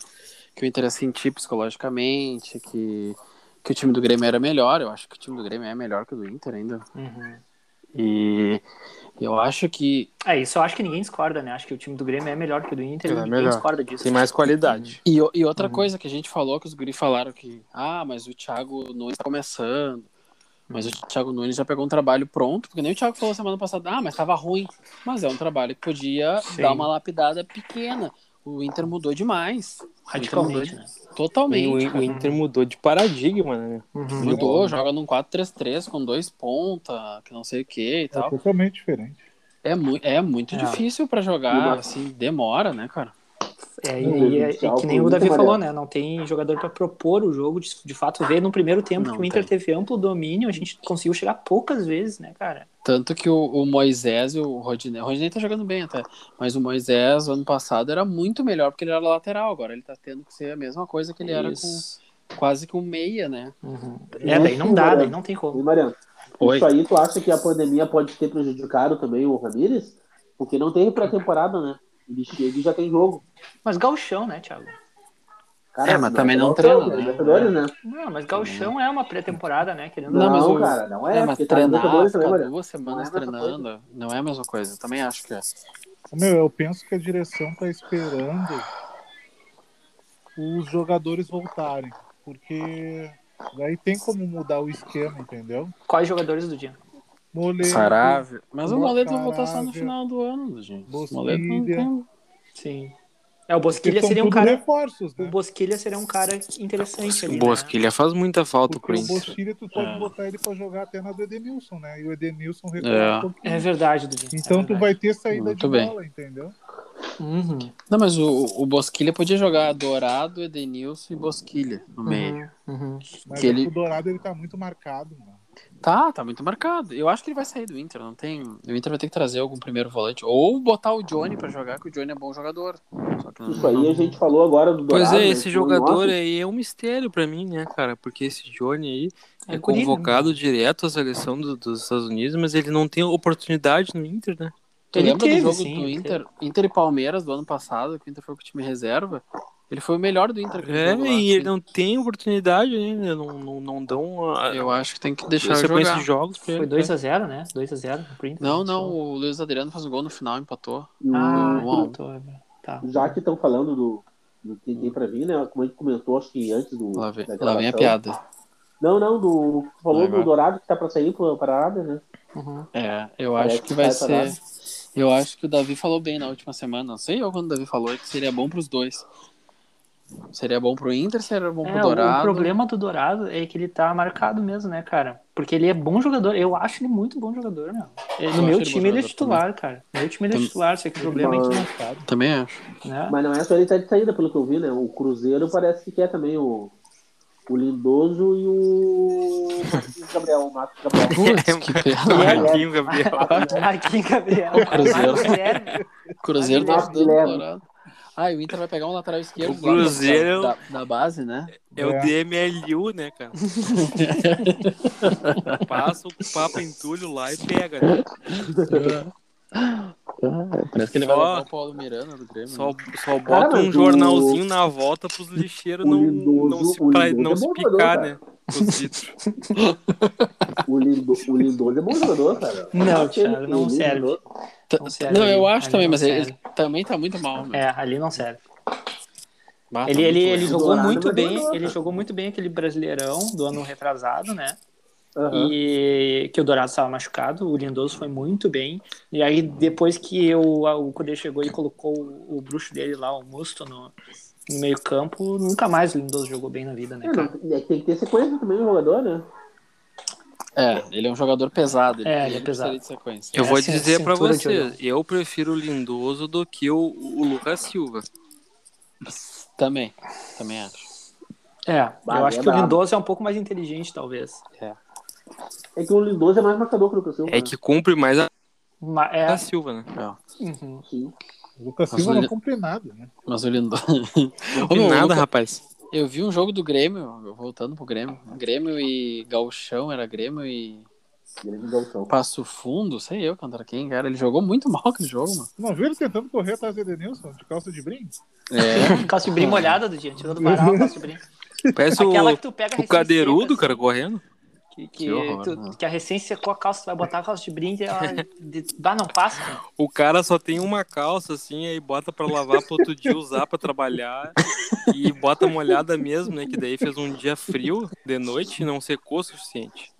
[SPEAKER 4] que o Inter ia sentir psicologicamente, que, que o time do Grêmio era melhor. Eu acho que o time do Grêmio é melhor que o do Inter ainda.
[SPEAKER 5] Uhum.
[SPEAKER 4] E eu acho que.
[SPEAKER 5] É isso, eu acho que ninguém discorda, né? Acho que o time do Grêmio é melhor que o do Inter,
[SPEAKER 7] É
[SPEAKER 5] ninguém
[SPEAKER 7] melhor.
[SPEAKER 5] discorda disso.
[SPEAKER 7] Tem mais qualidade.
[SPEAKER 4] E, o- e outra coisa que a gente falou, que os guri falaram que, ah, mas o Thiago Nunes tá começando. Mas o Thiago Nunes já pegou um trabalho pronto, porque nem o Thiago falou semana passada, ah, mas tava ruim. Mas é um trabalho que podia dar uma lapidada pequena. O Inter mudou demais.
[SPEAKER 5] Radicalmente, né?
[SPEAKER 4] Totalmente.
[SPEAKER 11] E o,
[SPEAKER 4] cara.
[SPEAKER 11] o Inter mudou de paradigma, né?
[SPEAKER 5] Uhum.
[SPEAKER 4] Mudou, joga num 4-3-3 com dois ponta, que não sei o que e
[SPEAKER 2] É
[SPEAKER 4] tal.
[SPEAKER 2] totalmente diferente.
[SPEAKER 4] É, mu é muito
[SPEAKER 5] É.
[SPEAKER 4] difícil pra jogar,
[SPEAKER 5] Mudou.
[SPEAKER 4] assim, demora, né, cara?
[SPEAKER 5] É,
[SPEAKER 8] Meu
[SPEAKER 5] e,
[SPEAKER 8] Deus
[SPEAKER 5] e-
[SPEAKER 8] do
[SPEAKER 5] e
[SPEAKER 8] céu,
[SPEAKER 5] que nem o
[SPEAKER 8] muito
[SPEAKER 5] Davi falou,
[SPEAKER 8] amarelo.
[SPEAKER 5] né? Não tem jogador pra propor o jogo, de, de fato, ver no primeiro tempo
[SPEAKER 4] Não
[SPEAKER 5] que o Inter
[SPEAKER 4] tem.
[SPEAKER 5] teve amplo domínio, a gente conseguiu chegar poucas vezes, né, cara?
[SPEAKER 4] Tanto que o, o Moisés e o Rodinei. O Rodinei tá jogando bem até. Mas o Moisés, ano passado, era muito melhor porque ele era lateral. Agora ele tá tendo que ser a mesma coisa que ele era
[SPEAKER 5] Isso.
[SPEAKER 4] com quase que um meia, né?
[SPEAKER 5] É, daí não dá, daí não tem
[SPEAKER 8] E,
[SPEAKER 5] como.
[SPEAKER 8] Mariano,
[SPEAKER 4] Oi.
[SPEAKER 8] isso aí tu acha que a pandemia pode ter prejudicado também o Ramírez? Porque não tem pré-temporada, né? Ele chega e já tem jogo.
[SPEAKER 5] Mas gauchão, né, Thiago?
[SPEAKER 8] Cara,
[SPEAKER 4] É, mas também não
[SPEAKER 8] é o
[SPEAKER 4] treina,
[SPEAKER 8] jogo,
[SPEAKER 4] né?
[SPEAKER 8] Libertadores, né?
[SPEAKER 5] Não, mas gauchão é uma pré-temporada, né? Querendo
[SPEAKER 8] Não,
[SPEAKER 5] ou
[SPEAKER 4] mas o-
[SPEAKER 8] cara, não é.
[SPEAKER 4] É, mas
[SPEAKER 8] porque tá na
[SPEAKER 4] treinar,
[SPEAKER 8] Libertadores também,
[SPEAKER 4] ficar
[SPEAKER 8] Mariano.
[SPEAKER 4] duas semanas
[SPEAKER 8] Não é a mesma
[SPEAKER 4] treinando, não é a mesma coisa. Também acho que é.
[SPEAKER 2] Meu, eu penso que a direção tá esperando os jogadores voltarem. Porque daí tem como mudar o esquema, entendeu?
[SPEAKER 5] Quais jogadores do dia?
[SPEAKER 2] Moleiro,
[SPEAKER 7] Sarável.
[SPEAKER 4] Mas o
[SPEAKER 2] Boa,
[SPEAKER 4] Moledo vai voltar só no
[SPEAKER 2] caralho.
[SPEAKER 4] final do ano, gente. O Moledo não
[SPEAKER 2] Bosquilha.
[SPEAKER 4] tem-
[SPEAKER 5] Sim. É, o
[SPEAKER 2] que
[SPEAKER 5] Bosquilha
[SPEAKER 2] são
[SPEAKER 5] seria um
[SPEAKER 2] tudo
[SPEAKER 4] é-
[SPEAKER 5] cara.
[SPEAKER 2] reforços,
[SPEAKER 5] O
[SPEAKER 2] né?
[SPEAKER 5] Bosquilha seria um cara interessante ali.
[SPEAKER 7] O
[SPEAKER 5] né?
[SPEAKER 7] Bosquilha faz muita falta
[SPEAKER 2] Porque
[SPEAKER 7] pro
[SPEAKER 2] o
[SPEAKER 7] Inter.
[SPEAKER 2] Bostilha, tu pode
[SPEAKER 4] É.
[SPEAKER 2] botar ele pra jogar até na do Edenilson, né? E o Edenilson
[SPEAKER 4] É.
[SPEAKER 2] recua um pouquinho.
[SPEAKER 5] É verdade, Dudinho. é
[SPEAKER 2] Então tu
[SPEAKER 5] verdade.
[SPEAKER 2] vai ter saída
[SPEAKER 4] Muito
[SPEAKER 2] de
[SPEAKER 4] bem.
[SPEAKER 2] bola, entendeu?
[SPEAKER 5] Uhum.
[SPEAKER 4] Não, mas o, o Bosquilha podia jogar Dourado, Edenilson e Bosquilha no meio.
[SPEAKER 5] Uhum.
[SPEAKER 2] Mas é
[SPEAKER 4] Que ele-
[SPEAKER 2] o Dourado, ele tá muito marcado, mano.
[SPEAKER 4] Tá, tá muito marcado. Eu acho que ele vai sair do Inter, não tem. O Inter vai ter que trazer algum primeiro volante. Ou botar o Johnny pra jogar, que o Johnny é bom jogador. Só que não-
[SPEAKER 8] Isso aí a gente falou agora do Dourado.
[SPEAKER 7] Pois é,
[SPEAKER 8] né?
[SPEAKER 7] esse
[SPEAKER 8] Não
[SPEAKER 7] jogador
[SPEAKER 8] acha?
[SPEAKER 7] aí é um mistério pra mim, né, cara? Porque esse Johnny aí é,
[SPEAKER 5] É guri, né?
[SPEAKER 7] convocado direto à seleção do- dos Estados Unidos, mas ele não tem oportunidade no Inter, né?
[SPEAKER 4] Tu
[SPEAKER 5] Ele
[SPEAKER 4] lembra
[SPEAKER 5] teve,
[SPEAKER 4] do jogo
[SPEAKER 5] sim,
[SPEAKER 4] do
[SPEAKER 5] ele
[SPEAKER 4] Inter, Inter e Palmeiras do ano passado, que o Inter foi com o time reserva? Ele foi o melhor do Inter. aquele
[SPEAKER 7] É,
[SPEAKER 4] jogo lá.
[SPEAKER 7] e ele não tem oportunidade ainda, não, não, não dão a,
[SPEAKER 4] Eu acho que tem que
[SPEAKER 7] a
[SPEAKER 4] deixar
[SPEAKER 7] sequência
[SPEAKER 4] jogar.
[SPEAKER 7] de jogos pra
[SPEAKER 5] Foi
[SPEAKER 7] ele.
[SPEAKER 5] 2x0, né? 2x0.
[SPEAKER 4] Não, não, o Luiz Adriano faz um gol no final, empatou.
[SPEAKER 8] E o-
[SPEAKER 5] Ah,
[SPEAKER 4] Um a um.
[SPEAKER 5] tô, tá.
[SPEAKER 8] Já que estão falando do, do que tem pra vir, né? Como a gente comentou, acho que antes do.
[SPEAKER 4] Lá vem,
[SPEAKER 8] da
[SPEAKER 4] lá vem a
[SPEAKER 8] gravação.
[SPEAKER 4] piada.
[SPEAKER 8] Não, não, do. Tu falou
[SPEAKER 4] Agora.
[SPEAKER 8] do Dourado que tá pra sair pro- pra Arábia, né?
[SPEAKER 4] É, eu
[SPEAKER 8] Parece
[SPEAKER 4] acho que
[SPEAKER 8] que
[SPEAKER 4] vai
[SPEAKER 8] sai pra
[SPEAKER 4] ser. Eu acho que o Davi falou bem na última semana. Não sei eu quando o Davi falou é que seria bom pros dois. Seria bom pro Inter, seria bom pro
[SPEAKER 5] É, o,
[SPEAKER 4] Dourado.
[SPEAKER 5] o problema do Dourado é que ele tá marcado mesmo, né, cara? Porque ele é bom jogador. Eu acho ele muito bom jogador, meu.
[SPEAKER 4] Eu
[SPEAKER 5] No
[SPEAKER 4] acho
[SPEAKER 5] meu
[SPEAKER 4] ele bom
[SPEAKER 5] time ele é
[SPEAKER 4] jogador
[SPEAKER 5] titular, cara. No meu time ele é
[SPEAKER 4] Tam-
[SPEAKER 5] titular, só que o problema é que não
[SPEAKER 4] também. Também acho.
[SPEAKER 5] né?
[SPEAKER 8] Mas não é só ele tá de saída, pelo que eu vi, né? O Cruzeiro parece que quer também o. O Lindoso e o. Marquinhos Gabriel, o Marcos Gabriel.
[SPEAKER 4] Putz, que pena. <laughs>
[SPEAKER 7] Marquinho, né? Gabriel.
[SPEAKER 5] Aqui, Gabriel.
[SPEAKER 4] O Cruzeiro.
[SPEAKER 5] Marcos Guilherme.
[SPEAKER 4] Cruzeiro tá
[SPEAKER 8] Marcos
[SPEAKER 4] ajudando o
[SPEAKER 8] Guilherme.
[SPEAKER 4] Dourado. Ah, e o Inter vai pegar um lateral esquerdo
[SPEAKER 7] O
[SPEAKER 4] lá da-
[SPEAKER 7] Cruzeiro-
[SPEAKER 4] da, da base, né?
[SPEAKER 7] É o DMLU, né,
[SPEAKER 4] <laughs>
[SPEAKER 7] cara? Passa o papo entulho lá e pega, né?
[SPEAKER 4] Parece que ele vai
[SPEAKER 7] Só-
[SPEAKER 4] levar um o Paulo Miranda do Grêmio. né?
[SPEAKER 7] Só, só
[SPEAKER 8] Cara,
[SPEAKER 7] bota
[SPEAKER 8] mas
[SPEAKER 7] um
[SPEAKER 8] o-
[SPEAKER 7] jornalzinho na volta pros lixeiros
[SPEAKER 8] o
[SPEAKER 7] não,
[SPEAKER 8] Lindoso-
[SPEAKER 7] não se,
[SPEAKER 8] o
[SPEAKER 7] pra-
[SPEAKER 8] Lindoso
[SPEAKER 7] não
[SPEAKER 8] é
[SPEAKER 7] se
[SPEAKER 8] bom jogador,
[SPEAKER 7] picar,
[SPEAKER 8] cara.
[SPEAKER 7] né? Os
[SPEAKER 4] <laughs>
[SPEAKER 7] itens.
[SPEAKER 8] O, Lindo, o Lindoso é bom jogador, cara.
[SPEAKER 5] Não,
[SPEAKER 8] Acho que ele-
[SPEAKER 5] Thiago, não
[SPEAKER 8] o
[SPEAKER 5] serve.
[SPEAKER 8] Lindoso-
[SPEAKER 4] Tá-
[SPEAKER 5] Não
[SPEAKER 4] tá-
[SPEAKER 5] serve,
[SPEAKER 4] Não, eu
[SPEAKER 5] ele-
[SPEAKER 4] acho
[SPEAKER 5] ele
[SPEAKER 4] também,
[SPEAKER 5] não
[SPEAKER 4] mas é ele,
[SPEAKER 5] serve.
[SPEAKER 4] ele também tá muito mal, meu.
[SPEAKER 5] É, ali não serve.
[SPEAKER 4] Bah, tá
[SPEAKER 5] Ele, ele,
[SPEAKER 4] muito
[SPEAKER 5] ele
[SPEAKER 4] ruim.
[SPEAKER 5] jogou
[SPEAKER 8] Dourado, é
[SPEAKER 5] muito
[SPEAKER 8] mas
[SPEAKER 5] bem,
[SPEAKER 8] Dourado.
[SPEAKER 5] ele jogou muito bem aquele brasileirão do ano retrasado, né?
[SPEAKER 8] Aham.
[SPEAKER 5] E que o Dourado estava machucado, o Lindoso foi muito bem. E aí, depois que o, a- o Kudê chegou e colocou o, o bruxo dele lá, o Musto, no, no meio-campo, nunca mais o Lindoso jogou bem na vida, né,
[SPEAKER 8] É,
[SPEAKER 5] cara?
[SPEAKER 8] não, é que tem que ter sequência também no jogador, né?
[SPEAKER 4] É, ele é um jogador pesado.
[SPEAKER 5] É, ele é pesado.
[SPEAKER 4] precisaria de sequência.
[SPEAKER 7] Eu vou
[SPEAKER 5] Essa é a
[SPEAKER 7] dizer pra
[SPEAKER 5] cintura de
[SPEAKER 7] vocês, eu prefiro o Lindoso do que o, o Lucas Silva.
[SPEAKER 4] Também, também acho.
[SPEAKER 5] É, eu
[SPEAKER 8] Bah, ele
[SPEAKER 5] acho que
[SPEAKER 8] é
[SPEAKER 5] o
[SPEAKER 8] brabo.
[SPEAKER 5] Lindoso é um pouco mais inteligente, talvez.
[SPEAKER 8] É que o Lindoso é mais marcador que o Lucas Silva.
[SPEAKER 7] É que cumpre mais a
[SPEAKER 5] Ma- é,
[SPEAKER 7] Lucas Silva, né?
[SPEAKER 5] uhum.
[SPEAKER 8] Sim.
[SPEAKER 2] O Lucas
[SPEAKER 4] Mas
[SPEAKER 2] Silva
[SPEAKER 4] o
[SPEAKER 2] não
[SPEAKER 4] Lin-
[SPEAKER 2] cumpre nada, né?
[SPEAKER 4] Mas o Lindo...
[SPEAKER 7] Não
[SPEAKER 4] Ô, meu,
[SPEAKER 7] cumpre
[SPEAKER 4] o
[SPEAKER 7] nada,
[SPEAKER 4] Lucas-
[SPEAKER 7] rapaz.
[SPEAKER 4] Eu vi um jogo do Grêmio, voltando pro Grêmio. Grêmio e Gauchão, era Grêmio e
[SPEAKER 8] Grande Galchão.
[SPEAKER 4] Passo Fundo, sei eu contra quem, cara. Ele jogou muito mal aquele jogo, mano.
[SPEAKER 2] Não viu ele tentando correr atrás do Edenilson de calça de brinco?
[SPEAKER 4] É,
[SPEAKER 5] <laughs> Calça de brim molhada do dia, tirou do varal, calça de brim.
[SPEAKER 7] Parece o,
[SPEAKER 5] Aquela que tu pega
[SPEAKER 7] o
[SPEAKER 5] recém-seca,
[SPEAKER 7] cadeirudo,
[SPEAKER 5] assim.
[SPEAKER 7] cara, correndo.
[SPEAKER 5] Que, que,
[SPEAKER 7] Que horror,
[SPEAKER 5] tu-
[SPEAKER 7] né?
[SPEAKER 5] que a recém secou a calça, tu vai botar a calça de brinde,
[SPEAKER 7] <laughs>
[SPEAKER 5] ela de- bah, não passa. cara.
[SPEAKER 7] O cara só tem uma calça assim, aí bota pra lavar pro outro dia usar pra trabalhar. E bota molhada mesmo, né? Que daí fez um dia frio de noite e não secou o suficiente.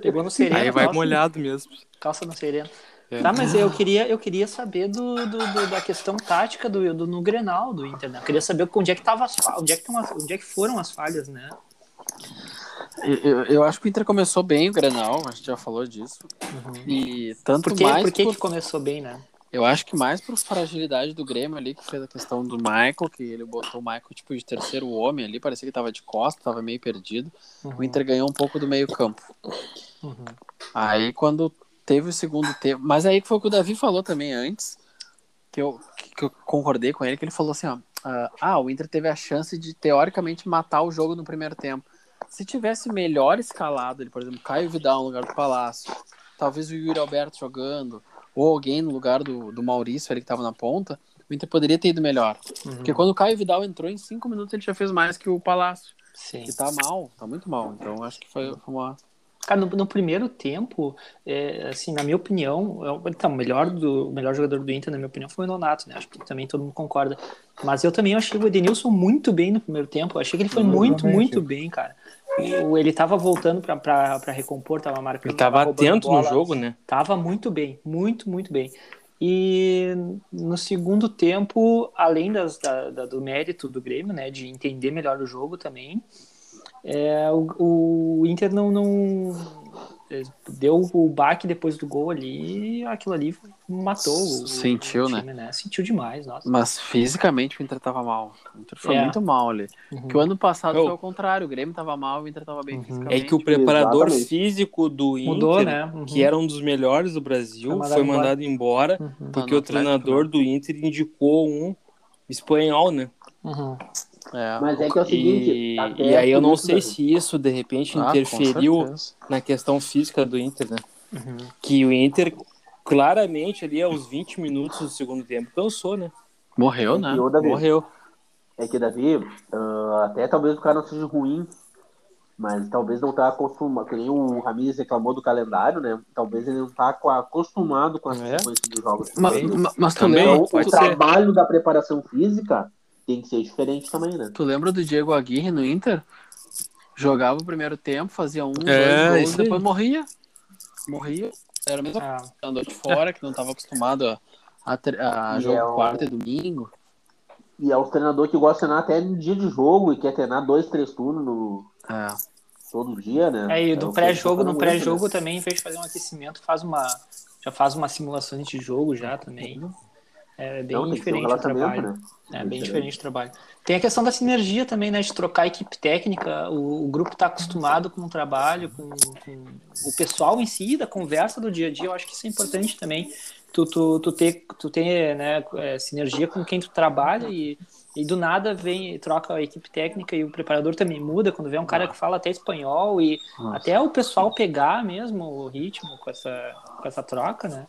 [SPEAKER 5] Pegou no sereno.
[SPEAKER 7] Aí vai
[SPEAKER 5] calça-
[SPEAKER 7] molhado mesmo.
[SPEAKER 5] Calça no sereno.
[SPEAKER 7] É.
[SPEAKER 5] Tá, mas eu queria, eu queria saber do, do- do- da questão tática do, do no Grenal do Inter, né? Eu queria saber onde é que tava as fa- onde é que, tão as- onde é que foram as falhas, né?
[SPEAKER 4] Eu, eu- eu acho que o Inter começou bem o Grenal, a gente já falou disso. E tanto
[SPEAKER 5] Por que,
[SPEAKER 4] mais
[SPEAKER 5] por que,
[SPEAKER 4] por-
[SPEAKER 5] que começou bem, né?
[SPEAKER 4] Eu acho que mais por fragilidade do Grêmio ali, que fez a questão do Michael, que ele botou o Michael tipo de terceiro homem ali, parecia que tava de costas, tava meio perdido. O Inter ganhou um pouco do meio campo. Aí quando teve o segundo tempo, mas aí que foi o que o Davi falou também antes, que eu, que eu concordei com ele, que ele falou assim, ó, ah, ah, o Inter teve a chance de teoricamente matar o jogo no primeiro tempo. Se tivesse melhor escalado, ele, por exemplo, Caio Vidal no lugar do Palácio, talvez o Yuri Alberto jogando, ou alguém no lugar do, do Maurício ali que tava na ponta, o Inter poderia ter ido melhor.
[SPEAKER 5] Uhum.
[SPEAKER 4] Porque quando o Caio Vidal entrou, em cinco minutos ele já fez mais que o Palácio.
[SPEAKER 5] Sim.
[SPEAKER 4] Que tá mal, tá muito mal. Então acho que foi, foi uma.
[SPEAKER 5] Cara, no, no primeiro tempo, é, assim, na minha opinião, eu- então, o melhor, do, o melhor jogador do Inter, na minha opinião, foi o Nonato, né? Acho que também todo mundo concorda. Mas eu também achei o Edenilson muito bem no primeiro tempo. Eu achei que ele foi muito,
[SPEAKER 7] Exatamente.
[SPEAKER 5] muito bem, cara. O- ele tava voltando pra, pra, pra recompor, tava marcando.
[SPEAKER 7] Ele tava
[SPEAKER 5] roubando
[SPEAKER 7] atento no
[SPEAKER 5] bola.
[SPEAKER 7] jogo, né?
[SPEAKER 5] Tava muito bem, muito, muito bem. E no segundo tempo, além das, da- da- do mérito do Grêmio, né, de entender melhor o jogo também, é, o, o Inter não, não é, deu o baque depois do gol ali, aquilo ali matou. o-
[SPEAKER 4] Sentiu,
[SPEAKER 5] o
[SPEAKER 4] né?
[SPEAKER 5] time, né? Sentiu demais, nossa.
[SPEAKER 4] Mas fisicamente o Inter tava mal. O Inter foi
[SPEAKER 5] É.
[SPEAKER 4] muito mal ali.
[SPEAKER 5] Uhum.
[SPEAKER 4] Que o ano passado
[SPEAKER 7] Eu-
[SPEAKER 4] foi ao contrário. O Grêmio tava mal, o Inter tava bem fisicamente.
[SPEAKER 7] É que o preparador
[SPEAKER 4] Exatamente.
[SPEAKER 7] físico do Inter,
[SPEAKER 4] Mudou, né? Uhum.
[SPEAKER 7] que era um dos melhores do Brasil, foi
[SPEAKER 4] Foi mandado
[SPEAKER 7] mandado,
[SPEAKER 4] embora.
[SPEAKER 7] embora,
[SPEAKER 4] Uhum. Tá
[SPEAKER 7] porque
[SPEAKER 4] no
[SPEAKER 7] o treinador do Inter indicou um espanhol, né?
[SPEAKER 8] Mas é que é o seguinte,
[SPEAKER 7] E,
[SPEAKER 8] até
[SPEAKER 7] e aí eu não
[SPEAKER 8] por isso,
[SPEAKER 7] sei
[SPEAKER 8] né?
[SPEAKER 7] se isso de repente
[SPEAKER 8] Ah, com
[SPEAKER 7] interferiu
[SPEAKER 8] certeza.
[SPEAKER 7] na questão física do Inter, né? Que o Inter claramente ali aos 20 minutos do segundo tempo cansou, né?
[SPEAKER 4] Morreu,
[SPEAKER 8] né? E o Davi?
[SPEAKER 7] Morreu.
[SPEAKER 8] É que, Davi, ah, até talvez o cara não seja ruim, mas talvez não tá acostumado. Que nem o Ramires reclamou do calendário, né? Talvez ele não tá co- acostumado com
[SPEAKER 5] É.
[SPEAKER 8] as sequências dos jogos.
[SPEAKER 4] Ma-
[SPEAKER 8] Também.
[SPEAKER 4] ma- mas tu
[SPEAKER 8] Também,
[SPEAKER 4] lembra-
[SPEAKER 8] o- o
[SPEAKER 4] pode ser.
[SPEAKER 8] trabalho da preparação física tem que ser diferente também, né?
[SPEAKER 4] Tu lembra do Diego Aguirre no Inter? Jogava o primeiro tempo, fazia um,
[SPEAKER 7] É,
[SPEAKER 4] dois gols,
[SPEAKER 7] isso aí.
[SPEAKER 4] depois morria. Morria. Era a mesma
[SPEAKER 5] Ah.
[SPEAKER 4] coisa. Andou de Então, fora, que não tava acostumado a, a, tre- a
[SPEAKER 8] E
[SPEAKER 4] jogo
[SPEAKER 8] é o-
[SPEAKER 4] quarta e domingo.
[SPEAKER 8] E é os treinadores que gostam de treinar até no dia de jogo e quer treinar dois, três turnos no...
[SPEAKER 4] É,
[SPEAKER 8] todo dia, né?
[SPEAKER 5] Aí,
[SPEAKER 8] É o
[SPEAKER 5] do
[SPEAKER 8] que
[SPEAKER 5] pré-jogo,
[SPEAKER 8] eu tô
[SPEAKER 5] no
[SPEAKER 8] falando, né?
[SPEAKER 5] pré-jogo também, em vez de fazer um aquecimento, faz uma. Já faz uma simulação de jogo já também. É bem
[SPEAKER 8] Uhum. Não, tem que ter um
[SPEAKER 5] diferente o
[SPEAKER 8] relacionamento,
[SPEAKER 5] trabalho.
[SPEAKER 8] né?
[SPEAKER 5] É bem diferente o trabalho. Tem a questão da sinergia também, né? De trocar a equipe técnica. O, o grupo está acostumado com o trabalho, com, com o pessoal em si, da conversa do dia a dia. Eu acho que isso é importante também. Tu, tu, tu ter, tu ter né, é, sinergia com quem tu trabalha e, e do nada vem troca a equipe técnica e o preparador também muda. Quando vê um cara que fala até espanhol e
[SPEAKER 4] Nossa.
[SPEAKER 5] até o pessoal pegar mesmo o ritmo com essa, com essa troca, né?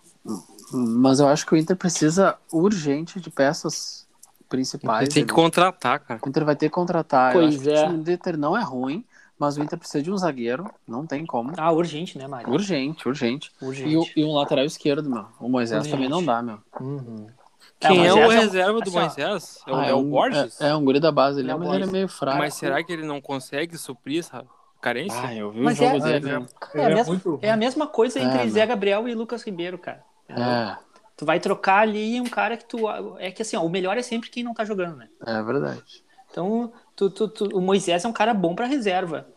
[SPEAKER 4] Mas eu acho que o Inter precisa urgente de peças principais.
[SPEAKER 7] Ele tem que
[SPEAKER 4] ali.
[SPEAKER 7] contratar, cara.
[SPEAKER 4] O Inter vai ter que contratar. Eu
[SPEAKER 7] Pois
[SPEAKER 4] acho que
[SPEAKER 7] é.
[SPEAKER 4] O time do Inter não é ruim, mas o Inter precisa de um zagueiro. Não tem como.
[SPEAKER 5] Ah, urgente, né, Mário?
[SPEAKER 4] Urgente, urgente.
[SPEAKER 5] Urgente.
[SPEAKER 4] E, o- e um lateral esquerdo, meu. O Moisés
[SPEAKER 7] Urgente.
[SPEAKER 4] também não dá, meu.
[SPEAKER 5] Ah,
[SPEAKER 7] Quem é o
[SPEAKER 4] Moisés é um-
[SPEAKER 7] reserva do
[SPEAKER 4] assim, ó.
[SPEAKER 7] Moisés? É um- o
[SPEAKER 4] Ah, é
[SPEAKER 7] Léo
[SPEAKER 4] um-
[SPEAKER 7] Borges?
[SPEAKER 4] é- é um guri da base, ele é- mas ele é meio fraco.
[SPEAKER 7] Mas será que ele não consegue suprir essa carência?
[SPEAKER 4] Ah, eu
[SPEAKER 5] Mas é, é, a mesma, é a mesma coisa
[SPEAKER 7] É,
[SPEAKER 5] entre
[SPEAKER 7] né?
[SPEAKER 5] Zé Gabriel e Lucas Ribeiro, cara.
[SPEAKER 4] É,
[SPEAKER 5] Tu vai trocar ali um cara que tu. É que assim, ó, o melhor é sempre quem não tá jogando, né?
[SPEAKER 4] é verdade.
[SPEAKER 5] Então, tu- tu- tu- o Moisés é um cara bom pra reserva.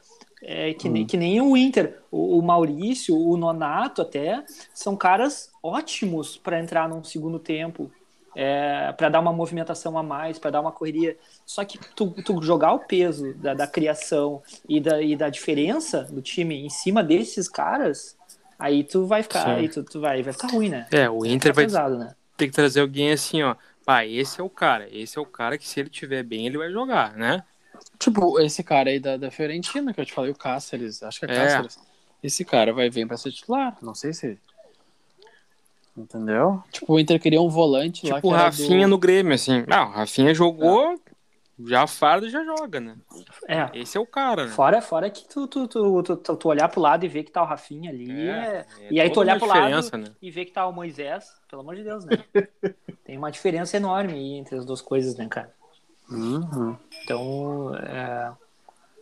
[SPEAKER 5] É, que,
[SPEAKER 7] Hum.
[SPEAKER 5] nem, que nem o Inter. O, o Maurício, o Nonato até, são caras ótimos pra entrar num segundo tempo. É, para dar uma movimentação a mais, pra dar uma correria. Só que tu, tu jogar o peso da, da criação e da, e da diferença do time em cima desses caras, aí tu vai ficar,
[SPEAKER 7] Sim.
[SPEAKER 5] aí tu, tu vai, vai ficar ruim, né?
[SPEAKER 7] É, o Inter
[SPEAKER 5] Tá
[SPEAKER 7] vai
[SPEAKER 5] pesado, né?
[SPEAKER 7] ter que trazer alguém assim, ó. Pá, esse é o cara. Esse é o cara que se ele tiver bem, ele vai jogar, né?
[SPEAKER 4] Tipo, esse cara aí da, da Fiorentina, que eu te falei, o Cáceres, acho que é,
[SPEAKER 7] É.
[SPEAKER 4] Cáceres. Esse cara vai vir pra ser titular. Não sei se. Entendeu? Tipo, o Inter queria um volante lá.
[SPEAKER 7] Tipo o Rafinha no Grêmio, assim. Ah, o Rafinha jogou,
[SPEAKER 11] Já farda já joga, né?
[SPEAKER 5] É.
[SPEAKER 11] Esse é o cara, né?
[SPEAKER 5] Fora, fora que tu, tu, tu, tu, tu- tu olhar pro lado e ver que tá o Rafinha ali.
[SPEAKER 11] É,
[SPEAKER 5] é-
[SPEAKER 11] é
[SPEAKER 5] e aí tu
[SPEAKER 11] toda
[SPEAKER 5] olhar
[SPEAKER 11] uma
[SPEAKER 5] pro lado
[SPEAKER 11] diferença, né?
[SPEAKER 5] e ver que tá o Moisés, pelo amor de Deus, né? Tem uma diferença enorme aí entre as duas coisas, né, cara?
[SPEAKER 4] Uhum,
[SPEAKER 5] Então, é,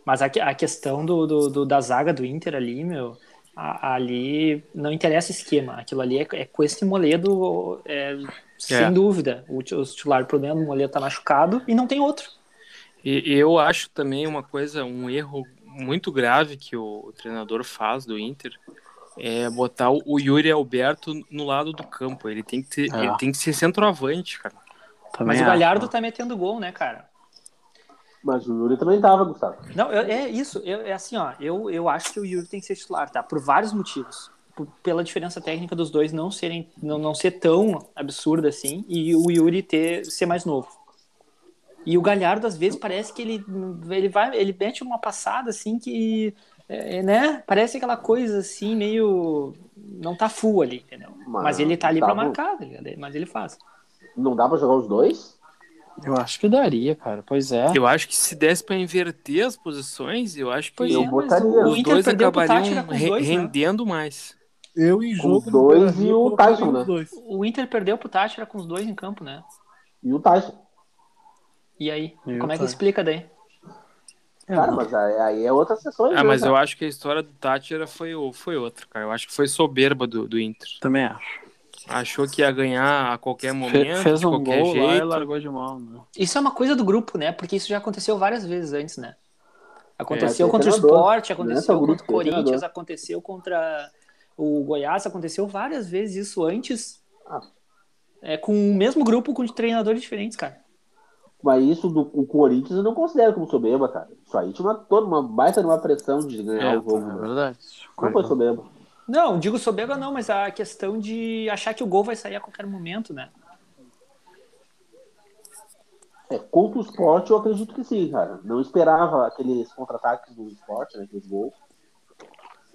[SPEAKER 5] mas a, que- a questão do, do- do- da zaga do Inter ali, meu, a- ali não interessa esquema. Aquilo ali é, é com esse Moledo, é, sem
[SPEAKER 11] É.
[SPEAKER 5] dúvida. O, ti- o titular, o problema do Moledo tá machucado e não tem outro.
[SPEAKER 11] E eu acho também uma coisa, um erro muito grave que o, treinador faz do Inter é botar o Yuri Alberto no lado do campo. Ele tem que, ter-
[SPEAKER 5] É.
[SPEAKER 11] ele tem que ser centroavante, cara.
[SPEAKER 5] mas o Galhardo tá metendo gol, né, cara?
[SPEAKER 8] Mas o Yuri também tava, Gustavo.
[SPEAKER 5] Não, eu- é isso. eu- é assim, ó. Eu, eu acho que o Yuri tem que ser titular, tá? Por vários motivos. Por- pela diferença técnica dos dois não serem, não, não ser tão absurda assim e o Yuri ter ser mais novo. E o Galhardo às vezes parece que ele ele vai, ele mete uma passada assim que é, é, né? Parece aquela coisa assim meio não tá full ali, entendeu? Mas,
[SPEAKER 8] Mas
[SPEAKER 5] ele tá ali
[SPEAKER 8] tá
[SPEAKER 5] pra
[SPEAKER 8] bom.
[SPEAKER 5] marcar, tá ligado? mas ele faz.
[SPEAKER 8] Não dá pra jogar os dois?
[SPEAKER 4] Eu acho que daria, cara. Pois é.
[SPEAKER 11] Eu acho que se desse pra inverter as posições, eu acho que
[SPEAKER 5] Pois Eu é, mas
[SPEAKER 8] botaria.
[SPEAKER 11] os
[SPEAKER 8] o Inter
[SPEAKER 11] dois
[SPEAKER 8] perdeu pro
[SPEAKER 11] acabariam
[SPEAKER 5] Tátira com os
[SPEAKER 11] re-
[SPEAKER 5] dois, né?
[SPEAKER 11] rendendo mais.
[SPEAKER 2] Eu em
[SPEAKER 8] jogo Os no dois Brasil,
[SPEAKER 2] um
[SPEAKER 8] e o colocaria Tyson, os né?
[SPEAKER 2] dois.
[SPEAKER 5] O Inter perdeu pro Tátira com os dois em campo, né?
[SPEAKER 8] E o Tyson.
[SPEAKER 5] E aí,
[SPEAKER 8] E
[SPEAKER 5] como é
[SPEAKER 8] o
[SPEAKER 5] que
[SPEAKER 8] Tyson.
[SPEAKER 5] explica daí?
[SPEAKER 8] Cara, mas aí aí é outra sessão. aí,
[SPEAKER 11] Ah,
[SPEAKER 8] né,
[SPEAKER 11] mas eu
[SPEAKER 8] cara?
[SPEAKER 11] acho que a história do Tátira foi, o- foi outra, cara. Eu acho que foi soberba do, do Inter.
[SPEAKER 4] Também acho.
[SPEAKER 11] Achou que ia ganhar a qualquer momento,
[SPEAKER 4] Fe- fez
[SPEAKER 11] de
[SPEAKER 4] um
[SPEAKER 11] qualquer
[SPEAKER 4] gol lá e
[SPEAKER 11] jeito.
[SPEAKER 4] largou de mão, né?
[SPEAKER 5] Isso é uma coisa do grupo, né? Porque isso já aconteceu várias vezes antes, né? Aconteceu
[SPEAKER 8] É,
[SPEAKER 5] contra o
[SPEAKER 8] treinador.
[SPEAKER 5] Sport,
[SPEAKER 8] Não é
[SPEAKER 5] aconteceu
[SPEAKER 8] só o grupo,
[SPEAKER 5] contra o
[SPEAKER 8] tem
[SPEAKER 5] Corinthians,
[SPEAKER 8] treinador.
[SPEAKER 5] aconteceu contra o Goiás, aconteceu várias vezes isso antes.
[SPEAKER 8] Ah.
[SPEAKER 5] É com o mesmo grupo com treinadores diferentes, cara.
[SPEAKER 8] Mas isso do o Corinthians eu não considero como soberba, cara. Isso aí tinha uma, toda uma baita de uma pressão de ganhar
[SPEAKER 5] É,
[SPEAKER 8] o jogo.
[SPEAKER 5] é
[SPEAKER 8] verdade. Não foi soberba.
[SPEAKER 5] Não, digo soberba não, mas a questão de achar que o gol vai sair a qualquer momento, né?
[SPEAKER 8] É, contra o esporte eu acredito que sim, cara. Não esperava aqueles contra-ataques do esporte, né? Aqueles gols.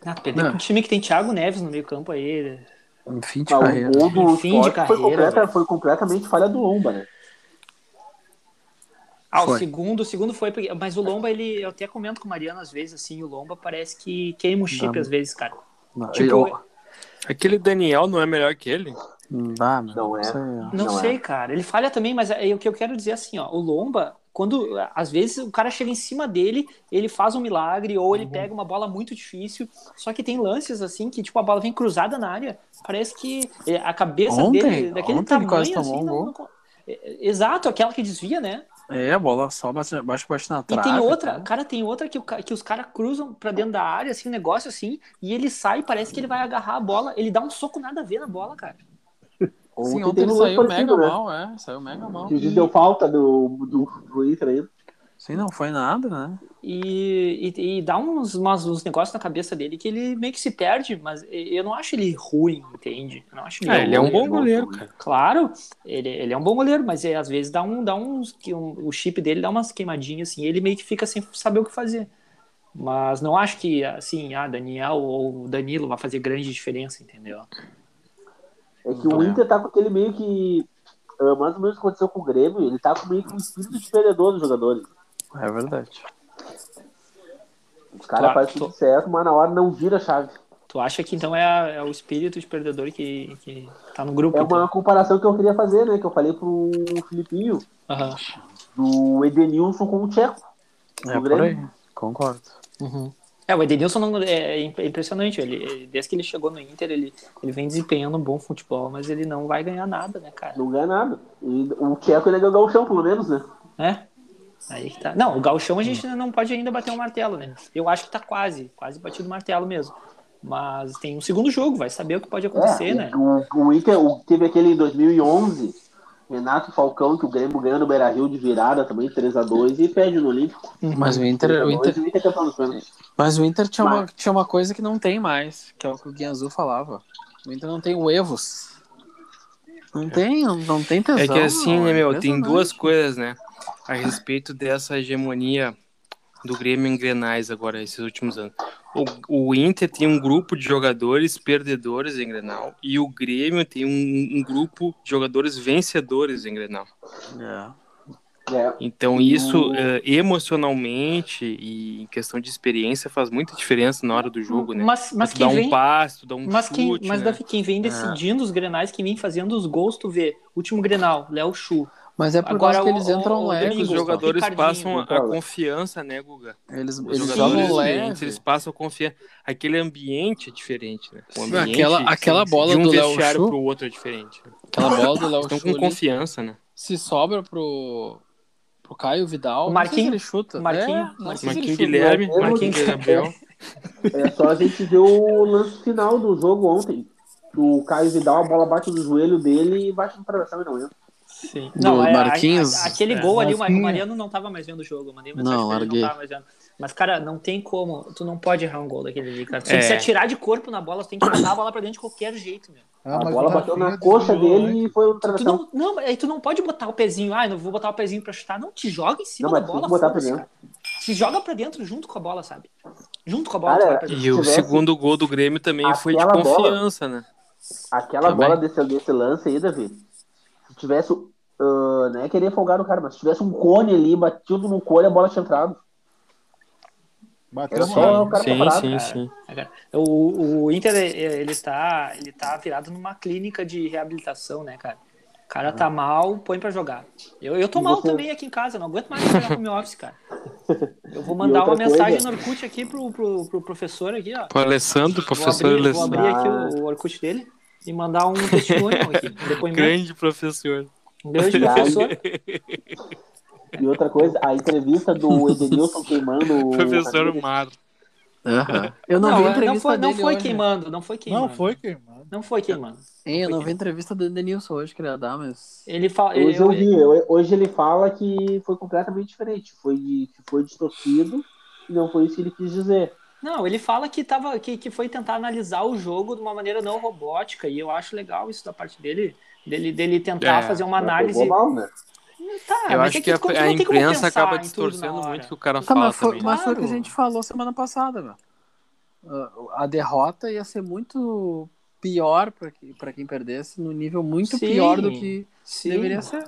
[SPEAKER 5] Ah, perder pra um time que tem Thiago Neves no meio campo aí. né?
[SPEAKER 4] Enfim
[SPEAKER 8] Ah, O gol do
[SPEAKER 5] Fim de
[SPEAKER 8] Sport foi,
[SPEAKER 5] carreira.
[SPEAKER 8] completa-
[SPEAKER 5] velho.
[SPEAKER 8] foi completamente falha do Lomba, né?
[SPEAKER 5] Ah, o
[SPEAKER 8] Foi.
[SPEAKER 5] segundo, o segundo foi, porque- mas o Lomba, ele, eu até comento com o Mariano às vezes, assim, o Lomba parece que queima o chip
[SPEAKER 11] Não.
[SPEAKER 5] às vezes, cara.
[SPEAKER 11] Não,
[SPEAKER 5] Tipo,
[SPEAKER 11] eu- Aquele Daniel não é melhor que ele?
[SPEAKER 4] Não né? dá, meu.
[SPEAKER 8] Não é.
[SPEAKER 5] Não, sei, cara. Ele falha também, mas é, o que eu quero dizer assim, ó, o Lomba, quando às vezes o cara chega em cima dele, ele faz um milagre ou ele pega uma bola muito difícil. Só que tem lances assim que tipo a bola vem cruzada na área, parece que é, a cabeça
[SPEAKER 4] Ontem,
[SPEAKER 5] dele daquele
[SPEAKER 4] ontem ele
[SPEAKER 5] tamanho
[SPEAKER 4] quase
[SPEAKER 5] assim,
[SPEAKER 4] tomou um
[SPEAKER 5] não-
[SPEAKER 4] gol.
[SPEAKER 5] não con- é, é, Exato, aquela que desvia, né?
[SPEAKER 4] É, a bola só bate, bate, bate na
[SPEAKER 5] E
[SPEAKER 4] trave.
[SPEAKER 5] tem outra, cara, tem outra que, o ca- que os caras cruzam pra dentro da área, assim, um negócio assim, e ele sai, parece que ele vai agarrar a bola, ele dá um soco nada a ver na bola, cara.
[SPEAKER 4] Sim,
[SPEAKER 8] Ontem
[SPEAKER 4] ontem
[SPEAKER 8] teve
[SPEAKER 4] ele
[SPEAKER 8] um
[SPEAKER 4] saiu
[SPEAKER 8] lance parecido,
[SPEAKER 4] mega
[SPEAKER 8] né?
[SPEAKER 4] mal, é. Saiu mega mal.
[SPEAKER 8] Que o juiz deu falta do, do, do Inter aí.
[SPEAKER 4] Sim, não foi nada, né?
[SPEAKER 5] E, e, e dá uns, umas- uns negócios na cabeça dele que ele meio que se perde, mas eu não acho ele ruim, entende? Eu não acho
[SPEAKER 11] Ah, ele é um bom goleiro,
[SPEAKER 5] cara. Claro, ele, ele é um bom goleiro, mas é, às vezes dá um, dá uns, que um- o chip dele dá umas queimadinhas assim, ele meio que fica sem saber o que fazer. Mas não acho que assim, ah, Daniel ou Danilo vai fazer grande diferença, entendeu?
[SPEAKER 8] É que o
[SPEAKER 5] É.
[SPEAKER 8] Inter tá com aquele meio que. ah, Mais ou menos o que aconteceu com o Grêmio, ele tá com meio que um espírito de perdedor dos jogadores.
[SPEAKER 4] É verdade.
[SPEAKER 8] Os caras
[SPEAKER 5] Claro,
[SPEAKER 8] fazem
[SPEAKER 5] tô-
[SPEAKER 8] tudo certo, mas na hora não vira a chave.
[SPEAKER 5] Tu acha que então é, a- é o espírito de perdedor que, que tá no grupo?
[SPEAKER 8] É uma comparação que eu queria fazer, né? Que eu falei pro Filipinho,
[SPEAKER 5] Aham.
[SPEAKER 8] do Edenilson com o Tcheco.
[SPEAKER 4] É por aí. Concordo.
[SPEAKER 5] É, o Edenilson não, é imp- é impressionante. Ele, ele- desde que ele chegou no Inter, ele, ele vem desempenhando um bom futebol, mas ele não vai ganhar nada, né, cara?
[SPEAKER 8] Não ganha nada. E o Tcheco ele é o chão, pelo menos, né?
[SPEAKER 5] É? Aí que tá. Não, o Galchão a gente não pode ainda bater o martelo, né? Eu acho que tá quase, quase batido o martelo mesmo. Mas tem um segundo jogo, vai saber o que pode acontecer,
[SPEAKER 8] É,
[SPEAKER 5] né?
[SPEAKER 8] O, o Inter o- teve aquele em 2011, Renato Falcão, que o Grêmio ganhou no Beira Rio de virada também, 3x2, e perde no Olímpico.
[SPEAKER 4] Mas o Inter- o
[SPEAKER 8] 3x2, é campeão dos pênaltis.
[SPEAKER 4] Mas o Inter tinha uma, tinha uma coisa que não tem mais, que é o que o Guianzu falava. O Inter não tem o Evos. Não tem, não, não tem tesão.
[SPEAKER 11] É que assim,
[SPEAKER 4] não,
[SPEAKER 11] né,
[SPEAKER 4] é
[SPEAKER 11] meu, tem
[SPEAKER 4] impressionante.
[SPEAKER 11] duas coisas, né? A respeito dessa hegemonia do Grêmio em Grenais agora, esses últimos anos. O, o Inter tem um grupo de jogadores perdedores em Grenal e o Grêmio tem um, um grupo de jogadores vencedores em Grenal.
[SPEAKER 8] É.
[SPEAKER 7] Então isso eh, emocionalmente e em questão de experiência faz muita diferença na hora do jogo, né?
[SPEAKER 5] Mas- mas
[SPEAKER 7] tu
[SPEAKER 5] quem
[SPEAKER 7] dá
[SPEAKER 5] vem-
[SPEAKER 7] um passo, dá um
[SPEAKER 5] mas quem,
[SPEAKER 7] chute,
[SPEAKER 5] mas
[SPEAKER 7] né?
[SPEAKER 5] Davi, quem vem decidindo os grenais, quem vem fazendo os gols, tu vê. Último grenal, Léo Chu.
[SPEAKER 4] Mas é por causa que eles entram leve.
[SPEAKER 7] É que os jogadores passam a
[SPEAKER 4] Ricardinho.
[SPEAKER 7] confiança, né, Guga?
[SPEAKER 4] Eles,
[SPEAKER 7] os
[SPEAKER 4] eles
[SPEAKER 7] jogadores
[SPEAKER 4] jogam
[SPEAKER 7] experientes,
[SPEAKER 4] leve.
[SPEAKER 7] eles passam a confiança. Aquele ambiente é diferente, né? O
[SPEAKER 4] Sim,
[SPEAKER 7] ambiente,
[SPEAKER 4] aquela- aquela bola
[SPEAKER 7] de um
[SPEAKER 4] do Léo
[SPEAKER 7] vestiário
[SPEAKER 4] Chu-
[SPEAKER 7] pro outro é diferente.
[SPEAKER 4] Aquela bola do Léo
[SPEAKER 7] Estão
[SPEAKER 4] Chu
[SPEAKER 7] com
[SPEAKER 4] ali.
[SPEAKER 7] confiança, né?
[SPEAKER 4] Se sobra pro, pro Caio Vidal,
[SPEAKER 5] O
[SPEAKER 4] não sei se
[SPEAKER 5] Marquinhos-
[SPEAKER 4] ele chuta.
[SPEAKER 5] Marquinhos-
[SPEAKER 4] É, não sei se ele
[SPEAKER 7] Marquinhos
[SPEAKER 4] chuta.
[SPEAKER 7] Guilherme,
[SPEAKER 8] Eu-
[SPEAKER 7] Marquinhos Gabriel.
[SPEAKER 8] É só a gente ver o lance final do jogo ontem. O Caio Vidal, a bola bate no joelho dele e bate no travessão e não entra.
[SPEAKER 5] Sim. é,
[SPEAKER 4] Do Marquinhos?
[SPEAKER 5] aquele
[SPEAKER 4] É.
[SPEAKER 5] gol ali, o Mar- o
[SPEAKER 4] Marquinhos.
[SPEAKER 5] Mariano não tava mais vendo o jogo. Eu mandei mensagem
[SPEAKER 4] Não,
[SPEAKER 5] pra ele,
[SPEAKER 4] larguei.
[SPEAKER 5] não tava mais vendo. Mas, cara, não tem como. Tu não pode errar um gol daquele ali, cara. Tu tem
[SPEAKER 8] É.
[SPEAKER 5] que se atirar de corpo na bola, tu tem que botar a bola pra dentro de qualquer jeito, meu.
[SPEAKER 2] Ah,
[SPEAKER 8] a bola bateu Ah, na coxa dele e foi no
[SPEAKER 5] Tu
[SPEAKER 8] travessão.
[SPEAKER 5] não, não, aí tu não pode botar o pezinho, ah, eu não vou botar o pezinho pra chutar. Não, te joga em cima
[SPEAKER 8] Não, mas
[SPEAKER 5] da
[SPEAKER 8] tem que
[SPEAKER 5] bola.
[SPEAKER 8] botar pra
[SPEAKER 5] foda-se,
[SPEAKER 8] dentro.
[SPEAKER 5] cara. Se joga pra dentro junto com a bola, sabe? Junto com a bola. tu vai pra dentro.
[SPEAKER 7] E o segundo gol do Grêmio também foi de
[SPEAKER 8] Aquela bola-
[SPEAKER 7] confiança, né?
[SPEAKER 8] Aquela
[SPEAKER 7] Também.
[SPEAKER 8] bola desse, desse lance aí, Davi, se tivesse. ah, não é querer folgar no cara, mas se tivesse um cone ali, batido no cone, a bola tinha entrado. Era
[SPEAKER 4] é
[SPEAKER 8] só o cara tá parado.
[SPEAKER 7] sim,
[SPEAKER 5] cara.
[SPEAKER 7] sim.
[SPEAKER 5] O, o Inter, eh, ele tá, ele tá virado numa clínica de reabilitação, né, cara? O cara tá mal, põe pra jogar. Eu, eu tô
[SPEAKER 4] Ah. E
[SPEAKER 5] mal
[SPEAKER 4] você-
[SPEAKER 5] também aqui em casa, não aguento mais trabalhar com o meu office, cara. Eu vou
[SPEAKER 4] <laughs> E
[SPEAKER 5] mandar uma
[SPEAKER 4] outra coisa-
[SPEAKER 5] mensagem no Orkut aqui pro, pro, pro professor aqui, ó.
[SPEAKER 7] Pro Alessandro, professor
[SPEAKER 5] vou abrir, vou
[SPEAKER 7] Alessandro.
[SPEAKER 5] abrir aqui o, o Orkut dele e mandar um testemunho aqui, um depoimento.
[SPEAKER 7] Grande professor.
[SPEAKER 5] Um grande professor.
[SPEAKER 8] E outra coisa, a
[SPEAKER 7] <laughs>
[SPEAKER 8] entrevista do Edenilson queimando o.
[SPEAKER 7] Professor
[SPEAKER 8] Ramírez.
[SPEAKER 7] Mar.
[SPEAKER 4] Eu não,
[SPEAKER 5] Não,
[SPEAKER 4] vi
[SPEAKER 5] não
[SPEAKER 4] a entrevista
[SPEAKER 5] foi- não
[SPEAKER 4] dele
[SPEAKER 5] foi
[SPEAKER 4] hoje.
[SPEAKER 5] queimando, não foi queimando. Não foi
[SPEAKER 2] queimando.
[SPEAKER 5] Não foi queimando.
[SPEAKER 4] Hein, eu é, não vi a entrevista do Denilson hoje que ele ia dar, mas...
[SPEAKER 5] Ele fala...
[SPEAKER 8] Hoje eu vi, eu- hoje ele fala que foi completamente diferente, foi, que foi distorcido e não foi isso que ele quis dizer.
[SPEAKER 5] Não, ele fala que, tava, que, que foi tentar analisar o jogo de uma maneira não robótica, e eu acho legal isso da parte dele, dele, dele tentar
[SPEAKER 7] É.
[SPEAKER 5] fazer uma
[SPEAKER 7] Mas pegou
[SPEAKER 5] análise.
[SPEAKER 7] mal, né?
[SPEAKER 5] Tá,
[SPEAKER 7] eu
[SPEAKER 5] mas
[SPEAKER 7] acho
[SPEAKER 5] é
[SPEAKER 7] que,
[SPEAKER 5] tu- tu
[SPEAKER 7] a, a
[SPEAKER 5] não tem como
[SPEAKER 7] imprensa
[SPEAKER 5] pensar
[SPEAKER 7] acaba
[SPEAKER 5] em tudo na
[SPEAKER 7] distorcendo
[SPEAKER 5] hora.
[SPEAKER 7] muito o que o cara
[SPEAKER 4] Tá,
[SPEAKER 7] fala
[SPEAKER 4] mas foi,
[SPEAKER 7] também. né?
[SPEAKER 4] mas foi o que a gente falou semana passada, meu. Ah, A derrota ia ser muito pior pra que- pra quem perdesse, no nível muito
[SPEAKER 5] Sim,
[SPEAKER 4] pior do que
[SPEAKER 5] sim.
[SPEAKER 4] deveria ser.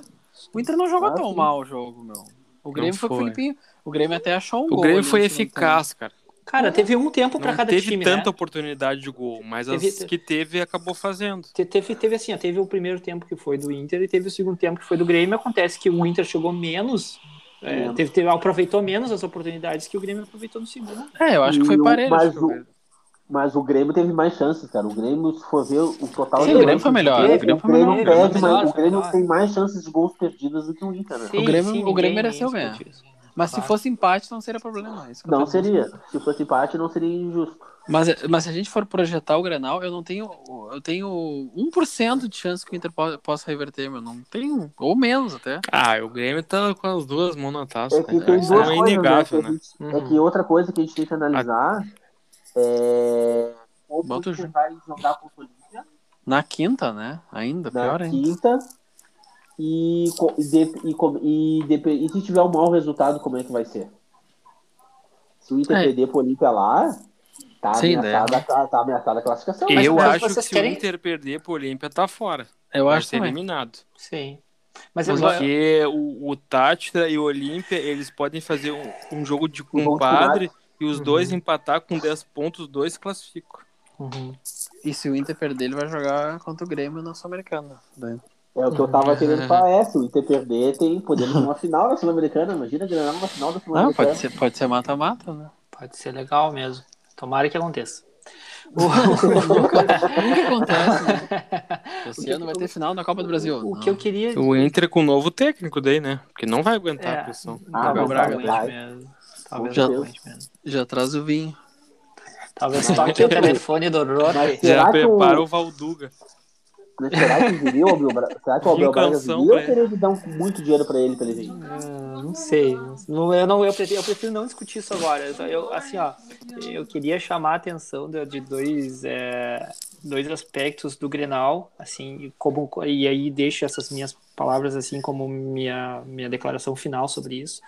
[SPEAKER 4] O Inter não jogou
[SPEAKER 5] Ah,
[SPEAKER 4] tão
[SPEAKER 5] sim.
[SPEAKER 4] mal o jogo, meu. O Grêmio foi, com o
[SPEAKER 7] foi.
[SPEAKER 4] Filipinho. O Grêmio até achou um
[SPEAKER 7] O
[SPEAKER 4] gol.
[SPEAKER 7] Grêmio
[SPEAKER 4] ali
[SPEAKER 7] foi
[SPEAKER 4] no
[SPEAKER 5] então.
[SPEAKER 4] segundo
[SPEAKER 7] eficaz, cara.
[SPEAKER 5] Cara, teve um tempo pra
[SPEAKER 7] Não
[SPEAKER 5] cada
[SPEAKER 7] teve
[SPEAKER 5] time,
[SPEAKER 7] tanta
[SPEAKER 5] né?
[SPEAKER 7] oportunidade de gol, mas as
[SPEAKER 5] Teve-
[SPEAKER 7] que teve acabou fazendo.
[SPEAKER 5] Te- Teve, teve assim, ó, teve o primeiro tempo que foi do Inter e teve o segundo tempo que foi do Grêmio. Acontece que o Inter chegou menos, é,
[SPEAKER 8] É.
[SPEAKER 5] teve, teve- aproveitou menos as oportunidades que o Grêmio aproveitou no segundo.
[SPEAKER 4] É, eu acho que
[SPEAKER 8] E
[SPEAKER 4] foi
[SPEAKER 8] o-
[SPEAKER 4] parelho
[SPEAKER 8] Mas
[SPEAKER 4] esse jogo.
[SPEAKER 8] o, tá mas o Grêmio teve mais chances, cara. O Grêmio, se for ver o total.
[SPEAKER 4] Sim,
[SPEAKER 8] de
[SPEAKER 4] o Grêmio
[SPEAKER 8] lances
[SPEAKER 4] foi
[SPEAKER 8] que
[SPEAKER 4] melhor,
[SPEAKER 8] teve,
[SPEAKER 4] o Grêmio foi melhor,
[SPEAKER 8] perde,
[SPEAKER 4] o Grêmio foi
[SPEAKER 8] mas
[SPEAKER 4] melhor,
[SPEAKER 8] o Grêmio é
[SPEAKER 4] melhor.
[SPEAKER 8] tem mais chances de gols perdidos do que o Inter, né?
[SPEAKER 4] o Grêmio, o Grêmio mereceu ganhar. Mas se
[SPEAKER 8] Claro.
[SPEAKER 4] fosse empate, não seria problema mais.
[SPEAKER 8] Não seria. Se fosse empate, não seria injusto.
[SPEAKER 4] Mas, mas se a gente for projetar o Grenal, eu não tenho. Eu tenho 1% de chance que o Inter po- possa reverter, meu. Não tenho. Ou menos até.
[SPEAKER 7] Ah, o Grêmio tá com as duas mãos na taça.
[SPEAKER 8] É que
[SPEAKER 7] né?
[SPEAKER 8] tem
[SPEAKER 7] Isso
[SPEAKER 8] duas
[SPEAKER 7] é
[SPEAKER 8] coisas,
[SPEAKER 7] inegável,
[SPEAKER 8] né?
[SPEAKER 7] né?
[SPEAKER 8] Que a gente- É que outra coisa que a gente tem que analisar é como
[SPEAKER 4] Bota
[SPEAKER 8] o
[SPEAKER 4] o
[SPEAKER 8] Inter
[SPEAKER 4] Ju-
[SPEAKER 8] vai jogar com o Solívia
[SPEAKER 4] Na quinta, né? Ainda,
[SPEAKER 8] na
[SPEAKER 4] pior ainda.
[SPEAKER 8] quinta e, co- e, de- e, co- e, depe- e se tiver um mau resultado, como é que vai ser? Se o Inter
[SPEAKER 4] É.
[SPEAKER 8] perder pro Olímpia lá, tá,
[SPEAKER 4] Sim, né?
[SPEAKER 8] ameaçada, tá, tá ameaçada a classificação.
[SPEAKER 7] Eu
[SPEAKER 8] Mas
[SPEAKER 7] acho que
[SPEAKER 8] vocês
[SPEAKER 7] se
[SPEAKER 8] querem-
[SPEAKER 7] o Inter perder pro Olímpia, tá fora.
[SPEAKER 4] Eu
[SPEAKER 7] Vai
[SPEAKER 4] acho
[SPEAKER 7] ser
[SPEAKER 4] também.
[SPEAKER 7] eliminado.
[SPEAKER 5] Sim.
[SPEAKER 7] Mas
[SPEAKER 5] Mas
[SPEAKER 7] eu
[SPEAKER 5] eu-
[SPEAKER 7] Porque o, o Tátira e o Olímpia, eles podem fazer um, um jogo de
[SPEAKER 4] vão
[SPEAKER 7] compadre
[SPEAKER 4] disputar.
[SPEAKER 7] e os dois empatar com 10 pontos, os dois classificam.
[SPEAKER 5] Uhum.
[SPEAKER 4] E se o Inter perder, ele vai jogar contra o Grêmio na Sul-Americana.
[SPEAKER 8] É o que eu tava querendo falar, é, se o Inter perder, tem, podemos ter uma final da Sul-Americana, imagina ganhar uma final da
[SPEAKER 4] Não,
[SPEAKER 8] Sul-Americana.
[SPEAKER 4] pode ser, pode ser mata-mata, né?
[SPEAKER 5] Pode ser legal mesmo. Tomara que aconteça.
[SPEAKER 4] Nunca acontece, né? Esse ano vai ter final da Copa do Brasil.
[SPEAKER 5] O que eu queria.
[SPEAKER 7] O Inter com o novo técnico daí, né? Porque não vai aguentar
[SPEAKER 5] É,
[SPEAKER 7] a pressão.
[SPEAKER 5] Ah,
[SPEAKER 4] Abel
[SPEAKER 5] mas
[SPEAKER 4] Braga.
[SPEAKER 5] talvez mesmo. um Talvez
[SPEAKER 4] Já-
[SPEAKER 5] realmente mesmo.
[SPEAKER 4] Já traz o vinho.
[SPEAKER 5] Talvez toque o telefone do
[SPEAKER 8] Mas
[SPEAKER 5] Rote.
[SPEAKER 8] será
[SPEAKER 7] Já
[SPEAKER 8] que
[SPEAKER 7] prepara
[SPEAKER 8] o-
[SPEAKER 7] o Valduga.
[SPEAKER 8] Mas será que viria o Abel Braga? Será
[SPEAKER 7] <laughs>
[SPEAKER 8] que o Abel
[SPEAKER 7] Tinha
[SPEAKER 8] Braga
[SPEAKER 7] canção
[SPEAKER 8] viria
[SPEAKER 7] pra
[SPEAKER 8] ou teria que dar um- muito dinheiro pra ele pra ele vir?
[SPEAKER 5] Não sei. Não, eu, não, eu, prefiro, eu prefiro não discutir isso agora. Eu, eu- assim, ó, eu queria chamar a atenção de, de dois, é, dois aspectos do Grenal, assim, como, e aí deixo essas minhas palavras assim como minha, minha declaração final sobre isso,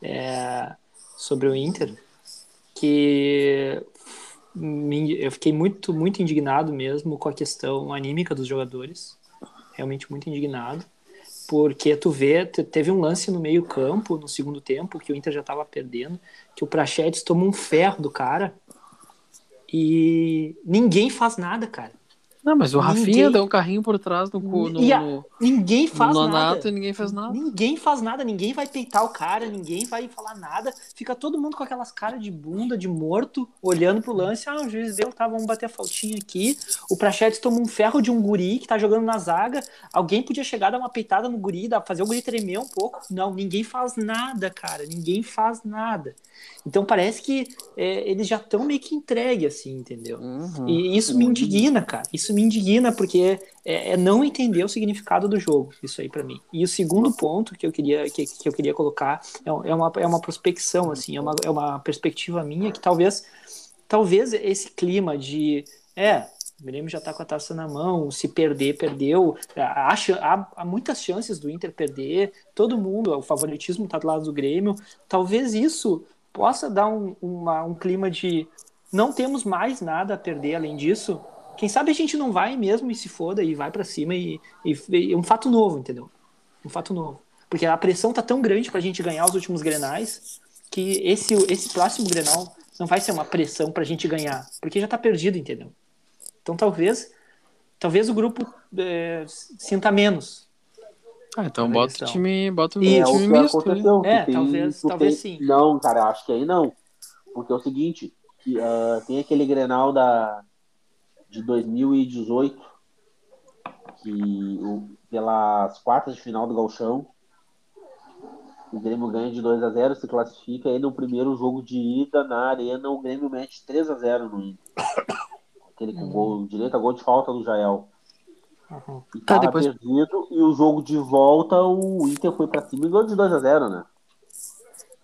[SPEAKER 5] é, sobre o Inter, que me- eu fiquei muito, muito indignado mesmo com a questão anímica dos jogadores, realmente muito indignado porque tu vê, te- teve um lance no meio campo, no segundo tempo, que o Inter já tava perdendo, que o Prachetes toma um ferro do cara e ninguém faz nada, cara.
[SPEAKER 4] Não, mas o Rafinha
[SPEAKER 5] Ninguém-
[SPEAKER 4] <laughs> deu um carrinho por trás no cu. No,
[SPEAKER 5] E a-
[SPEAKER 4] no-
[SPEAKER 5] Ninguém faz
[SPEAKER 4] no
[SPEAKER 5] nada.
[SPEAKER 4] Nonato, ninguém faz nada.
[SPEAKER 5] Ninguém faz nada, ninguém vai peitar o cara, ninguém vai falar nada. Fica todo mundo com aquelas caras de bunda, de morto, olhando pro lance. Ah, o juiz deu, tá, vamos bater a faltinha aqui. O Prachetes toma um ferro de um guri que tá jogando na zaga. Alguém podia chegar, dar uma peitada no guri, dar- fazer o guri tremer um pouco. Não, ninguém faz nada, cara, ninguém faz nada. Então parece que é, eles já estão meio que entregue, assim, entendeu?
[SPEAKER 4] Uhum.
[SPEAKER 5] E isso me indigna, cara. Isso me indigna, porque é, é não entender o significado do jogo, isso aí pra mim. E o segundo ponto que eu queria, que, que eu queria colocar é, um- é uma, é uma prospecção, assim, é uma, é uma perspectiva minha que talvez, talvez esse clima de é, o Grêmio já tá com a taça na mão, se perder, perdeu. Há, chan- há- há muitas chances do Inter perder, todo mundo, o favoritismo tá do lado do Grêmio. Talvez isso possa dar um, uma- um clima de não temos mais nada a perder além disso. Quem sabe a gente não vai mesmo e se foda e vai pra cima e, e, e um fato novo, entendeu? Um fato novo. Porque a pressão tá tão grande pra gente ganhar os últimos grenais que esse, esse próximo grenal não vai ser uma pressão pra gente ganhar, porque já tá perdido, entendeu? Então talvez talvez o grupo eh, sinta menos.
[SPEAKER 4] Ah, então bota o time, bota o
[SPEAKER 8] É, o
[SPEAKER 4] time
[SPEAKER 8] que
[SPEAKER 4] misto.
[SPEAKER 8] aconteceu.
[SPEAKER 4] né?
[SPEAKER 8] que tem- que tem- Não, cara, eu acho que aí não. Porque é o seguinte, que, ah, tem aquele Grenal da, de 2018, que o- pelas quartas de final do Galchão, o Grêmio ganha de 2 a 0 se classifica, aí no primeiro jogo de ida na arena, o Grêmio mete 3 a 0 no Inter. Aquele com gol direito a gol de falta do Jael. E
[SPEAKER 4] Tá,
[SPEAKER 8] tava
[SPEAKER 4] depois-
[SPEAKER 8] perdido, e o jogo de volta, o Inter foi pra cima e ganhou de 2x0, né?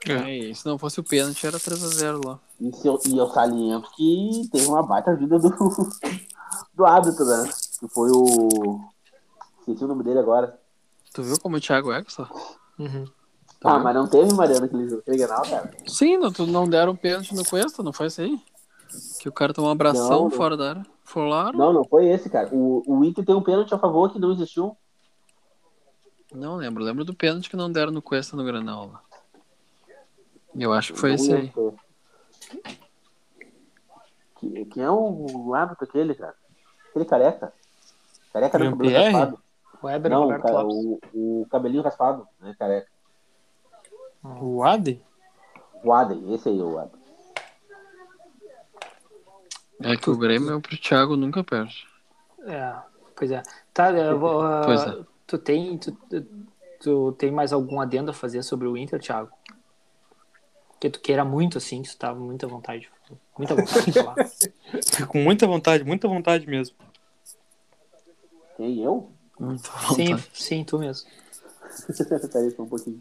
[SPEAKER 4] É, e se não fosse o pênalti, era 3x0 lá.
[SPEAKER 8] E, se eu, e eu saliento que teve uma baita ajuda do, <laughs> do árbitro, né? Que foi o. Esqueci o nome dele agora.
[SPEAKER 4] Tu viu como o Thiago é, só? Uhum.
[SPEAKER 8] ah, mas não teve, Mariana, aquele jogo. Aquele Grenal, cara.
[SPEAKER 4] Sim, não, tu não deram um pênalti no Cuesta, não foi isso aí? Que o cara tomou um abração
[SPEAKER 8] Não, não.
[SPEAKER 4] fora da área. Falaram?
[SPEAKER 8] Não, não foi esse, cara. O, o Inter tem um pênalti a favor que não existiu.
[SPEAKER 4] Não lembro, lembro do pênalti que não deram no Cuesta no Granal lá. Eu acho que foi
[SPEAKER 8] Não
[SPEAKER 4] esse aí.
[SPEAKER 8] lembro. Que, quem é o árbitro aquele, cara? Aquele careca. Careca do cabelo
[SPEAKER 4] Jean-Pierre?
[SPEAKER 8] raspado.
[SPEAKER 5] Weber
[SPEAKER 8] não,
[SPEAKER 5] Roberto
[SPEAKER 8] cara,
[SPEAKER 5] Lopes.
[SPEAKER 8] o, o cabelinho raspado, né, careca.
[SPEAKER 11] O Ade?
[SPEAKER 8] O Adem, esse aí é o Adem.
[SPEAKER 4] É que o Grêmio pro Thiago nunca perde.
[SPEAKER 5] É, pois é. Tá, eu vou, ah,
[SPEAKER 4] Pois é.
[SPEAKER 5] tu, tem, tu, tu tem mais algum adendo a fazer sobre o Inter, Thiago? Que tu queira muito, assim, que tu tá com muita vontade. Muita vontade de falar.
[SPEAKER 11] Fico com muita vontade, muita vontade mesmo.
[SPEAKER 8] Quem eu?
[SPEAKER 5] sim, sim, tu mesmo.
[SPEAKER 8] <laughs> Peraí, só um pouquinho.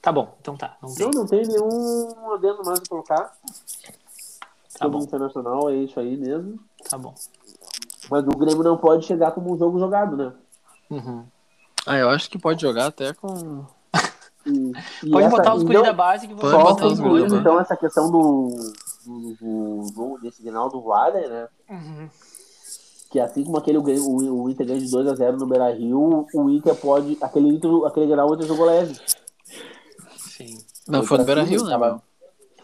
[SPEAKER 5] Tá bom, então tá. Não tem.
[SPEAKER 8] Eu não tenho nenhum adendo mais a colocar. Sobre o internacional, é isso aí mesmo.
[SPEAKER 5] Tá bom.
[SPEAKER 8] Mas o Grêmio não pode chegar como um jogo jogado, né?
[SPEAKER 4] Ah, eu acho que pode jogar até com.
[SPEAKER 8] E- e
[SPEAKER 5] Pode
[SPEAKER 8] essa-
[SPEAKER 5] botar os
[SPEAKER 8] e
[SPEAKER 5] guri
[SPEAKER 8] não-
[SPEAKER 5] da base que vão
[SPEAKER 8] Só
[SPEAKER 4] é
[SPEAKER 5] botar os
[SPEAKER 8] concluindo,
[SPEAKER 5] guri. né?
[SPEAKER 8] então, essa questão do, do, do jogo desse final do Vale, né? Que assim como aquele Grêmio- o, o Inter ganha de 2x0 no Beira Rio, o Inter pode. Aquele Inter, aquele Grenal, o Inter jogou leve.
[SPEAKER 5] Sim.
[SPEAKER 4] Não, foi no
[SPEAKER 8] pra
[SPEAKER 4] Beira
[SPEAKER 8] cima,
[SPEAKER 4] Rio, né?
[SPEAKER 8] tava-
[SPEAKER 4] meu?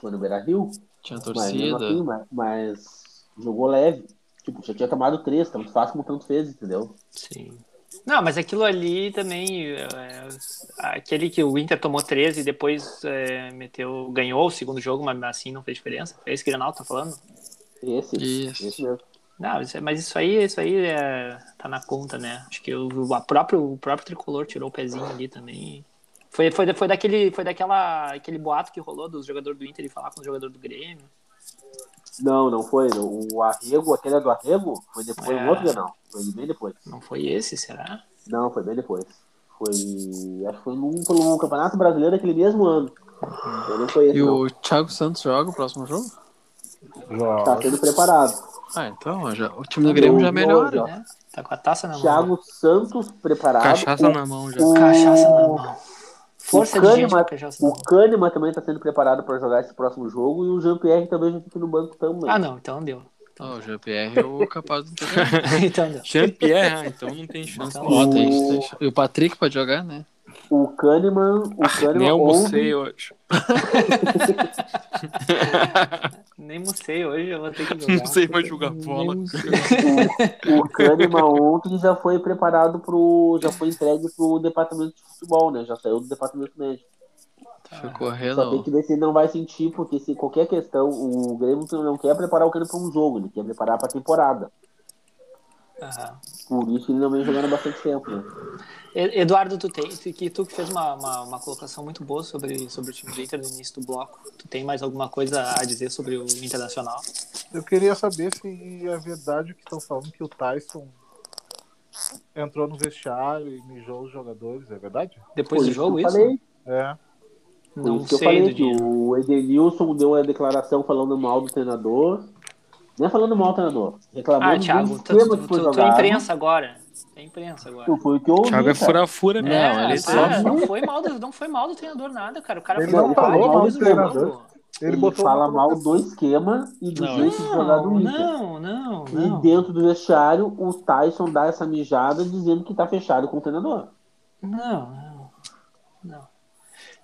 [SPEAKER 8] Foi no Beira Rio.
[SPEAKER 4] Tinha
[SPEAKER 8] Mas, mesmo
[SPEAKER 4] torcida.
[SPEAKER 8] assim, mas, mas jogou leve. Tipo, já tinha tomado três, tanto faz como tanto fez, entendeu?
[SPEAKER 5] Sim. Não, mas aquilo ali também. é, aquele que o Inter tomou 13 e depois é, meteu, ganhou o segundo jogo, mas assim não fez diferença. É isso que o Grenal tá falando?
[SPEAKER 8] Esse.
[SPEAKER 4] Isso.
[SPEAKER 8] Esse mesmo.
[SPEAKER 5] Não, isso é- mas isso aí, isso aí é, tá na conta, né? Acho que o, a próprio, o próprio tricolor tirou o pezinho ali também. Foi, foi, foi daquele, foi daquela, aquele boato que rolou dos jogadores do Inter e falar com o jogador do Grêmio.
[SPEAKER 8] Não, não foi. O Arrego, aquele do Arrego, foi depois,
[SPEAKER 5] É.
[SPEAKER 8] no outro Grenal. Foi bem depois.
[SPEAKER 5] Não foi esse, será?
[SPEAKER 8] Não, foi bem depois. Foi. Acho que foi num, pelo Campeonato Brasileiro daquele mesmo ano. Eu não foi esse,
[SPEAKER 4] E
[SPEAKER 8] não.
[SPEAKER 4] o Thiago Santos joga o próximo jogo?
[SPEAKER 8] Tá sendo preparado.
[SPEAKER 4] Ah, então já- o time do Grêmio já
[SPEAKER 8] Não,
[SPEAKER 4] melhora,
[SPEAKER 8] não,
[SPEAKER 4] né?
[SPEAKER 5] Tá com a taça na mão.
[SPEAKER 8] Thiago Santos preparado.
[SPEAKER 11] Cachaça
[SPEAKER 8] O-
[SPEAKER 11] na mão já.
[SPEAKER 8] o-
[SPEAKER 5] Cachaça na mão. Força
[SPEAKER 8] o
[SPEAKER 5] de gente
[SPEAKER 8] Kahneman, tá
[SPEAKER 5] com cachaça na
[SPEAKER 8] o
[SPEAKER 5] mão.
[SPEAKER 8] Kahneman também está sendo preparado para jogar esse próximo jogo e o Jean-Pierre também já fica no banco também.
[SPEAKER 5] Ah, não, então deu. <laughs>
[SPEAKER 4] Ah, o Jean-Pierre é o capaz do
[SPEAKER 8] <laughs>
[SPEAKER 5] Então não.
[SPEAKER 7] Jean-Pierre, ah, então não tem chance.
[SPEAKER 4] Ó, tem isso, tem- E o Patrick pode jogar, né?
[SPEAKER 8] O Kahneman. O Kahneman
[SPEAKER 7] nem almocei
[SPEAKER 8] ouve-
[SPEAKER 7] hoje.
[SPEAKER 5] Nem mocei hoje, eu vou ter que jogar.
[SPEAKER 7] Não sei mais jogar bola.
[SPEAKER 4] <laughs>
[SPEAKER 8] O Kahneman ontem já foi preparado pro. Já foi entregue pro departamento de futebol, né? Já saiu do departamento médico.
[SPEAKER 4] Ficou
[SPEAKER 8] Só tem
[SPEAKER 4] relão.
[SPEAKER 8] que ver se ele não vai sentir, porque se qualquer questão, o Grêmio não quer preparar o Kahneman pra um jogo, ele quer preparar pra temporada. Por isso ele não vem jogando há bastante tempo. Né?
[SPEAKER 5] E- Eduardo, tu tem, tu que tu que fez uma, uma, uma colocação muito boa sobre, sobre o time do Inter no início do bloco. Tu tem mais alguma coisa a dizer sobre o Internacional?
[SPEAKER 2] Eu queria saber se é verdade o que estão falando que o Tyson entrou no vestiário e mijou os jogadores, é verdade?
[SPEAKER 5] Depois
[SPEAKER 8] Por
[SPEAKER 5] do jogo,
[SPEAKER 8] que eu
[SPEAKER 5] isso?
[SPEAKER 8] Falei.
[SPEAKER 2] É.
[SPEAKER 8] Por
[SPEAKER 5] Não
[SPEAKER 8] isso que eu
[SPEAKER 5] sei,
[SPEAKER 8] falei que
[SPEAKER 5] Dudinho.
[SPEAKER 8] o Edenilson deu uma declaração falando mal do treinador. Não é falando mal do treinador. Reclamando
[SPEAKER 5] Ah,
[SPEAKER 8] do
[SPEAKER 5] Thiago, tu,
[SPEAKER 8] esquema
[SPEAKER 5] tu, tu,
[SPEAKER 8] que foi
[SPEAKER 5] tu é
[SPEAKER 8] jogado.
[SPEAKER 5] imprensa agora. Tu é imprensa agora.
[SPEAKER 8] Isso Foi o que eu ouvi,
[SPEAKER 7] Thiago é
[SPEAKER 8] cara.
[SPEAKER 7] fura-fura mesmo.
[SPEAKER 4] Não, ele
[SPEAKER 5] Ah,
[SPEAKER 4] só.
[SPEAKER 5] para, não, foi mal do, não foi mal do treinador nada, cara. O cara
[SPEAKER 2] Ele
[SPEAKER 5] foi
[SPEAKER 2] não
[SPEAKER 5] mal
[SPEAKER 2] falou mal
[SPEAKER 5] depois
[SPEAKER 2] do
[SPEAKER 5] do
[SPEAKER 2] treinador.
[SPEAKER 5] jogo.
[SPEAKER 2] Ele
[SPEAKER 8] Ele
[SPEAKER 2] botou
[SPEAKER 8] fala mal do esquema e do
[SPEAKER 4] Não,
[SPEAKER 8] jeito de jogar do Inter.
[SPEAKER 5] Não, não,
[SPEAKER 8] E
[SPEAKER 5] não.
[SPEAKER 8] dentro do vestiário, o Tyson dá essa mijada dizendo que tá fechado com o treinador.
[SPEAKER 5] Não, não. Não.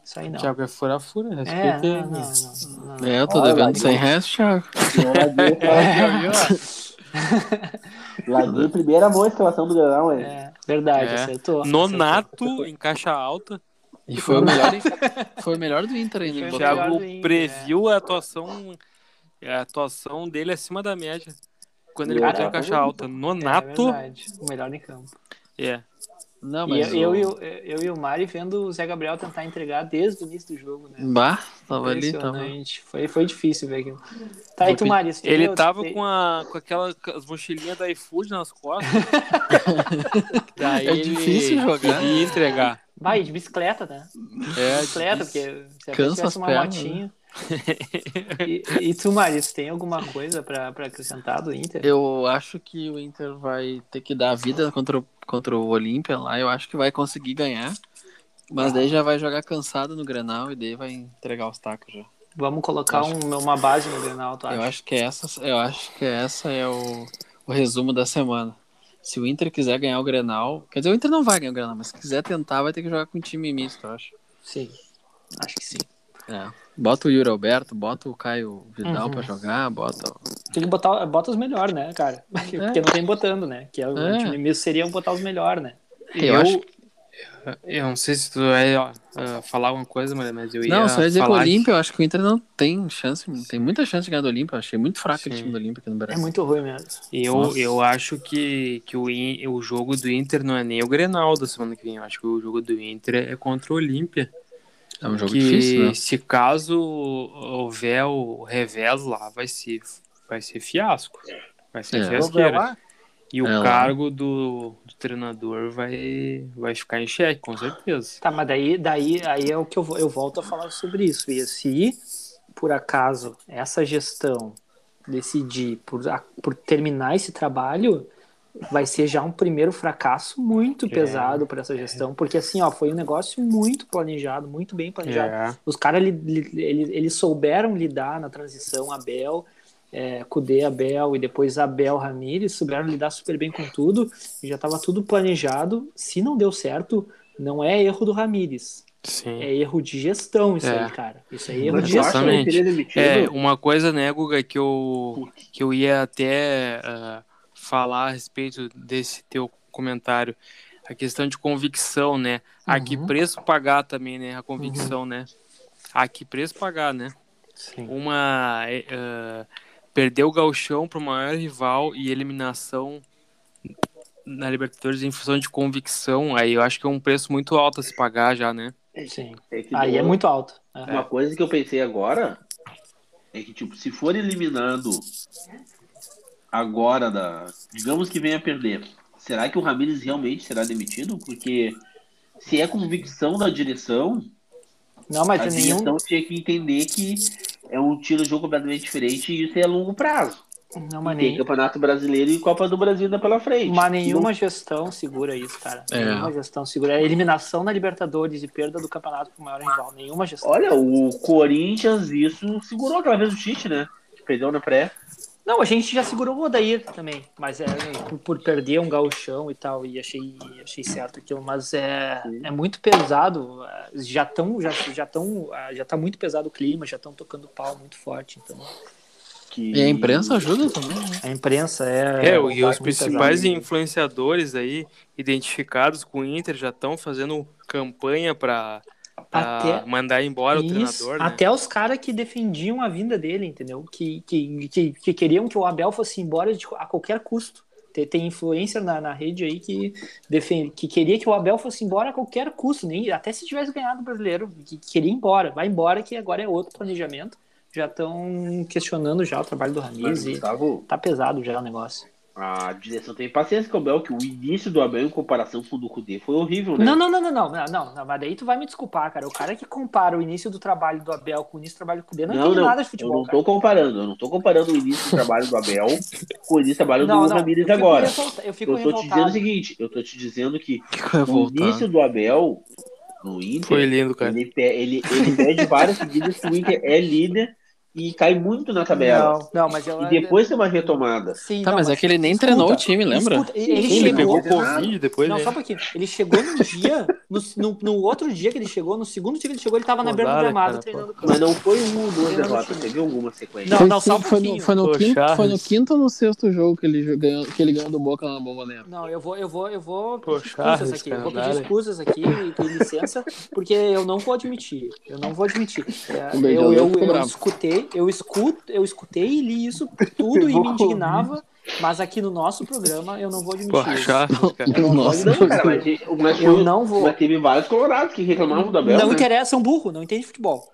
[SPEAKER 5] Isso aí não.
[SPEAKER 4] Thiago é fura-fura,
[SPEAKER 5] É,
[SPEAKER 4] respeita
[SPEAKER 5] não,
[SPEAKER 4] ele.
[SPEAKER 5] não, não, não.
[SPEAKER 4] É, eu tô
[SPEAKER 8] Olha,
[SPEAKER 4] devendo
[SPEAKER 8] Larinho.
[SPEAKER 4] 100 reais,
[SPEAKER 8] <laughs>
[SPEAKER 4] Thiago. É,
[SPEAKER 8] Eu larguei,
[SPEAKER 4] <laughs>
[SPEAKER 8] larguei em primeira mão a escalação do Granal, hein?
[SPEAKER 5] É, verdade,
[SPEAKER 7] É.
[SPEAKER 5] acertou.
[SPEAKER 7] Nonato em caixa alta.
[SPEAKER 4] E foi o melhor, foi o melhor do Inter ainda.
[SPEAKER 5] Foi
[SPEAKER 4] ele
[SPEAKER 5] o
[SPEAKER 4] botou.
[SPEAKER 5] melhor.
[SPEAKER 7] Thiago
[SPEAKER 5] do Inter, é.
[SPEAKER 7] previu a atuação, a atuação dele acima da média. Quando ele
[SPEAKER 8] É,
[SPEAKER 7] botou em
[SPEAKER 8] tá
[SPEAKER 7] caixa
[SPEAKER 8] vendo?
[SPEAKER 7] alta. Nonato.
[SPEAKER 5] É verdade, o melhor em campo.
[SPEAKER 7] É.
[SPEAKER 4] Não,
[SPEAKER 5] E
[SPEAKER 4] mas.
[SPEAKER 5] eu, eu,
[SPEAKER 4] o-
[SPEAKER 5] e o- eu e o Mari vendo o Zé Gabriel tentar entregar desde o início do jogo, né?
[SPEAKER 4] Bah, tava ali, tava.
[SPEAKER 5] Impressionante. Foi, foi difícil ver aquilo. Tá, aí tu,
[SPEAKER 4] pedir-
[SPEAKER 5] Mari?
[SPEAKER 7] Ele tava com, a, com aquela com as mochilinhas da iFood nas
[SPEAKER 4] <laughs>
[SPEAKER 7] costas. Daí
[SPEAKER 4] É
[SPEAKER 7] ele
[SPEAKER 4] difícil jogar.
[SPEAKER 7] queria entregar.
[SPEAKER 5] Vai, de bicicleta, né?
[SPEAKER 7] É,
[SPEAKER 5] bicicleta, porque se a
[SPEAKER 4] Cansa
[SPEAKER 5] gente tivesse
[SPEAKER 4] as
[SPEAKER 5] uma
[SPEAKER 4] pernas, né?
[SPEAKER 5] motinha. E, e tu, Maris, tem alguma coisa pra, pra acrescentar do Inter?
[SPEAKER 4] Eu acho que o Inter vai ter que dar a vida contra o, contra o Olímpia lá. Eu acho que vai conseguir ganhar. Mas daí já vai jogar cansado no Grenal e daí vai entregar os tacos já.
[SPEAKER 5] Vamos colocar um- uma base no Grenal, tu
[SPEAKER 4] Eu
[SPEAKER 5] acha?
[SPEAKER 4] acho que essa, eu acho que essa é o, o resumo da semana. Se o Inter quiser ganhar o Grenal, quer dizer, o Inter não vai ganhar o Grenal, mas se quiser tentar, vai ter que jogar com um time misto, eu acho.
[SPEAKER 5] Sim, acho que sim.
[SPEAKER 4] É. Bota o Yuri Alberto, bota o Caio Vidal pra jogar, bota. o-
[SPEAKER 5] Tem que botar bota os melhores, né, cara? <laughs> Porque
[SPEAKER 4] É.
[SPEAKER 5] não tem botando, né? Que é, o
[SPEAKER 4] É.
[SPEAKER 5] time mesmo seria botar os melhores, né?
[SPEAKER 4] Eu
[SPEAKER 7] Eu,
[SPEAKER 4] acho
[SPEAKER 7] eu não sei se tu vai ó, ah, falar alguma coisa, Maria, mas eu ia
[SPEAKER 4] Não, só ia dizer que o
[SPEAKER 7] falar
[SPEAKER 4] Olímpia, eu acho que o Inter não tem chance, não tem muita chance de ganhar do Olímpia. Eu achei muito fraco o
[SPEAKER 7] Sim.
[SPEAKER 4] time do Olímpia aqui no
[SPEAKER 5] É
[SPEAKER 4] Brasil.
[SPEAKER 5] muito ruim mesmo.
[SPEAKER 7] Eu,
[SPEAKER 4] Nossa.
[SPEAKER 7] eu acho que, que o, In- o jogo do Inter não é nem o Grenal da semana que vem. Eu acho que o jogo do Inter é contra o Olímpia.
[SPEAKER 4] É um jogo
[SPEAKER 7] que
[SPEAKER 4] difícil, né?
[SPEAKER 7] se caso houver o revés lá, vai ser, vai ser fiasco. Vai ser
[SPEAKER 4] É.
[SPEAKER 7] fiasqueira. E o
[SPEAKER 4] É lá.
[SPEAKER 7] cargo do, do treinador vai, vai ficar em xeque, com certeza.
[SPEAKER 5] Tá, mas daí, daí aí é o que eu, vou- eu volto a falar sobre isso. E se, por acaso, essa gestão decidir por, a- por terminar esse trabalho, vai ser já um primeiro fracasso muito pesado para essa gestão. Porque, assim, ó, foi um negócio muito planejado, muito bem planejado.
[SPEAKER 7] É,
[SPEAKER 5] Os caras, li- li- eles, eles souberam lidar na transição, Abel, é, Kudê, Abel e depois Abel Ramírez, souberam lidar super bem com tudo, e já estava tudo planejado. Se não deu certo, não é erro do Ramírez,
[SPEAKER 7] Sim.
[SPEAKER 5] é erro de gestão isso
[SPEAKER 7] É.
[SPEAKER 5] aí, cara. Isso aí é erro
[SPEAKER 7] Mas
[SPEAKER 5] de
[SPEAKER 7] eu acho
[SPEAKER 5] gestão.
[SPEAKER 7] Exatamente.
[SPEAKER 8] Ele é demitido?
[SPEAKER 7] É, uma coisa, né, Guga, que eu, que eu ia até ah, falar a respeito desse teu comentário. A questão de convicção, né? A
[SPEAKER 4] Uhum.
[SPEAKER 7] que preço pagar também, né? A convicção, né? A que preço pagar, né?
[SPEAKER 5] Sim.
[SPEAKER 7] Uma. eh, ah, perder o galchão para o maior rival e eliminação na Libertadores em função de convicção, aí eu acho que é um preço muito alto a se pagar já, né?
[SPEAKER 5] Sim.
[SPEAKER 8] É que
[SPEAKER 5] Aí é
[SPEAKER 8] deu-
[SPEAKER 5] muito alto. É.
[SPEAKER 8] Uma coisa que eu pensei agora é que, tipo, se for eliminando agora da. Digamos que venha perder. Será que o Ramires realmente será demitido? Porque se é convicção da direção,
[SPEAKER 5] Não,
[SPEAKER 8] a
[SPEAKER 5] mas nenhum,
[SPEAKER 8] direção tinha que entender que é um tiro de jogo completamente diferente e isso é a longo prazo.
[SPEAKER 5] não, mas
[SPEAKER 8] Tem
[SPEAKER 5] nem,
[SPEAKER 8] Campeonato Brasileiro e Copa do Brasil ainda pela frente.
[SPEAKER 5] Mas nenhuma gestão segura isso, cara.
[SPEAKER 4] É.
[SPEAKER 5] Nenhuma gestão segura. É eliminação na Libertadores e perda do campeonato pro maior rival. Nenhuma gestão.
[SPEAKER 8] Olha, o Corinthians, isso segurou aquela vez o Tite, né? Que perdeu na pré.
[SPEAKER 5] Não, a gente já segurou o Odair também, mas é por, por perder um gauchão e tal, e achei, achei certo aquilo, mas é, é muito pesado, é, já tão, já, já tão, ah, já tá muito pesado o clima, já estão tocando pau muito forte, então...
[SPEAKER 4] E a imprensa ajuda também, <laughs> né?
[SPEAKER 5] A imprensa é...
[SPEAKER 7] É, e os
[SPEAKER 5] muita
[SPEAKER 7] principais
[SPEAKER 5] gente.
[SPEAKER 7] influenciadores aí, identificados com o Inter, já estão fazendo campanha pra pra
[SPEAKER 5] Até-
[SPEAKER 7] mandar embora o
[SPEAKER 5] Isso,
[SPEAKER 7] treinador, né?
[SPEAKER 5] Até os caras que defendiam a vinda dele, entendeu? Que, que, que, que queriam que o Abel fosse embora de- a qualquer custo. Tem, tem influencer na, na rede aí que, defende, que queria que o Abel fosse embora a qualquer custo, nem, até se tivesse ganhado o brasileiro, que queria ir embora. Vai embora que agora é outro planejamento. Já estão questionando já o trabalho do Ramires e
[SPEAKER 8] Gustavo.
[SPEAKER 5] tá pesado já o negócio.
[SPEAKER 8] A direção teve paciência com o Abel, que o início do Abel em comparação com o do Cudê foi horrível, né?
[SPEAKER 5] Não, não, não, não, não, não, não, não, mas daí tu vai me desculpar, cara. O cara que compara o início do trabalho do Abel com o início do trabalho do Cudê não, entende nada de futebol.
[SPEAKER 8] Eu não tô comparando, eu não tô comparando o início do trabalho do Abel com o início do trabalho
[SPEAKER 5] Não,
[SPEAKER 8] do
[SPEAKER 5] não, eu
[SPEAKER 8] Ramires
[SPEAKER 5] fico
[SPEAKER 8] agora.
[SPEAKER 5] revolta- eu fico
[SPEAKER 8] tô te
[SPEAKER 5] revoltado.
[SPEAKER 8] dizendo o seguinte, eu tô te dizendo que
[SPEAKER 4] Tá
[SPEAKER 8] o
[SPEAKER 5] revoltado.
[SPEAKER 8] início do Abel no Inter,
[SPEAKER 7] Foi lindo, cara.
[SPEAKER 8] Ele, pe- ele, ele perde várias seguidas que o Inter é líder e cai muito na tabela.
[SPEAKER 5] Não, não, é mas eu-
[SPEAKER 8] E depois tem uma retomada.
[SPEAKER 5] Sim,
[SPEAKER 4] Tá,
[SPEAKER 5] não,
[SPEAKER 4] mas é que ele nem
[SPEAKER 5] Escuta,
[SPEAKER 4] treinou o time, lembra?
[SPEAKER 5] escuta, ele,
[SPEAKER 8] Sim, ele
[SPEAKER 5] chegou...
[SPEAKER 8] pegou Covid depois,
[SPEAKER 5] Não,
[SPEAKER 8] né?
[SPEAKER 5] só um pouquinho. Ele chegou no dia, no, no- no outro dia que ele chegou, no segundo dia que ele chegou, ele tava na beira do
[SPEAKER 8] Mudaram,
[SPEAKER 5] gramado
[SPEAKER 8] cara,
[SPEAKER 5] treinando.
[SPEAKER 8] pô. Mas não foi um ou duas
[SPEAKER 5] Treinando
[SPEAKER 8] derrotas,
[SPEAKER 5] time.
[SPEAKER 8] teve alguma sequência.
[SPEAKER 5] Não,
[SPEAKER 4] Foi
[SPEAKER 5] não, só um
[SPEAKER 4] sim- foi, no,
[SPEAKER 5] pouquinho.
[SPEAKER 4] foi, no
[SPEAKER 5] Pô,
[SPEAKER 4] quinto, foi no
[SPEAKER 5] Charles.
[SPEAKER 4] quinto ou no sexto jogo que ele jo- ganhou, que ele ganhou do Boca na bomboneira?
[SPEAKER 5] Não, eu vou, eu vou, eu vou pedir
[SPEAKER 4] Charles,
[SPEAKER 5] excusas aqui.
[SPEAKER 4] cara,
[SPEAKER 5] eu vou pedir
[SPEAKER 4] dale.
[SPEAKER 5] excusas aqui e, e licença, porque eu não vou admitir. Eu não vou admitir. É,
[SPEAKER 4] O Benjamin
[SPEAKER 5] eu, eu,
[SPEAKER 4] ficou
[SPEAKER 5] eu
[SPEAKER 4] bravo.
[SPEAKER 5] escutei, eu escuto, eu escutei e li isso tudo e
[SPEAKER 4] Pegou
[SPEAKER 5] me indignava, mas aqui no nosso programa eu não vou admitir.
[SPEAKER 7] Pô,
[SPEAKER 5] isso.
[SPEAKER 7] Charles, cara.
[SPEAKER 4] Então,
[SPEAKER 8] Nossa, É,
[SPEAKER 4] <laughs>
[SPEAKER 8] não, cara, mas, mas
[SPEAKER 5] Eu
[SPEAKER 8] foi-
[SPEAKER 5] não vou.
[SPEAKER 8] Mas teve vários colorados que reclamavam do Abel.
[SPEAKER 5] Não
[SPEAKER 8] né?
[SPEAKER 5] interessa, é um burro, não entende futebol.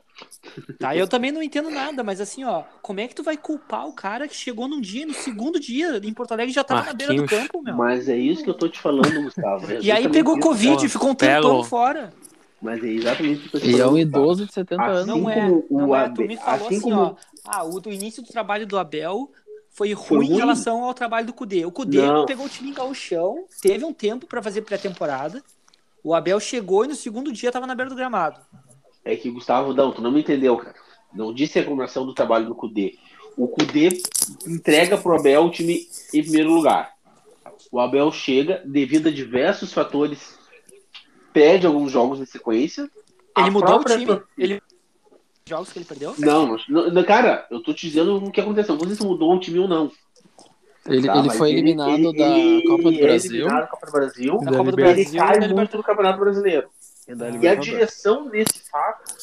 [SPEAKER 5] Tá, eu também não entendo nada, mas assim, ó, como é que tu vai culpar o cara que chegou num dia, no segundo dia, em Porto Alegre, já tava na beira do campo, meu?
[SPEAKER 8] Mas é isso que eu tô te falando, Gustavo. É
[SPEAKER 5] <laughs> E aí
[SPEAKER 8] exatamente
[SPEAKER 5] pegou
[SPEAKER 8] isso. né?
[SPEAKER 5] Covid, ficou um tempão fora.
[SPEAKER 8] Mas é exatamente isso que eu tô te
[SPEAKER 4] E é um
[SPEAKER 8] falando,
[SPEAKER 4] idoso de 70
[SPEAKER 8] Assim
[SPEAKER 4] anos.
[SPEAKER 5] Não é,
[SPEAKER 8] como o
[SPEAKER 5] não é. Tu
[SPEAKER 8] Abel-
[SPEAKER 5] me falou
[SPEAKER 8] assim
[SPEAKER 5] assim,
[SPEAKER 8] como-
[SPEAKER 5] ó, ah, o do início do trabalho do Abel foi ruim,
[SPEAKER 8] Foi
[SPEAKER 5] em
[SPEAKER 8] ruim.
[SPEAKER 5] relação ao trabalho do Cudê. O Cudê
[SPEAKER 8] Não.
[SPEAKER 5] pegou o time em gauchão, teve um tempo pra fazer pré-temporada, o Abel chegou e no segundo dia tava na beira do gramado.
[SPEAKER 8] É que, Gustavo, não, tu não me entendeu, cara. Não disse a recomendação do trabalho do Cudê. O Cudê entrega pro Abel o time em primeiro lugar. O Abel chega, devido a diversos fatores, perde alguns jogos em sequência.
[SPEAKER 5] Ele
[SPEAKER 8] A
[SPEAKER 5] mudou
[SPEAKER 8] própria
[SPEAKER 5] o time? Ele... Jogos que ele perdeu?
[SPEAKER 8] Não, não, não, cara, eu tô te dizendo o que aconteceu. Não sei se mudou o time ou não.
[SPEAKER 4] Ele,
[SPEAKER 8] Tá,
[SPEAKER 4] ele
[SPEAKER 8] mas
[SPEAKER 4] foi eliminado
[SPEAKER 8] ele-
[SPEAKER 4] da
[SPEAKER 8] ele
[SPEAKER 4] Copa do
[SPEAKER 8] é
[SPEAKER 4] Brasil.
[SPEAKER 8] eliminado da Copa do Brasil.
[SPEAKER 4] Da Copa do
[SPEAKER 8] Ele
[SPEAKER 4] Brasil e
[SPEAKER 8] cai
[SPEAKER 4] da
[SPEAKER 8] muito no Campeonato Brasileiro. E a
[SPEAKER 4] Libertadores.
[SPEAKER 8] direção desse fato,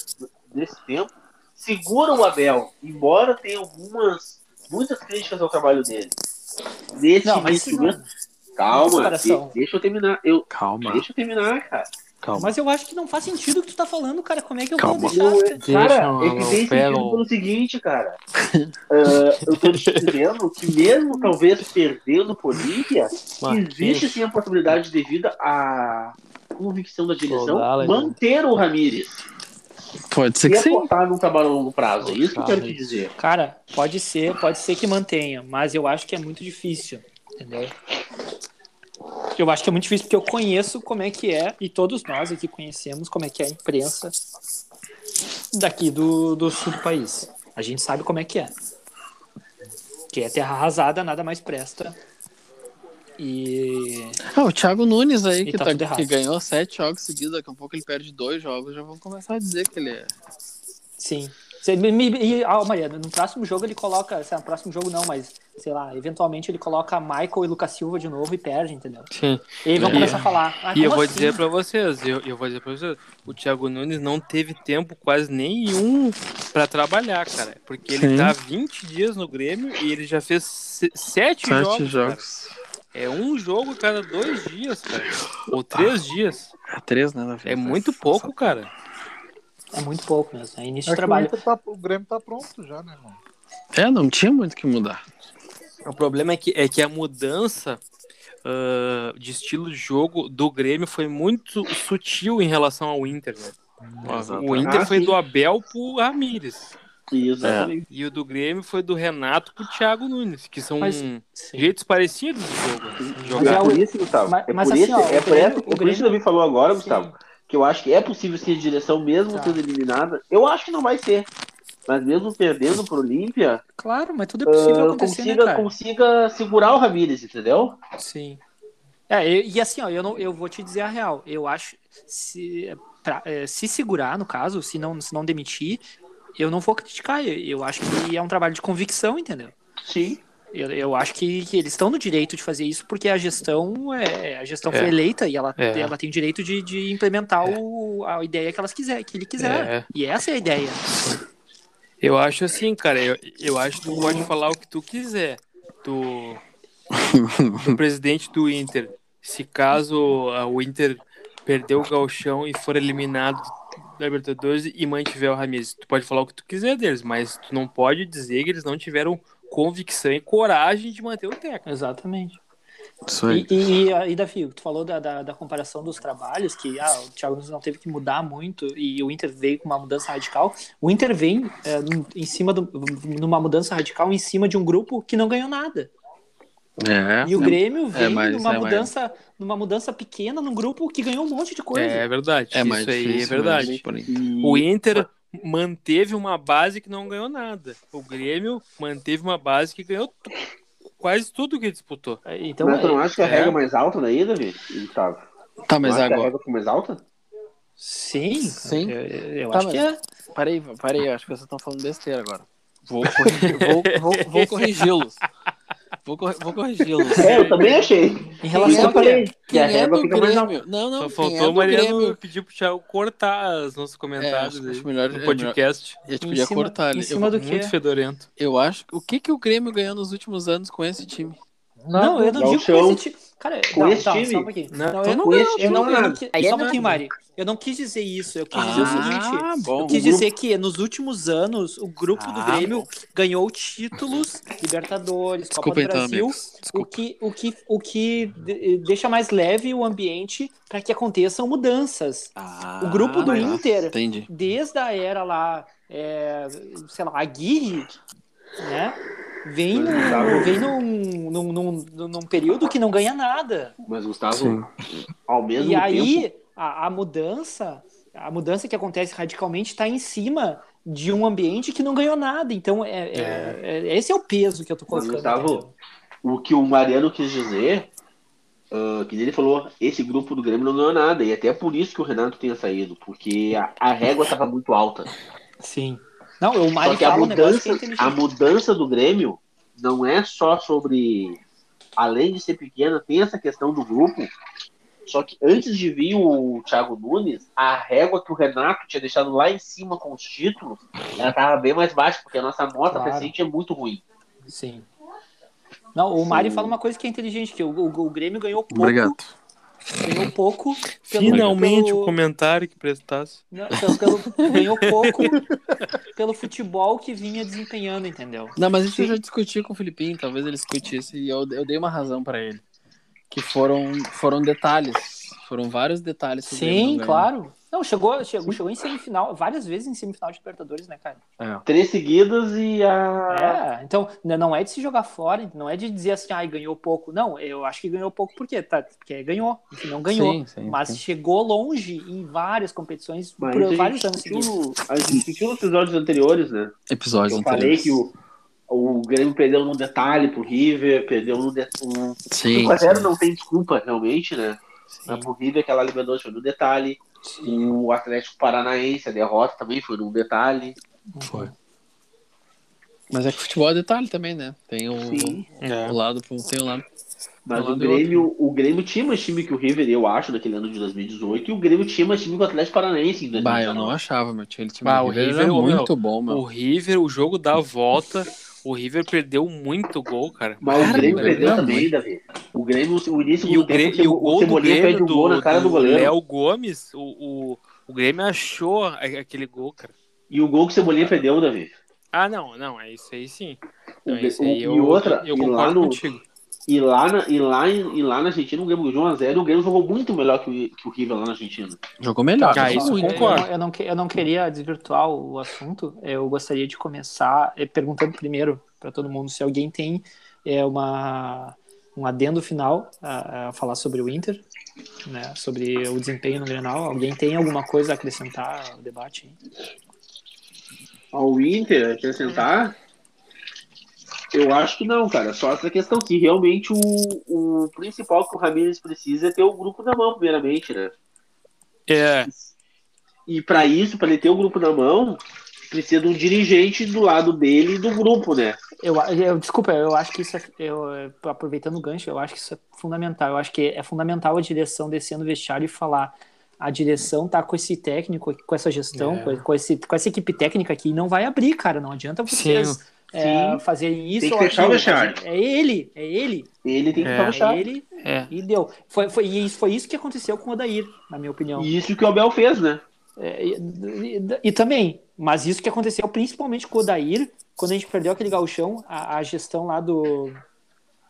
[SPEAKER 8] desse tempo, segura o Abel, embora tenha algumas, muitas críticas ao trabalho dele. Nesse
[SPEAKER 5] Não, mas
[SPEAKER 8] início
[SPEAKER 5] não.
[SPEAKER 8] mesmo- Calma,
[SPEAKER 5] Comparação.
[SPEAKER 8] de- deixa eu terminar. Eu, Calma. Deixa eu terminar, cara.
[SPEAKER 5] Calma. Mas eu acho que não faz sentido o que tu tá falando, cara. Como é que eu
[SPEAKER 8] Calma.
[SPEAKER 5] vou deixar?
[SPEAKER 8] Cara, é eu fiquei sentido pelo seguinte, <laughs> cara. Ah, eu tô te dizendo que mesmo talvez perdendo Polícia,
[SPEAKER 7] Mas,
[SPEAKER 8] existe
[SPEAKER 7] bicho.
[SPEAKER 8] sim a possibilidade devido à convicção da direção
[SPEAKER 7] Soldado,
[SPEAKER 8] manter o Ramírez.
[SPEAKER 4] Pode ser
[SPEAKER 8] e é
[SPEAKER 4] que sim.
[SPEAKER 8] apostar num trabalho a longo prazo. É isso que eu quero te
[SPEAKER 5] Charles.
[SPEAKER 8] dizer.
[SPEAKER 5] Cara, pode ser, pode ser que mantenha, mas eu acho que é muito difícil, entendeu? Eu acho que é muito difícil porque eu conheço como é que é e todos nós aqui conhecemos como é que é a imprensa daqui do, do sul do país. A gente sabe como é que é. Que é terra arrasada, nada mais presta. E
[SPEAKER 4] Ah, o Thiago Nunes aí,
[SPEAKER 5] E
[SPEAKER 4] que,
[SPEAKER 5] tá
[SPEAKER 4] tá-
[SPEAKER 5] tudo errado.
[SPEAKER 4] que ganhou sete jogos seguidos, daqui a pouco ele perde dois jogos, já vão começar a dizer que ele é.
[SPEAKER 5] Sim. Você me- me- e, ah, Maria, no próximo jogo ele coloca. Sei lá, no próximo jogo não, mas sei lá, eventualmente ele coloca Michael e Lucas Silva de novo e perde, entendeu?
[SPEAKER 7] Sim.
[SPEAKER 5] E aí vão
[SPEAKER 7] E-
[SPEAKER 5] começar a falar. "Ah,
[SPEAKER 7] e eu
[SPEAKER 5] como
[SPEAKER 7] vou
[SPEAKER 5] assim?"
[SPEAKER 7] dizer pra vocês, eu, eu vou dizer pra vocês, o Thiago Nunes não teve tempo quase nenhum pra trabalhar, cara, porque ele
[SPEAKER 4] Sim.
[SPEAKER 7] tá 20 dias no Grêmio e ele já fez se- sete
[SPEAKER 4] Sete
[SPEAKER 7] jogos.
[SPEAKER 4] jogos.
[SPEAKER 7] cara. É um jogo a cada dois dias, cara, ou três dias.
[SPEAKER 4] Três, né?
[SPEAKER 7] É muito pouco, cara.
[SPEAKER 5] É muito pouco mesmo. É
[SPEAKER 2] É
[SPEAKER 5] início
[SPEAKER 2] que
[SPEAKER 5] de
[SPEAKER 2] O,
[SPEAKER 5] trabalho.
[SPEAKER 2] Inter tá- o Grêmio tá pronto já, né, irmão?
[SPEAKER 4] É, não tinha muito o que mudar.
[SPEAKER 7] O problema é que, é que a mudança ah, de estilo de jogo do Grêmio foi muito sutil em relação ao Inter, né? O Inter
[SPEAKER 8] Ah,
[SPEAKER 7] foi
[SPEAKER 8] sim.
[SPEAKER 7] do Abel pro Ramires.
[SPEAKER 8] Exatamente.
[SPEAKER 7] E o do Grêmio foi do Renato pro Thiago Nunes, que são
[SPEAKER 8] Mas-
[SPEAKER 7] jeitos parecidos de jogo. assim, de
[SPEAKER 8] Mas
[SPEAKER 7] jogar.
[SPEAKER 8] é por isso, Gustavo.
[SPEAKER 7] Mas-
[SPEAKER 8] é
[SPEAKER 7] mas
[SPEAKER 8] por
[SPEAKER 7] assim,
[SPEAKER 8] isso,
[SPEAKER 7] ó, o
[SPEAKER 8] é por,
[SPEAKER 7] Grêmio-
[SPEAKER 8] essa,
[SPEAKER 7] o
[SPEAKER 8] é por
[SPEAKER 7] Grêmio-
[SPEAKER 8] isso que eu vim falou Tá. agora, Gustavo. Que eu acho que é possível ser direção mesmo sendo eliminada. Eu acho que não vai ser. mas mesmo perdendo pro Olímpia.
[SPEAKER 5] Claro, mas tudo é possível
[SPEAKER 8] ah,
[SPEAKER 5] acontecer, né,
[SPEAKER 8] consiga,
[SPEAKER 5] cara?
[SPEAKER 8] consiga segurar o Ramírez, entendeu?
[SPEAKER 5] Sim. É, e, e assim, ó, eu, não, eu vou te dizer a real. Eu acho. Se, pra- eh, se segurar, no caso, se não, se não demitir, eu não vou criticar. Eu, eu acho que é um trabalho de convicção, entendeu?
[SPEAKER 8] Sim.
[SPEAKER 5] Eu, eu acho que, que eles estão no direito de fazer isso porque a gestão é a gestão
[SPEAKER 7] É.
[SPEAKER 5] foi eleita e ela,
[SPEAKER 7] É.
[SPEAKER 5] ela tem o direito de, de implementar o- a ideia que elas quiser que ele quiser
[SPEAKER 7] É.
[SPEAKER 5] e essa é a ideia
[SPEAKER 7] Eu acho assim, cara. Eu, eu acho que tu pode falar o que tu quiser do, do presidente do Inter. Se caso ah, o Inter perder o galchão e for eliminado da Libertadores e mantiver o Ramires, tu pode falar o que tu quiser deles, mas tu não pode dizer que eles não tiveram convicção e coragem de manter o técnico.
[SPEAKER 5] Exatamente.
[SPEAKER 12] Isso aí.
[SPEAKER 5] E, e, ah, e aí, Davi, tu falou da, da, da comparação dos trabalhos, que ah, o Thiago Nunes não teve que mudar muito e o Inter veio com uma mudança radical. O Inter vem é, num- em cima do, numa mudança radical em cima de um grupo que não ganhou nada.
[SPEAKER 7] É,
[SPEAKER 5] e o Grêmio vem
[SPEAKER 7] mas-
[SPEAKER 5] numa,
[SPEAKER 7] é, mas-
[SPEAKER 5] mudança, numa mudança pequena num grupo que ganhou um monte de coisa.
[SPEAKER 7] É verdade.
[SPEAKER 12] É mais
[SPEAKER 7] isso aí é
[SPEAKER 12] difícil,
[SPEAKER 7] verdade.
[SPEAKER 12] mas, porém.
[SPEAKER 7] O Inter manteve uma base que não ganhou nada. O Grêmio manteve uma base que ganhou tu- quase tudo que disputou.
[SPEAKER 5] Então,
[SPEAKER 8] mas tu não acha que a regra é mais alta daí, Davi? Gustavo?
[SPEAKER 4] Tá, mas
[SPEAKER 8] Tu acha que
[SPEAKER 4] agora-
[SPEAKER 8] A regra ficou mais alta?
[SPEAKER 5] Sim,
[SPEAKER 4] Sim.
[SPEAKER 5] Eu, eu
[SPEAKER 4] Tá,
[SPEAKER 5] acho
[SPEAKER 4] mas-
[SPEAKER 5] que é.
[SPEAKER 4] Parei, parei, eu acho que vocês estão falando besteira agora. Vou, corri- vou, vou, vou corrigi-los. Vou, cor- vou corrigi-los.
[SPEAKER 8] <laughs> É, eu também achei.
[SPEAKER 4] Em
[SPEAKER 8] Isso
[SPEAKER 4] relação
[SPEAKER 8] eu falei, que a
[SPEAKER 4] quem é
[SPEAKER 8] régua
[SPEAKER 4] do
[SPEAKER 8] fica mais
[SPEAKER 4] Grêmio?
[SPEAKER 8] alta.
[SPEAKER 4] Não, não,
[SPEAKER 7] Só
[SPEAKER 4] quem
[SPEAKER 7] faltou
[SPEAKER 4] é do
[SPEAKER 7] o Mariano
[SPEAKER 4] Grêmio?
[SPEAKER 7] pedir pro Thiago cortar os nossos comentários
[SPEAKER 4] acho- acho
[SPEAKER 7] aí,
[SPEAKER 4] melhor- é
[SPEAKER 7] no
[SPEAKER 4] melhor-
[SPEAKER 7] podcast.
[SPEAKER 4] A gente podia cortar ali. Eu-
[SPEAKER 7] Muito fedorento.
[SPEAKER 4] Eu acho. O que, que o Grêmio ganhou nos últimos anos com esse time?
[SPEAKER 5] Não, eu não digo com esse time. Cara,
[SPEAKER 4] Com
[SPEAKER 5] não,
[SPEAKER 4] esse
[SPEAKER 5] tá,
[SPEAKER 4] time?
[SPEAKER 5] Só um pouquinho.
[SPEAKER 4] Não,
[SPEAKER 5] Não,
[SPEAKER 4] tu
[SPEAKER 5] eu
[SPEAKER 4] não
[SPEAKER 5] não,
[SPEAKER 4] ganhou
[SPEAKER 5] eu não, eu não,
[SPEAKER 4] nada.
[SPEAKER 5] eu
[SPEAKER 4] Aí
[SPEAKER 5] só
[SPEAKER 4] é
[SPEAKER 5] um pouquinho,
[SPEAKER 4] nada.
[SPEAKER 5] Mari. Eu não quis dizer isso. Eu quis dizer o
[SPEAKER 4] Ah,
[SPEAKER 5] seguinte.
[SPEAKER 4] bom.
[SPEAKER 5] eu quis
[SPEAKER 4] O grupo-
[SPEAKER 5] dizer que nos últimos anos, o grupo do
[SPEAKER 4] Ah,
[SPEAKER 5] Grêmio ganhou títulos, Libertadores,
[SPEAKER 4] Desculpa,
[SPEAKER 5] Copa do
[SPEAKER 4] então,
[SPEAKER 5] Brasil.
[SPEAKER 4] amigos.
[SPEAKER 5] o que, o que, o que de- deixa mais leve o ambiente para que aconteçam mudanças. o grupo do
[SPEAKER 4] tá.
[SPEAKER 5] Inter,
[SPEAKER 4] Entendi.
[SPEAKER 5] desde a era lá, é, sei lá, Aguirre, né? Vem, num, vem num, num, num, num período que não ganha nada.
[SPEAKER 8] Mas, Gustavo, ao mesmo
[SPEAKER 5] e aí,
[SPEAKER 8] tempo.
[SPEAKER 5] a, a mudança, a mudança que acontece radicalmente está em cima de um ambiente que não ganhou nada. Então, é, é- é- esse é o peso que eu tô
[SPEAKER 8] Mas,
[SPEAKER 5] colocando. entendeu?
[SPEAKER 8] Gustavo, o que o Mariano quis dizer, ah, que ele falou, esse grupo do Grêmio não ganhou nada. E até por isso que o Renato tenha saído, porque a, a régua estava muito alta.
[SPEAKER 5] Sim. Não, o Mari
[SPEAKER 8] Só que a
[SPEAKER 5] fala um negócio que
[SPEAKER 8] mudança,
[SPEAKER 5] é inteligente.
[SPEAKER 8] a mudança do Grêmio não é só sobre. Além de ser pequena, tem essa questão do grupo. Só que antes de vir o Thiago Nunes, a régua que o Renato tinha deixado lá em cima com os títulos, ela tava bem mais baixa, porque a nossa nota
[SPEAKER 5] Claro.
[SPEAKER 8] recente é muito ruim.
[SPEAKER 5] Sim. Não, o Mari
[SPEAKER 8] Sim.
[SPEAKER 5] fala uma coisa que é inteligente, que o, o- o Grêmio ganhou pouco,
[SPEAKER 12] Obrigado.
[SPEAKER 5] ganhou pouco pelo-
[SPEAKER 7] Finalmente
[SPEAKER 5] pelo-
[SPEAKER 7] o comentário que prestasse.
[SPEAKER 5] Não, pelo- pelo- ganhou pouco pelo futebol que vinha desempenhando, entendeu?
[SPEAKER 4] Não, mas isso eu já discuti com o Filipinho, talvez ele discutisse e eu, eu dei uma razão pra ele. Que foram, foram detalhes. Foram vários detalhes. que o Grêmio não
[SPEAKER 5] Sim,
[SPEAKER 4] ganhou.
[SPEAKER 5] claro. Não, chegou, chegou, chegou em semifinal, várias vezes em semifinal de Libertadores, né, cara?
[SPEAKER 8] Três seguidas e a.
[SPEAKER 5] É, então n- não é de se jogar fora, não é de dizer assim, ai, ganhou pouco. Não, eu acho que ganhou pouco porque, tá, porque ganhou, enfim, não ganhou.
[SPEAKER 8] Sim, sim,
[SPEAKER 5] mas
[SPEAKER 8] sim.
[SPEAKER 5] chegou longe em várias competições
[SPEAKER 8] Mas
[SPEAKER 5] por
[SPEAKER 8] a gente
[SPEAKER 5] vários anos
[SPEAKER 8] discutiu-
[SPEAKER 5] seguidos.
[SPEAKER 8] A gente discutiu nos episódios anteriores, né?
[SPEAKER 4] Episódios
[SPEAKER 8] Eu falei
[SPEAKER 4] anteriores.
[SPEAKER 8] que o, o Grêmio perdeu num detalhe pro River, perdeu num detalhe.
[SPEAKER 4] Sim,
[SPEAKER 8] 5x0
[SPEAKER 4] sim.
[SPEAKER 8] não tem desculpa, realmente, né? Mas pro River, aquela Libertadores foi num detalhe. O Atlético Paranaense, a derrota também foi num detalhe.
[SPEAKER 4] Foi. Mas é que futebol é detalhe também, né? Tem o,
[SPEAKER 8] Sim.
[SPEAKER 4] o lado, tem o lado.
[SPEAKER 8] Mas
[SPEAKER 4] um
[SPEAKER 8] o
[SPEAKER 4] lado e outro.
[SPEAKER 8] Grêmio, o Grêmio tinha mais time que o River, eu acho, naquele ano de 2018, e o Grêmio tinha mais time que o Atlético Paranaense em
[SPEAKER 4] Bah, eu
[SPEAKER 8] 2019.
[SPEAKER 4] não achava, meu tio. Ele tinha
[SPEAKER 7] Ah,
[SPEAKER 4] o
[SPEAKER 7] o
[SPEAKER 4] River,
[SPEAKER 7] River,
[SPEAKER 4] era
[SPEAKER 7] ô, meu,
[SPEAKER 4] muito bom, meu.
[SPEAKER 7] O River, o jogo dá a volta. O River perdeu muito gol, cara.
[SPEAKER 8] Mas o Grêmio perdeu
[SPEAKER 7] era
[SPEAKER 8] também,
[SPEAKER 7] muito.
[SPEAKER 8] Davi. O Grêmio, o início
[SPEAKER 7] E
[SPEAKER 8] do
[SPEAKER 7] o, Grêmio,
[SPEAKER 8] tempo,
[SPEAKER 7] e o gol do
[SPEAKER 8] Cebolinha
[SPEAKER 7] Grêmio é
[SPEAKER 8] perde um
[SPEAKER 7] do,
[SPEAKER 8] gol na cara do,
[SPEAKER 7] do
[SPEAKER 8] goleiro.
[SPEAKER 7] Léo Gomes, o, o, o Grêmio achou a- aquele gol, cara.
[SPEAKER 8] E o gol que o Cebolinha perdeu, Davi.
[SPEAKER 7] Ah, não, não, é isso aí sim. Não,
[SPEAKER 8] O-
[SPEAKER 7] é isso aí,
[SPEAKER 8] e
[SPEAKER 7] eu,
[SPEAKER 8] outra,
[SPEAKER 7] eu
[SPEAKER 8] e lá
[SPEAKER 7] concordo
[SPEAKER 8] no-
[SPEAKER 7] contigo.
[SPEAKER 8] E lá na, e lá, em- e lá na Argentina o Grêmio ganhou 1x0 e o Grêmio jogou muito melhor que o, que o River lá na Argentina.
[SPEAKER 4] Jogou melhor. um
[SPEAKER 5] Tá,
[SPEAKER 4] jogou
[SPEAKER 5] pessoal,
[SPEAKER 4] muito
[SPEAKER 5] eu- Eu, não- eu, não, que- eu não queria desvirtuar o assunto. Eu gostaria de começar eh, perguntando primeiro para todo mundo se alguém tem é, uma, um adendo final a, a falar sobre o Inter, né, sobre o desempenho no Grenal. Alguém tem alguma coisa a acrescentar ao debate?
[SPEAKER 8] ao Inter acrescentar? Eu acho que não, cara. Só essa questão que realmente o, o principal que o Ramires precisa é ter o grupo na mão, primeiramente, né?
[SPEAKER 7] É.
[SPEAKER 8] E para isso, para ele ter o grupo na mão, precisa de um dirigente do lado dele e do grupo, né?
[SPEAKER 5] Eu, eu- desculpa, eu acho que isso é, eu, é, aproveitando o gancho, eu acho que isso é fundamental. Eu acho que é fundamental a direção descer no vestiário e falar. A direção tá com esse técnico, com essa gestão,
[SPEAKER 7] É.
[SPEAKER 5] com, com esse, com essa equipe técnica aqui, e não vai abrir, cara. Não adianta vocês
[SPEAKER 7] Sim.
[SPEAKER 5] é,
[SPEAKER 7] Sim.
[SPEAKER 5] fazerem isso.
[SPEAKER 7] Tem que
[SPEAKER 5] ou
[SPEAKER 7] fechar o
[SPEAKER 5] aquilo.
[SPEAKER 7] vestiário.
[SPEAKER 5] É ele, é ele.
[SPEAKER 8] Ele tem que
[SPEAKER 5] é.
[SPEAKER 8] fechar o vestiário.
[SPEAKER 5] ele
[SPEAKER 7] É.
[SPEAKER 5] e deu. Foi, foi, e isso, foi isso que aconteceu com o Odair, na minha
[SPEAKER 7] então.
[SPEAKER 5] opinião.
[SPEAKER 8] E isso que o Abel fez, né?
[SPEAKER 5] e, e- e também, mas isso que aconteceu principalmente com o Odair, quando a gente perdeu aquele gauchão, a, a gestão lá do,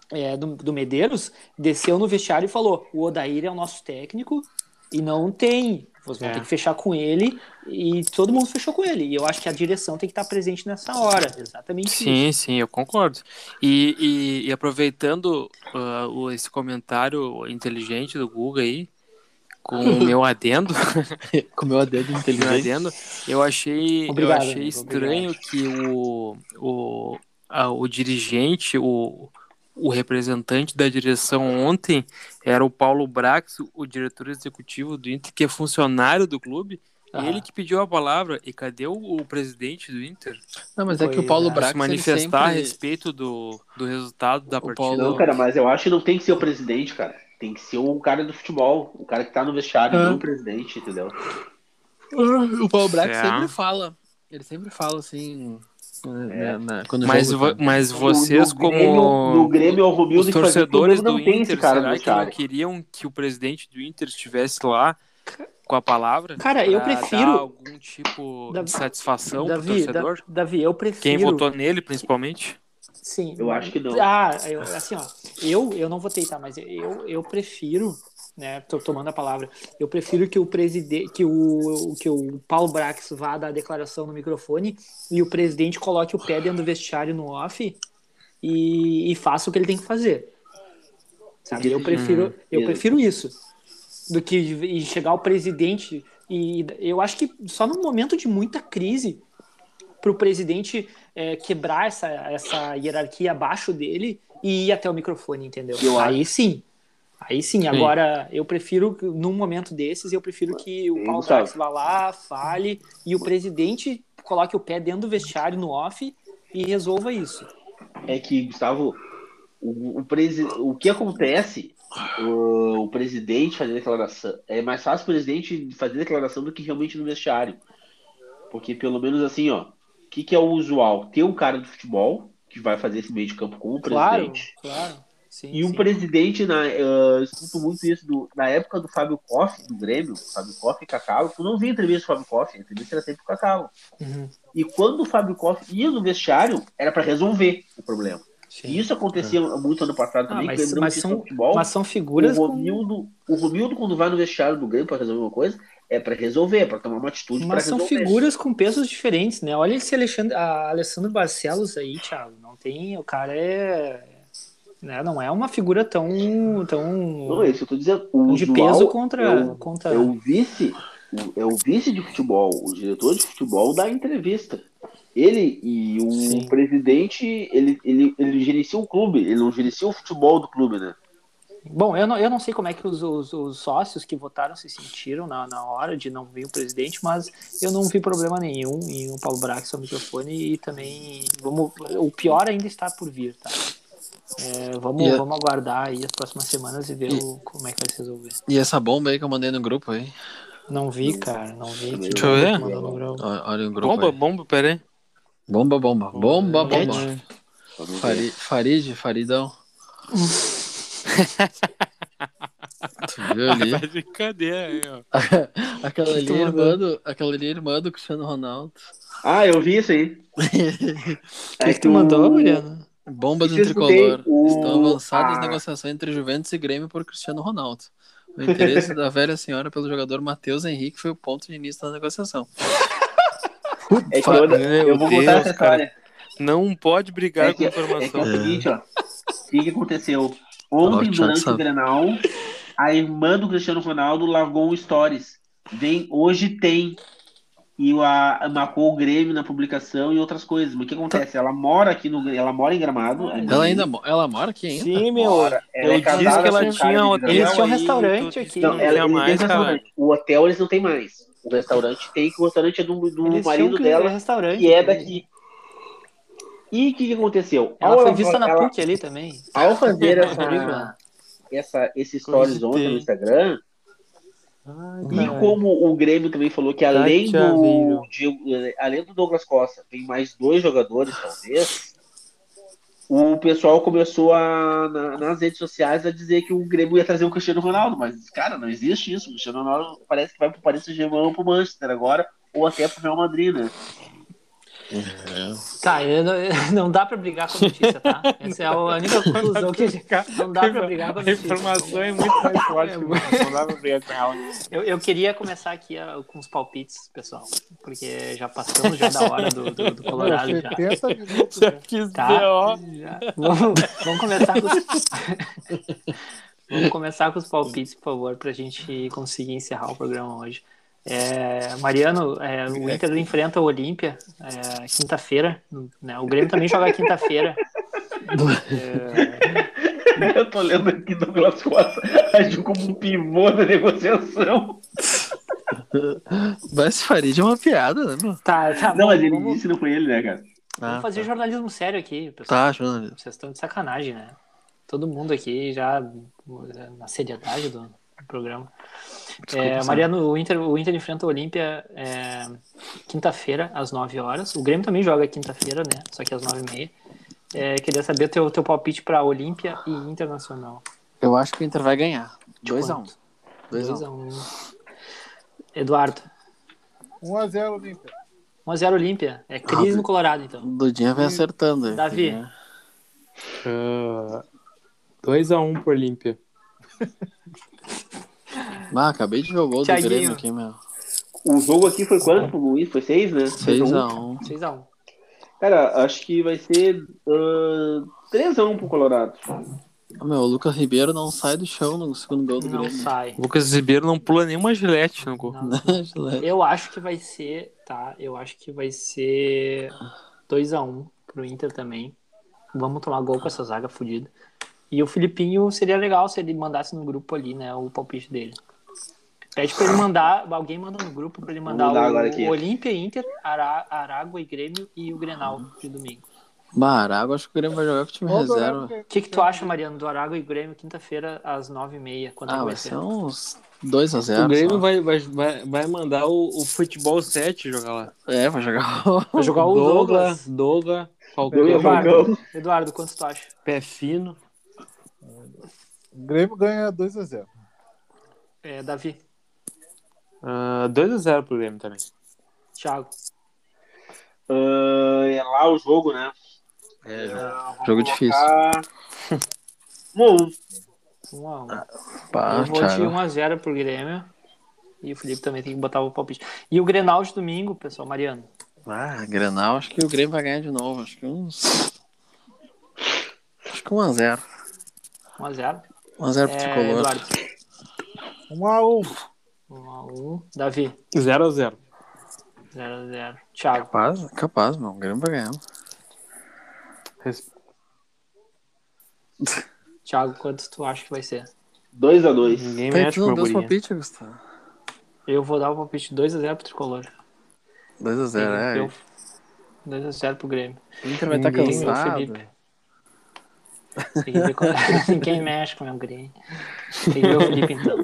[SPEAKER 5] é, do, do Medeiros desceu no vestiário e falou: o Odair é o nosso técnico e não tem. Vocês vão
[SPEAKER 7] É.
[SPEAKER 5] ter que fechar com ele e todo mundo fechou com ele. E eu acho que a direção tem que estar presente nessa hora. Exatamente isso.
[SPEAKER 7] Sim, sim, eu concordo. E, e- e aproveitando ah, o- esse comentário inteligente do Guga aí, com
[SPEAKER 8] <laughs>
[SPEAKER 7] o meu adendo,
[SPEAKER 4] Com o meu adendo
[SPEAKER 7] meu
[SPEAKER 4] inteligente.
[SPEAKER 7] adendo eu achei, eu
[SPEAKER 4] Né? Obrigado,
[SPEAKER 7] achei
[SPEAKER 4] amigo,
[SPEAKER 7] estranho que o, o, a- o dirigente, o, o representante da direção ontem era o Paulo Brax, o diretor executivo do Inter, que é funcionário do clube. e
[SPEAKER 4] Aham.
[SPEAKER 7] Ele que pediu a palavra. E cadê o, o presidente do Inter?
[SPEAKER 4] Não, mas é que o Paulo
[SPEAKER 7] Pra
[SPEAKER 4] Brax,
[SPEAKER 7] se
[SPEAKER 4] ele
[SPEAKER 7] manifestar a
[SPEAKER 4] sempre-
[SPEAKER 7] respeito do, do resultado da partida.
[SPEAKER 8] Não, cara, mas eu acho que não tem que ser o presidente, cara. Tem que ser o cara do futebol, o cara que tá no vestiário,
[SPEAKER 4] É.
[SPEAKER 8] não o presidente, entendeu?
[SPEAKER 4] <laughs> O Paulo Brax
[SPEAKER 7] É.
[SPEAKER 4] sempre fala. Ele sempre fala assim. né, na- quando o
[SPEAKER 7] mas,
[SPEAKER 4] jogo
[SPEAKER 7] vo-
[SPEAKER 4] tá-
[SPEAKER 7] mas vocês,
[SPEAKER 4] No- no
[SPEAKER 7] como
[SPEAKER 4] Grêmio- no Grêmio, o Romildo
[SPEAKER 7] os
[SPEAKER 4] que fazia
[SPEAKER 7] torcedores
[SPEAKER 4] tudo, não
[SPEAKER 7] do
[SPEAKER 4] tem esse
[SPEAKER 7] Inter,
[SPEAKER 4] cara no
[SPEAKER 7] será que não
[SPEAKER 4] vestiário.
[SPEAKER 7] queriam que o presidente do Inter estivesse lá com a palavra?
[SPEAKER 8] É,
[SPEAKER 5] Cara, eu
[SPEAKER 7] Pra
[SPEAKER 5] prefiro-
[SPEAKER 7] dar algum tipo
[SPEAKER 5] Davi-
[SPEAKER 7] de satisfação
[SPEAKER 5] Davi,
[SPEAKER 7] pro torcedor?
[SPEAKER 5] Da- Davi, eu prefiro.
[SPEAKER 7] Quem votou nele, principalmente?
[SPEAKER 5] Sim.
[SPEAKER 7] Eu acho que não.
[SPEAKER 5] Ah, eu, assim, ó, eu, eu não votei, tá? Mas eu, eu prefiro, né? Tô tomando a palavra. Eu prefiro que o presidente, que o, que o Paulo Brax vá dar a declaração no microfone e o presidente coloque o pé dentro do vestiário no off e, e faça o que ele tem que fazer. Sabe? Eu prefiro,
[SPEAKER 4] Uhum.
[SPEAKER 5] eu prefiro isso do que e chegar o presidente e eu acho que só num momento de muita crise para o presidente eh, quebrar essa, essa hierarquia abaixo dele e ir até o microfone, entendeu?
[SPEAKER 4] Eu acho.
[SPEAKER 5] aí sim. Aí sim,
[SPEAKER 4] Sim.
[SPEAKER 5] agora eu prefiro, que, num momento desses, eu prefiro que o Paulo
[SPEAKER 4] sabe.
[SPEAKER 5] Brax vá lá, fale e o presidente coloque o pé dentro do vestiário no off e resolva isso.
[SPEAKER 8] É que, Gustavo, o, o, presi... o que acontece, o, o presidente fazer declaração. É mais fácil o presidente fazer declaração do que realmente no vestiário. Porque pelo menos assim, ó, o que, que é o usual? Ter um cara do futebol que vai fazer esse meio de campo com o
[SPEAKER 5] Claro,
[SPEAKER 8] presidente.
[SPEAKER 5] claro. Sim,
[SPEAKER 8] E o
[SPEAKER 4] um
[SPEAKER 5] sim.
[SPEAKER 8] presidente, na, eh, eu escuto muito isso do- na época do Fábio Koff, do Grêmio, Fábio Koff e Cacau, tu não via entrevista do Fábio Koff, a entrevista era sempre com o Cacau.
[SPEAKER 5] Uhum.
[SPEAKER 8] E quando o Fábio Koff ia no vestiário, era para resolver o problema. E isso acontecia muito ano passado
[SPEAKER 5] Ah,
[SPEAKER 8] também,
[SPEAKER 5] mas-
[SPEAKER 8] que o Grêmio não
[SPEAKER 5] mas
[SPEAKER 8] quis
[SPEAKER 5] são-
[SPEAKER 8] futebol.
[SPEAKER 5] mas são figuras
[SPEAKER 8] O
[SPEAKER 5] com-
[SPEAKER 8] Romildo, o Romildo, quando vai no vestiário do Grêmio para resolver uma coisa, é para resolver, para tomar uma atitude para
[SPEAKER 5] Mas são
[SPEAKER 8] resolver.
[SPEAKER 5] figuras com pesos diferentes, né? Olha esse Alexandre, a Alessandro Barcelos aí, Thiago. Não tem. O cara é. né, Não é uma figura tão. tão
[SPEAKER 8] Não é isso, que eu tô dizendo. O
[SPEAKER 5] de
[SPEAKER 8] usual
[SPEAKER 5] peso contra.
[SPEAKER 8] é o,
[SPEAKER 5] contra...
[SPEAKER 8] é o vice, o- é o vice de futebol, o diretor de futebol da entrevista. Ele e o presidente, ele, ele, ele gerencia o clube, ele não gerencia o futebol do clube, né?
[SPEAKER 5] Bom, eu não, eu não sei como é que os, os, os sócios que votaram se sentiram na, na hora de não vir o presidente, mas eu não vi problema nenhum em o Paulo Brax ao microfone e também vamos, o pior ainda está por vir, tá? É, vamos,
[SPEAKER 4] E a-
[SPEAKER 5] vamos aguardar aí as próximas semanas e ver
[SPEAKER 4] E-
[SPEAKER 5] o- como é que vai se resolver.
[SPEAKER 4] E essa bomba aí que eu mandei no grupo aí.
[SPEAKER 5] Não vi, cara, não vi. que
[SPEAKER 7] Deixa eu ver.
[SPEAKER 5] mandou no grupo.
[SPEAKER 4] Olha, olha o grupo
[SPEAKER 7] Bomba,
[SPEAKER 4] aí.
[SPEAKER 7] bomba, pera aí.
[SPEAKER 4] Bomba, bomba. Bomba, bomba.
[SPEAKER 7] Vamos
[SPEAKER 4] Fari, Farid,
[SPEAKER 7] <laughs>
[SPEAKER 4] Faridão. tu viu ali?
[SPEAKER 7] Ah, tá de brincadeira aí, ó.
[SPEAKER 4] aquela, ali
[SPEAKER 7] Que tu
[SPEAKER 4] é irmã
[SPEAKER 7] mandou?
[SPEAKER 4] do, aquela ali é irmã do Cristiano Ronaldo.
[SPEAKER 8] Ah, eu vi isso <laughs> aí.
[SPEAKER 4] É
[SPEAKER 8] que o-
[SPEAKER 4] Bomba do
[SPEAKER 8] Isso eu
[SPEAKER 4] tricolor.
[SPEAKER 8] escutei. O-
[SPEAKER 4] Estão avançadas
[SPEAKER 8] Ah.
[SPEAKER 4] negociações entre Juventus e Grêmio por Cristiano Ronaldo. O
[SPEAKER 8] <laughs>
[SPEAKER 4] interesse da velha senhora pelo jogador Matheus Henrique foi o ponto de início da negociação.
[SPEAKER 8] <laughs> É que
[SPEAKER 4] Fa-
[SPEAKER 8] eu, eu vou contar essa história.
[SPEAKER 7] Não pode brigar
[SPEAKER 8] É que-
[SPEAKER 7] com informação.
[SPEAKER 8] É que é o seguinte, ó. O que, que aconteceu? Ontem,
[SPEAKER 7] Thiago
[SPEAKER 8] durante o
[SPEAKER 7] sabe.
[SPEAKER 8] Grenal, a irmã do Cristiano Ronaldo largou um stories. Vem, hoje tem. e a, marcou o Grêmio na publicação e outras coisas. Mas o que acontece? Ela mora aqui no ela mora em Gramado.
[SPEAKER 4] Ela ainda mo- ela mora aqui ainda?
[SPEAKER 8] Sim, meu. Mora. Ela é
[SPEAKER 4] disse
[SPEAKER 8] casada com um cara de Gramado.
[SPEAKER 4] aí, tu-
[SPEAKER 8] Não, ela,
[SPEAKER 4] Não,
[SPEAKER 8] eles
[SPEAKER 4] mas,
[SPEAKER 8] têm
[SPEAKER 4] cara,
[SPEAKER 8] restaurante. O hotel eles não têm mais. O restaurante tem, que o restaurante é do, do
[SPEAKER 5] Eles tinham
[SPEAKER 8] marido
[SPEAKER 5] que-
[SPEAKER 8] dela,
[SPEAKER 5] restaurante,
[SPEAKER 8] que é daqui. E o que, que aconteceu?
[SPEAKER 5] Ela
[SPEAKER 8] Ao
[SPEAKER 5] foi vista na
[SPEAKER 8] ela-
[SPEAKER 5] PUC ali também.
[SPEAKER 8] Ao fazer
[SPEAKER 5] Horrível.
[SPEAKER 8] essa, essa, esse stories ontem no Instagram, e
[SPEAKER 5] cara.
[SPEAKER 8] como o Grêmio também falou que além do,
[SPEAKER 5] Chaveiro.
[SPEAKER 8] Diego- além do Douglas Costa, tem mais dois jogadores, talvez, o pessoal começou a, na- nas redes sociais a dizer que o Grêmio ia trazer o Cristiano Ronaldo, mas, cara, não existe isso. O Cristiano Ronaldo parece que vai pro Paris Saint-Germain ou pro Manchester agora, ou até pro Real Madrid, né? <laughs>
[SPEAKER 5] Tá, eu não, não dá pra brigar com a notícia, tá? Essa é <laughs> a única conclusão que a gente. Não dá pra brigar com a
[SPEAKER 7] A
[SPEAKER 5] notícia.
[SPEAKER 7] informação é muito
[SPEAKER 3] <laughs>
[SPEAKER 7] mais forte. que Não dá pra brigar com
[SPEAKER 3] Tá.
[SPEAKER 7] ela.
[SPEAKER 5] Eu, eu queria começar aqui ah, com os palpites, pessoal, porque já passamos já da hora do, do, do Colorado. Já.
[SPEAKER 2] 70 minutos.
[SPEAKER 7] Já quis
[SPEAKER 5] Tá.
[SPEAKER 7] B.O.
[SPEAKER 5] Vamos, vamos começar com <laughs> os... Vamos começar com os palpites, por favor, para a gente conseguir encerrar o programa hoje. É, Mariano, é, o Inter enfrenta o Olímpia é, quinta-feira. né? O Grêmio também joga quinta-feira.
[SPEAKER 8] Eu tô lendo aqui Douglas Costa <laughs> agiu como um pivô da negociação.
[SPEAKER 4] Mas Farid é uma piada, né, meu? Ah,
[SPEAKER 5] Tá, tá.
[SPEAKER 8] Não,
[SPEAKER 5] bom,
[SPEAKER 8] mas ele
[SPEAKER 5] vamos,
[SPEAKER 8] disse, não foi ele, né, cara?
[SPEAKER 5] vamos fazer jornalismo sério aqui, pessoal.
[SPEAKER 4] Tá, jornalismo.
[SPEAKER 5] Vocês estão de sacanagem, né? Todo mundo aqui já na seriedade do do programa.
[SPEAKER 4] Desculpa,
[SPEAKER 5] É,
[SPEAKER 4] Sam.
[SPEAKER 5] Mariano, o Inter, o Inter enfrenta o Olímpia é, quinta-feira, às 9 horas. O Grêmio também joga quinta-feira, né? Só que às 9h30. É, queria saber o teu, teu palpite para Olímpia e Internacional.
[SPEAKER 4] Eu acho que o Inter vai ganhar. 2x1. 2x1.
[SPEAKER 5] 2x1. Eduardo,
[SPEAKER 2] 1x0, Olímpia.
[SPEAKER 5] 1x0 Olímpia. É crise no Colorado,
[SPEAKER 4] um.
[SPEAKER 5] então.
[SPEAKER 4] Dudinha
[SPEAKER 8] Hum.
[SPEAKER 4] vem acertando. aí.
[SPEAKER 5] Davi,
[SPEAKER 7] 2x1 pro Olímpia.
[SPEAKER 4] Ah, acabei de ver o gol do
[SPEAKER 5] Thiaguinho.
[SPEAKER 4] Grêmio aqui, meu.
[SPEAKER 8] O jogo aqui foi quanto, Luiz? Foi 6, né?
[SPEAKER 4] 6x1.
[SPEAKER 5] 6x1.
[SPEAKER 8] Cara, acho que vai ser ah, 3x1 pro Colorado.
[SPEAKER 4] Ah, Meu, o Lucas Ribeiro não sai do chão no segundo gol do
[SPEAKER 5] Não
[SPEAKER 4] Grêmio.
[SPEAKER 5] sai.
[SPEAKER 7] Lucas Ribeiro não pula nenhuma gilete no gol.
[SPEAKER 4] né? <laughs>
[SPEAKER 5] Eu acho que vai ser, tá? Eu acho que vai ser 2x1 pro Inter também. Vamos tomar gol com essa zaga fodida. E o Filipinho seria legal se ele mandasse no grupo ali, né? O palpite dele. Pede pra ele mandar, alguém manda no grupo pra ele mandar
[SPEAKER 8] mandar
[SPEAKER 5] o,
[SPEAKER 8] agora aqui.
[SPEAKER 5] o Olímpia Inter, Ara, Aragua e Grêmio e o Grenal de domingo.
[SPEAKER 4] Marago, acho que o Grêmio vai jogar com o time reserva.
[SPEAKER 5] O que, que tu acha, Mariano, do Aragua e Grêmio quinta-feira às 9h30? Quanto
[SPEAKER 4] Ah,
[SPEAKER 5] vai
[SPEAKER 4] vai
[SPEAKER 5] ser? um
[SPEAKER 4] ser uns 2x0.
[SPEAKER 7] O Grêmio vai, vai, vai, vai mandar o, o futebol 7 jogar lá.
[SPEAKER 4] É, vai
[SPEAKER 7] <laughs>
[SPEAKER 4] jogar. <laughs>
[SPEAKER 7] Vai jogar o Douglas. Douglas, Falcão,
[SPEAKER 5] Eduardo, Eduardo, quanto tu acha?
[SPEAKER 7] Pé Fino.
[SPEAKER 2] O Grêmio ganha 2x0.
[SPEAKER 5] É, Davi,
[SPEAKER 7] Ah, 2x0 pro Grêmio também.
[SPEAKER 5] Thiago.
[SPEAKER 8] Ah, é lá o jogo, né? É,
[SPEAKER 4] Jogo difícil.
[SPEAKER 8] Bom,
[SPEAKER 5] 1x1.
[SPEAKER 4] Pá,
[SPEAKER 5] eu vou de
[SPEAKER 4] Thiago.
[SPEAKER 5] 1x0 pro Grêmio. E o Felipe também tem que botar o palpite. E o Grenal de domingo, pessoal, Mariano.
[SPEAKER 4] Ah, Grenal, acho que o Grêmio vai ganhar de novo. Acho que uns. Acho que 1x0.
[SPEAKER 5] 1x0.
[SPEAKER 4] 1x0 É pro Tricolor.
[SPEAKER 5] É, Eduardo.
[SPEAKER 2] 1x1.
[SPEAKER 5] 1x1. Davi.
[SPEAKER 7] 0x0.
[SPEAKER 5] 0x0. Thiago.
[SPEAKER 4] Capaz, capaz, meu. O Grêmio vai ganhar.
[SPEAKER 5] Thiago, quanto tu acha que vai ser?
[SPEAKER 8] 2x2.
[SPEAKER 5] Uhum.
[SPEAKER 7] Ninguém
[SPEAKER 4] Peraí,
[SPEAKER 7] mexe
[SPEAKER 4] tu
[SPEAKER 7] com
[SPEAKER 4] não
[SPEAKER 7] a
[SPEAKER 4] deu os
[SPEAKER 7] guria.
[SPEAKER 4] palpites, Gustavo.
[SPEAKER 5] Eu vou dar o palpite 2x0 pro Tricolor.
[SPEAKER 4] 2x0, é.
[SPEAKER 5] Eu- 2x0 pro Grêmio.
[SPEAKER 4] O Inter vai estar
[SPEAKER 5] Ninguém, então o
[SPEAKER 4] cansado.
[SPEAKER 5] Felipe. Tem que ver como... <laughs> Ninguém mexe com o meu Grêmio. Tem que ver o Felipe, então.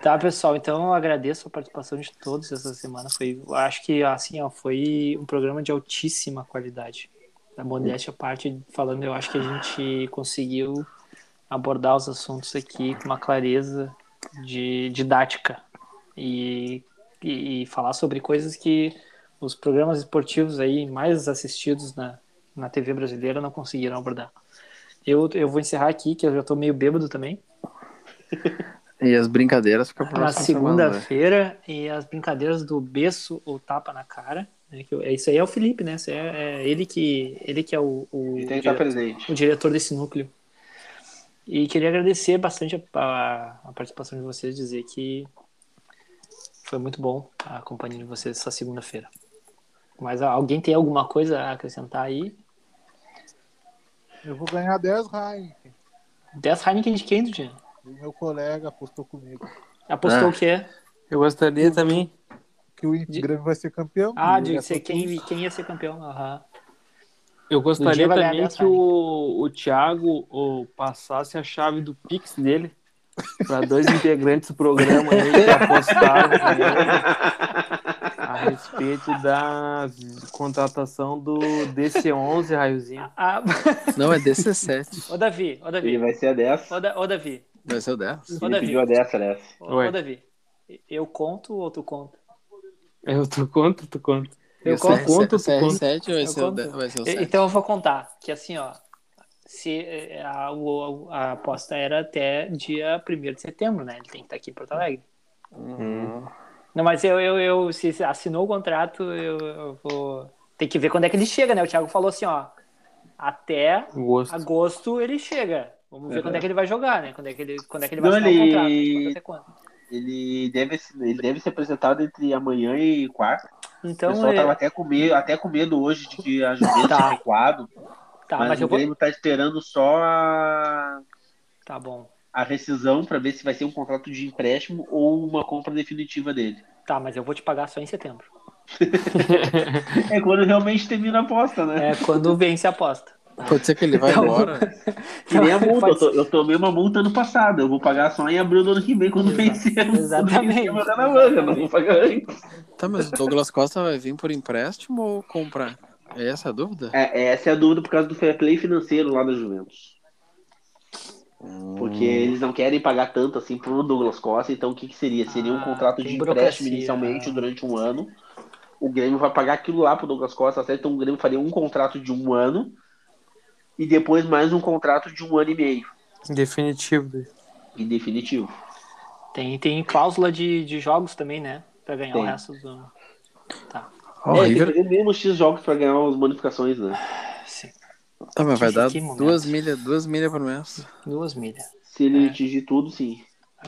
[SPEAKER 5] Tá, pessoal, então eu agradeço a participação de todos essa semana. Foi, eu acho que assim, ó, foi um programa de altíssima qualidade. Da modéstia à parte, falando, eu acho que a gente conseguiu abordar os assuntos aqui com uma clareza de didática e, e, e falar sobre coisas que os programas esportivos aí mais assistidos na, na TV brasileira não conseguiram abordar. Eu, eu vou encerrar aqui, que eu já tô meio bêbado também.
[SPEAKER 4] E as brincadeiras ficam pra
[SPEAKER 5] Na
[SPEAKER 4] próxima semana, né?
[SPEAKER 5] segunda-feira, e as brincadeiras do beço ou tapa na cara. Né, que eu- é, isso aí é o Felipe, né? Isso aí é, é ele que ele que é o, o,
[SPEAKER 8] Tem que estar
[SPEAKER 5] diretor,
[SPEAKER 8] presente.
[SPEAKER 5] o diretor desse núcleo. E queria agradecer bastante a, a- a participação de vocês, dizer que
[SPEAKER 13] Foi muito bom a companhia de vocês essa segunda-feira. Mas ah, alguém tem alguma coisa a acrescentar aí?
[SPEAKER 2] Eu vou ganhar 10 Heineken.
[SPEAKER 13] 10 Heineken de quem,
[SPEAKER 5] né?
[SPEAKER 13] Dudinho?
[SPEAKER 2] E meu colega apostou comigo.
[SPEAKER 13] Apostou o
[SPEAKER 2] Ah.
[SPEAKER 5] é.
[SPEAKER 13] quê?
[SPEAKER 3] Eu gostaria também.
[SPEAKER 2] Que o Inter Grêmio vai ser campeão.
[SPEAKER 13] Ah,
[SPEAKER 2] E
[SPEAKER 13] de
[SPEAKER 2] ele
[SPEAKER 13] ser
[SPEAKER 2] apostou
[SPEAKER 13] quem, quem ia ser campeão. Aham.
[SPEAKER 3] Eu gostaria
[SPEAKER 13] Dudinho vai ganhar
[SPEAKER 3] também
[SPEAKER 13] dessa,
[SPEAKER 3] que o, o Thiago ô, passasse a chave do Pix dele
[SPEAKER 7] <laughs>
[SPEAKER 3] para dois integrantes do programa aí que apostaram com ele a respeito da contratação do DC11, Raiozinho.
[SPEAKER 5] Ah, <laughs>
[SPEAKER 3] Não, é
[SPEAKER 13] DC7.
[SPEAKER 5] ô Davi, ô Davi.
[SPEAKER 8] Ele vai ser a 10.
[SPEAKER 5] Ô, Da- ô, Davi,
[SPEAKER 4] Vai ser o 10.
[SPEAKER 5] Ô, Davi.
[SPEAKER 8] Ele pediu a 10, né?
[SPEAKER 5] ô, ô, Davi. Eu conto ou tu conta?
[SPEAKER 3] Eu tô conto, tu conta.
[SPEAKER 5] Eu
[SPEAKER 3] Eu
[SPEAKER 4] é
[SPEAKER 5] conto.
[SPEAKER 3] conto, tu conta.
[SPEAKER 4] CR7 vai
[SPEAKER 5] Eu
[SPEAKER 4] ser o
[SPEAKER 5] conto?
[SPEAKER 4] de- vai ser o
[SPEAKER 5] E-
[SPEAKER 4] sete.
[SPEAKER 5] Então eu vou contar, que assim, ó, se eh, a, o- a aposta era até dia 1 de setembro, né? Ele tem que estar aqui em Porto Alegre. Não, mas eu, eu, eu se se assinou o contrato, eu, eu vou. Tem que ver quando é que ele chega, né? O Thiago falou assim, ó. Até
[SPEAKER 3] Agosto.
[SPEAKER 5] agosto ele chega. Vamos ver
[SPEAKER 8] Uhum.
[SPEAKER 5] quando é que ele vai jogar, né? Quando é que ele, quando é que ele vai
[SPEAKER 8] Não,
[SPEAKER 5] assinar o contrato. tipo,
[SPEAKER 8] ele...
[SPEAKER 5] até quando.
[SPEAKER 8] Ele, deve, ele deve ser apresentado entre amanhã e quarta.
[SPEAKER 5] Então,
[SPEAKER 8] o pessoal tá
[SPEAKER 5] é-
[SPEAKER 8] estava até com, medo, até com medo hoje de
[SPEAKER 5] <laughs>
[SPEAKER 8] que a Juventus tá. recuado.
[SPEAKER 5] Tá,
[SPEAKER 8] mas,
[SPEAKER 5] mas
[SPEAKER 8] o
[SPEAKER 5] eu vou-
[SPEAKER 8] Grêmio está esperando só a,
[SPEAKER 5] Tá bom.
[SPEAKER 8] a rescisão para ver se vai ser um contrato de empréstimo ou uma compra definitiva dele.
[SPEAKER 5] Tá, mas eu vou te pagar só em setembro.
[SPEAKER 8] É quando realmente termina a aposta, né?
[SPEAKER 5] É quando vence a aposta.
[SPEAKER 4] Pode ser que ele vá <laughs>
[SPEAKER 8] Não.
[SPEAKER 4] embora.
[SPEAKER 8] Que nem
[SPEAKER 5] <laughs>
[SPEAKER 8] a
[SPEAKER 5] Não,
[SPEAKER 8] multa.
[SPEAKER 5] Então, pode
[SPEAKER 8] Eu, to- eu tomei uma multa ano passado. Eu vou pagar só em abril do ano que vem, quando vencer.
[SPEAKER 5] Exatamente.
[SPEAKER 8] Quando vencer, <laughs> eu vou dar na manga, eu não vou pagar antes.
[SPEAKER 4] Tá, mas o Douglas Costa vai vir por empréstimo ou comprar? É essa a dúvida?
[SPEAKER 8] É, é, essa é a dúvida por causa do fair play financeiro lá da Juventus. Porque eles não querem pagar tanto assim pro Douglas Costa, então o que, que seria? Seria um contrato de
[SPEAKER 5] tem
[SPEAKER 8] empréstimo
[SPEAKER 5] Ah, burocracia.
[SPEAKER 8] inicialmente durante um ano. O Grêmio vai pagar aquilo lá pro Douglas Costa, certo? Então o Grêmio faria um contrato de um ano e depois mais um contrato de um ano e meio.
[SPEAKER 3] Definitivo.
[SPEAKER 8] Em definitivo.
[SPEAKER 5] Tem, tem cláusula de, de jogos também, né? Pra ganhar o
[SPEAKER 8] Tem.
[SPEAKER 5] resto do. Tá.
[SPEAKER 4] Ó, o
[SPEAKER 8] é,
[SPEAKER 4] River-
[SPEAKER 8] tem que fazer mesmo X jogos pra ganhar as bonificações, né?
[SPEAKER 4] Tá, mas vai
[SPEAKER 8] Que-
[SPEAKER 4] dar
[SPEAKER 8] que momento.
[SPEAKER 4] duas milhas, duas milhas por mês.
[SPEAKER 5] Duas milhas.
[SPEAKER 8] Se ele atingir tudo, sim.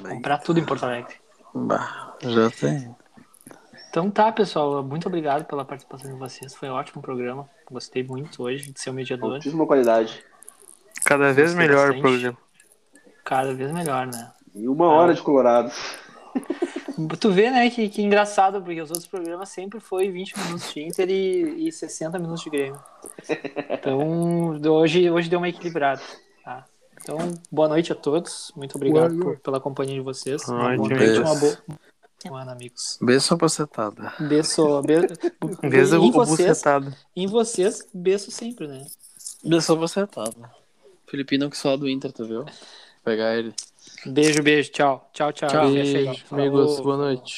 [SPEAKER 5] Comprar tudo em Porto Alegre.
[SPEAKER 4] Bah, já tem.
[SPEAKER 5] Então tá, pessoal. Muito obrigado pela participação de vocês. Foi um ótimo programa. Gostei muito hoje de ser o mediador.
[SPEAKER 8] Altíssima qualidade.
[SPEAKER 3] Cada vez
[SPEAKER 5] Gostei
[SPEAKER 3] melhor
[SPEAKER 5] bastante.
[SPEAKER 3] o programa.
[SPEAKER 5] Cada vez melhor, né?
[SPEAKER 8] E uma hora de Colorado.
[SPEAKER 5] Tu vê, né, que, que engraçado, porque os outros programas sempre foi 20 minutos de Inter e, e 60 minutos de Grêmio. Então, hoje, hoje deu uma equilibrada. tá? Então, boa noite a todos. Muito obrigado por- pela companhia de vocês.
[SPEAKER 4] Boa
[SPEAKER 5] uma boa
[SPEAKER 4] noite.
[SPEAKER 5] noite, uma boa semana, amigos.
[SPEAKER 4] Beijo só pra cetada.
[SPEAKER 5] Beijo,
[SPEAKER 4] <laughs>
[SPEAKER 5] be...
[SPEAKER 4] Beijo
[SPEAKER 5] em
[SPEAKER 4] o
[SPEAKER 5] vocês,
[SPEAKER 4] bucetado.
[SPEAKER 5] em vocês, beijo sempre, né?
[SPEAKER 4] Beijo só pra cetada. Filipino que só do Inter, tu viu? Vou Pegar ele.
[SPEAKER 5] Beijo, beijo, tchau. Tchau, tchau.
[SPEAKER 4] Tchau,
[SPEAKER 5] Fecha aí.
[SPEAKER 4] beijo, amigos.
[SPEAKER 5] Falou.
[SPEAKER 4] Boa noite.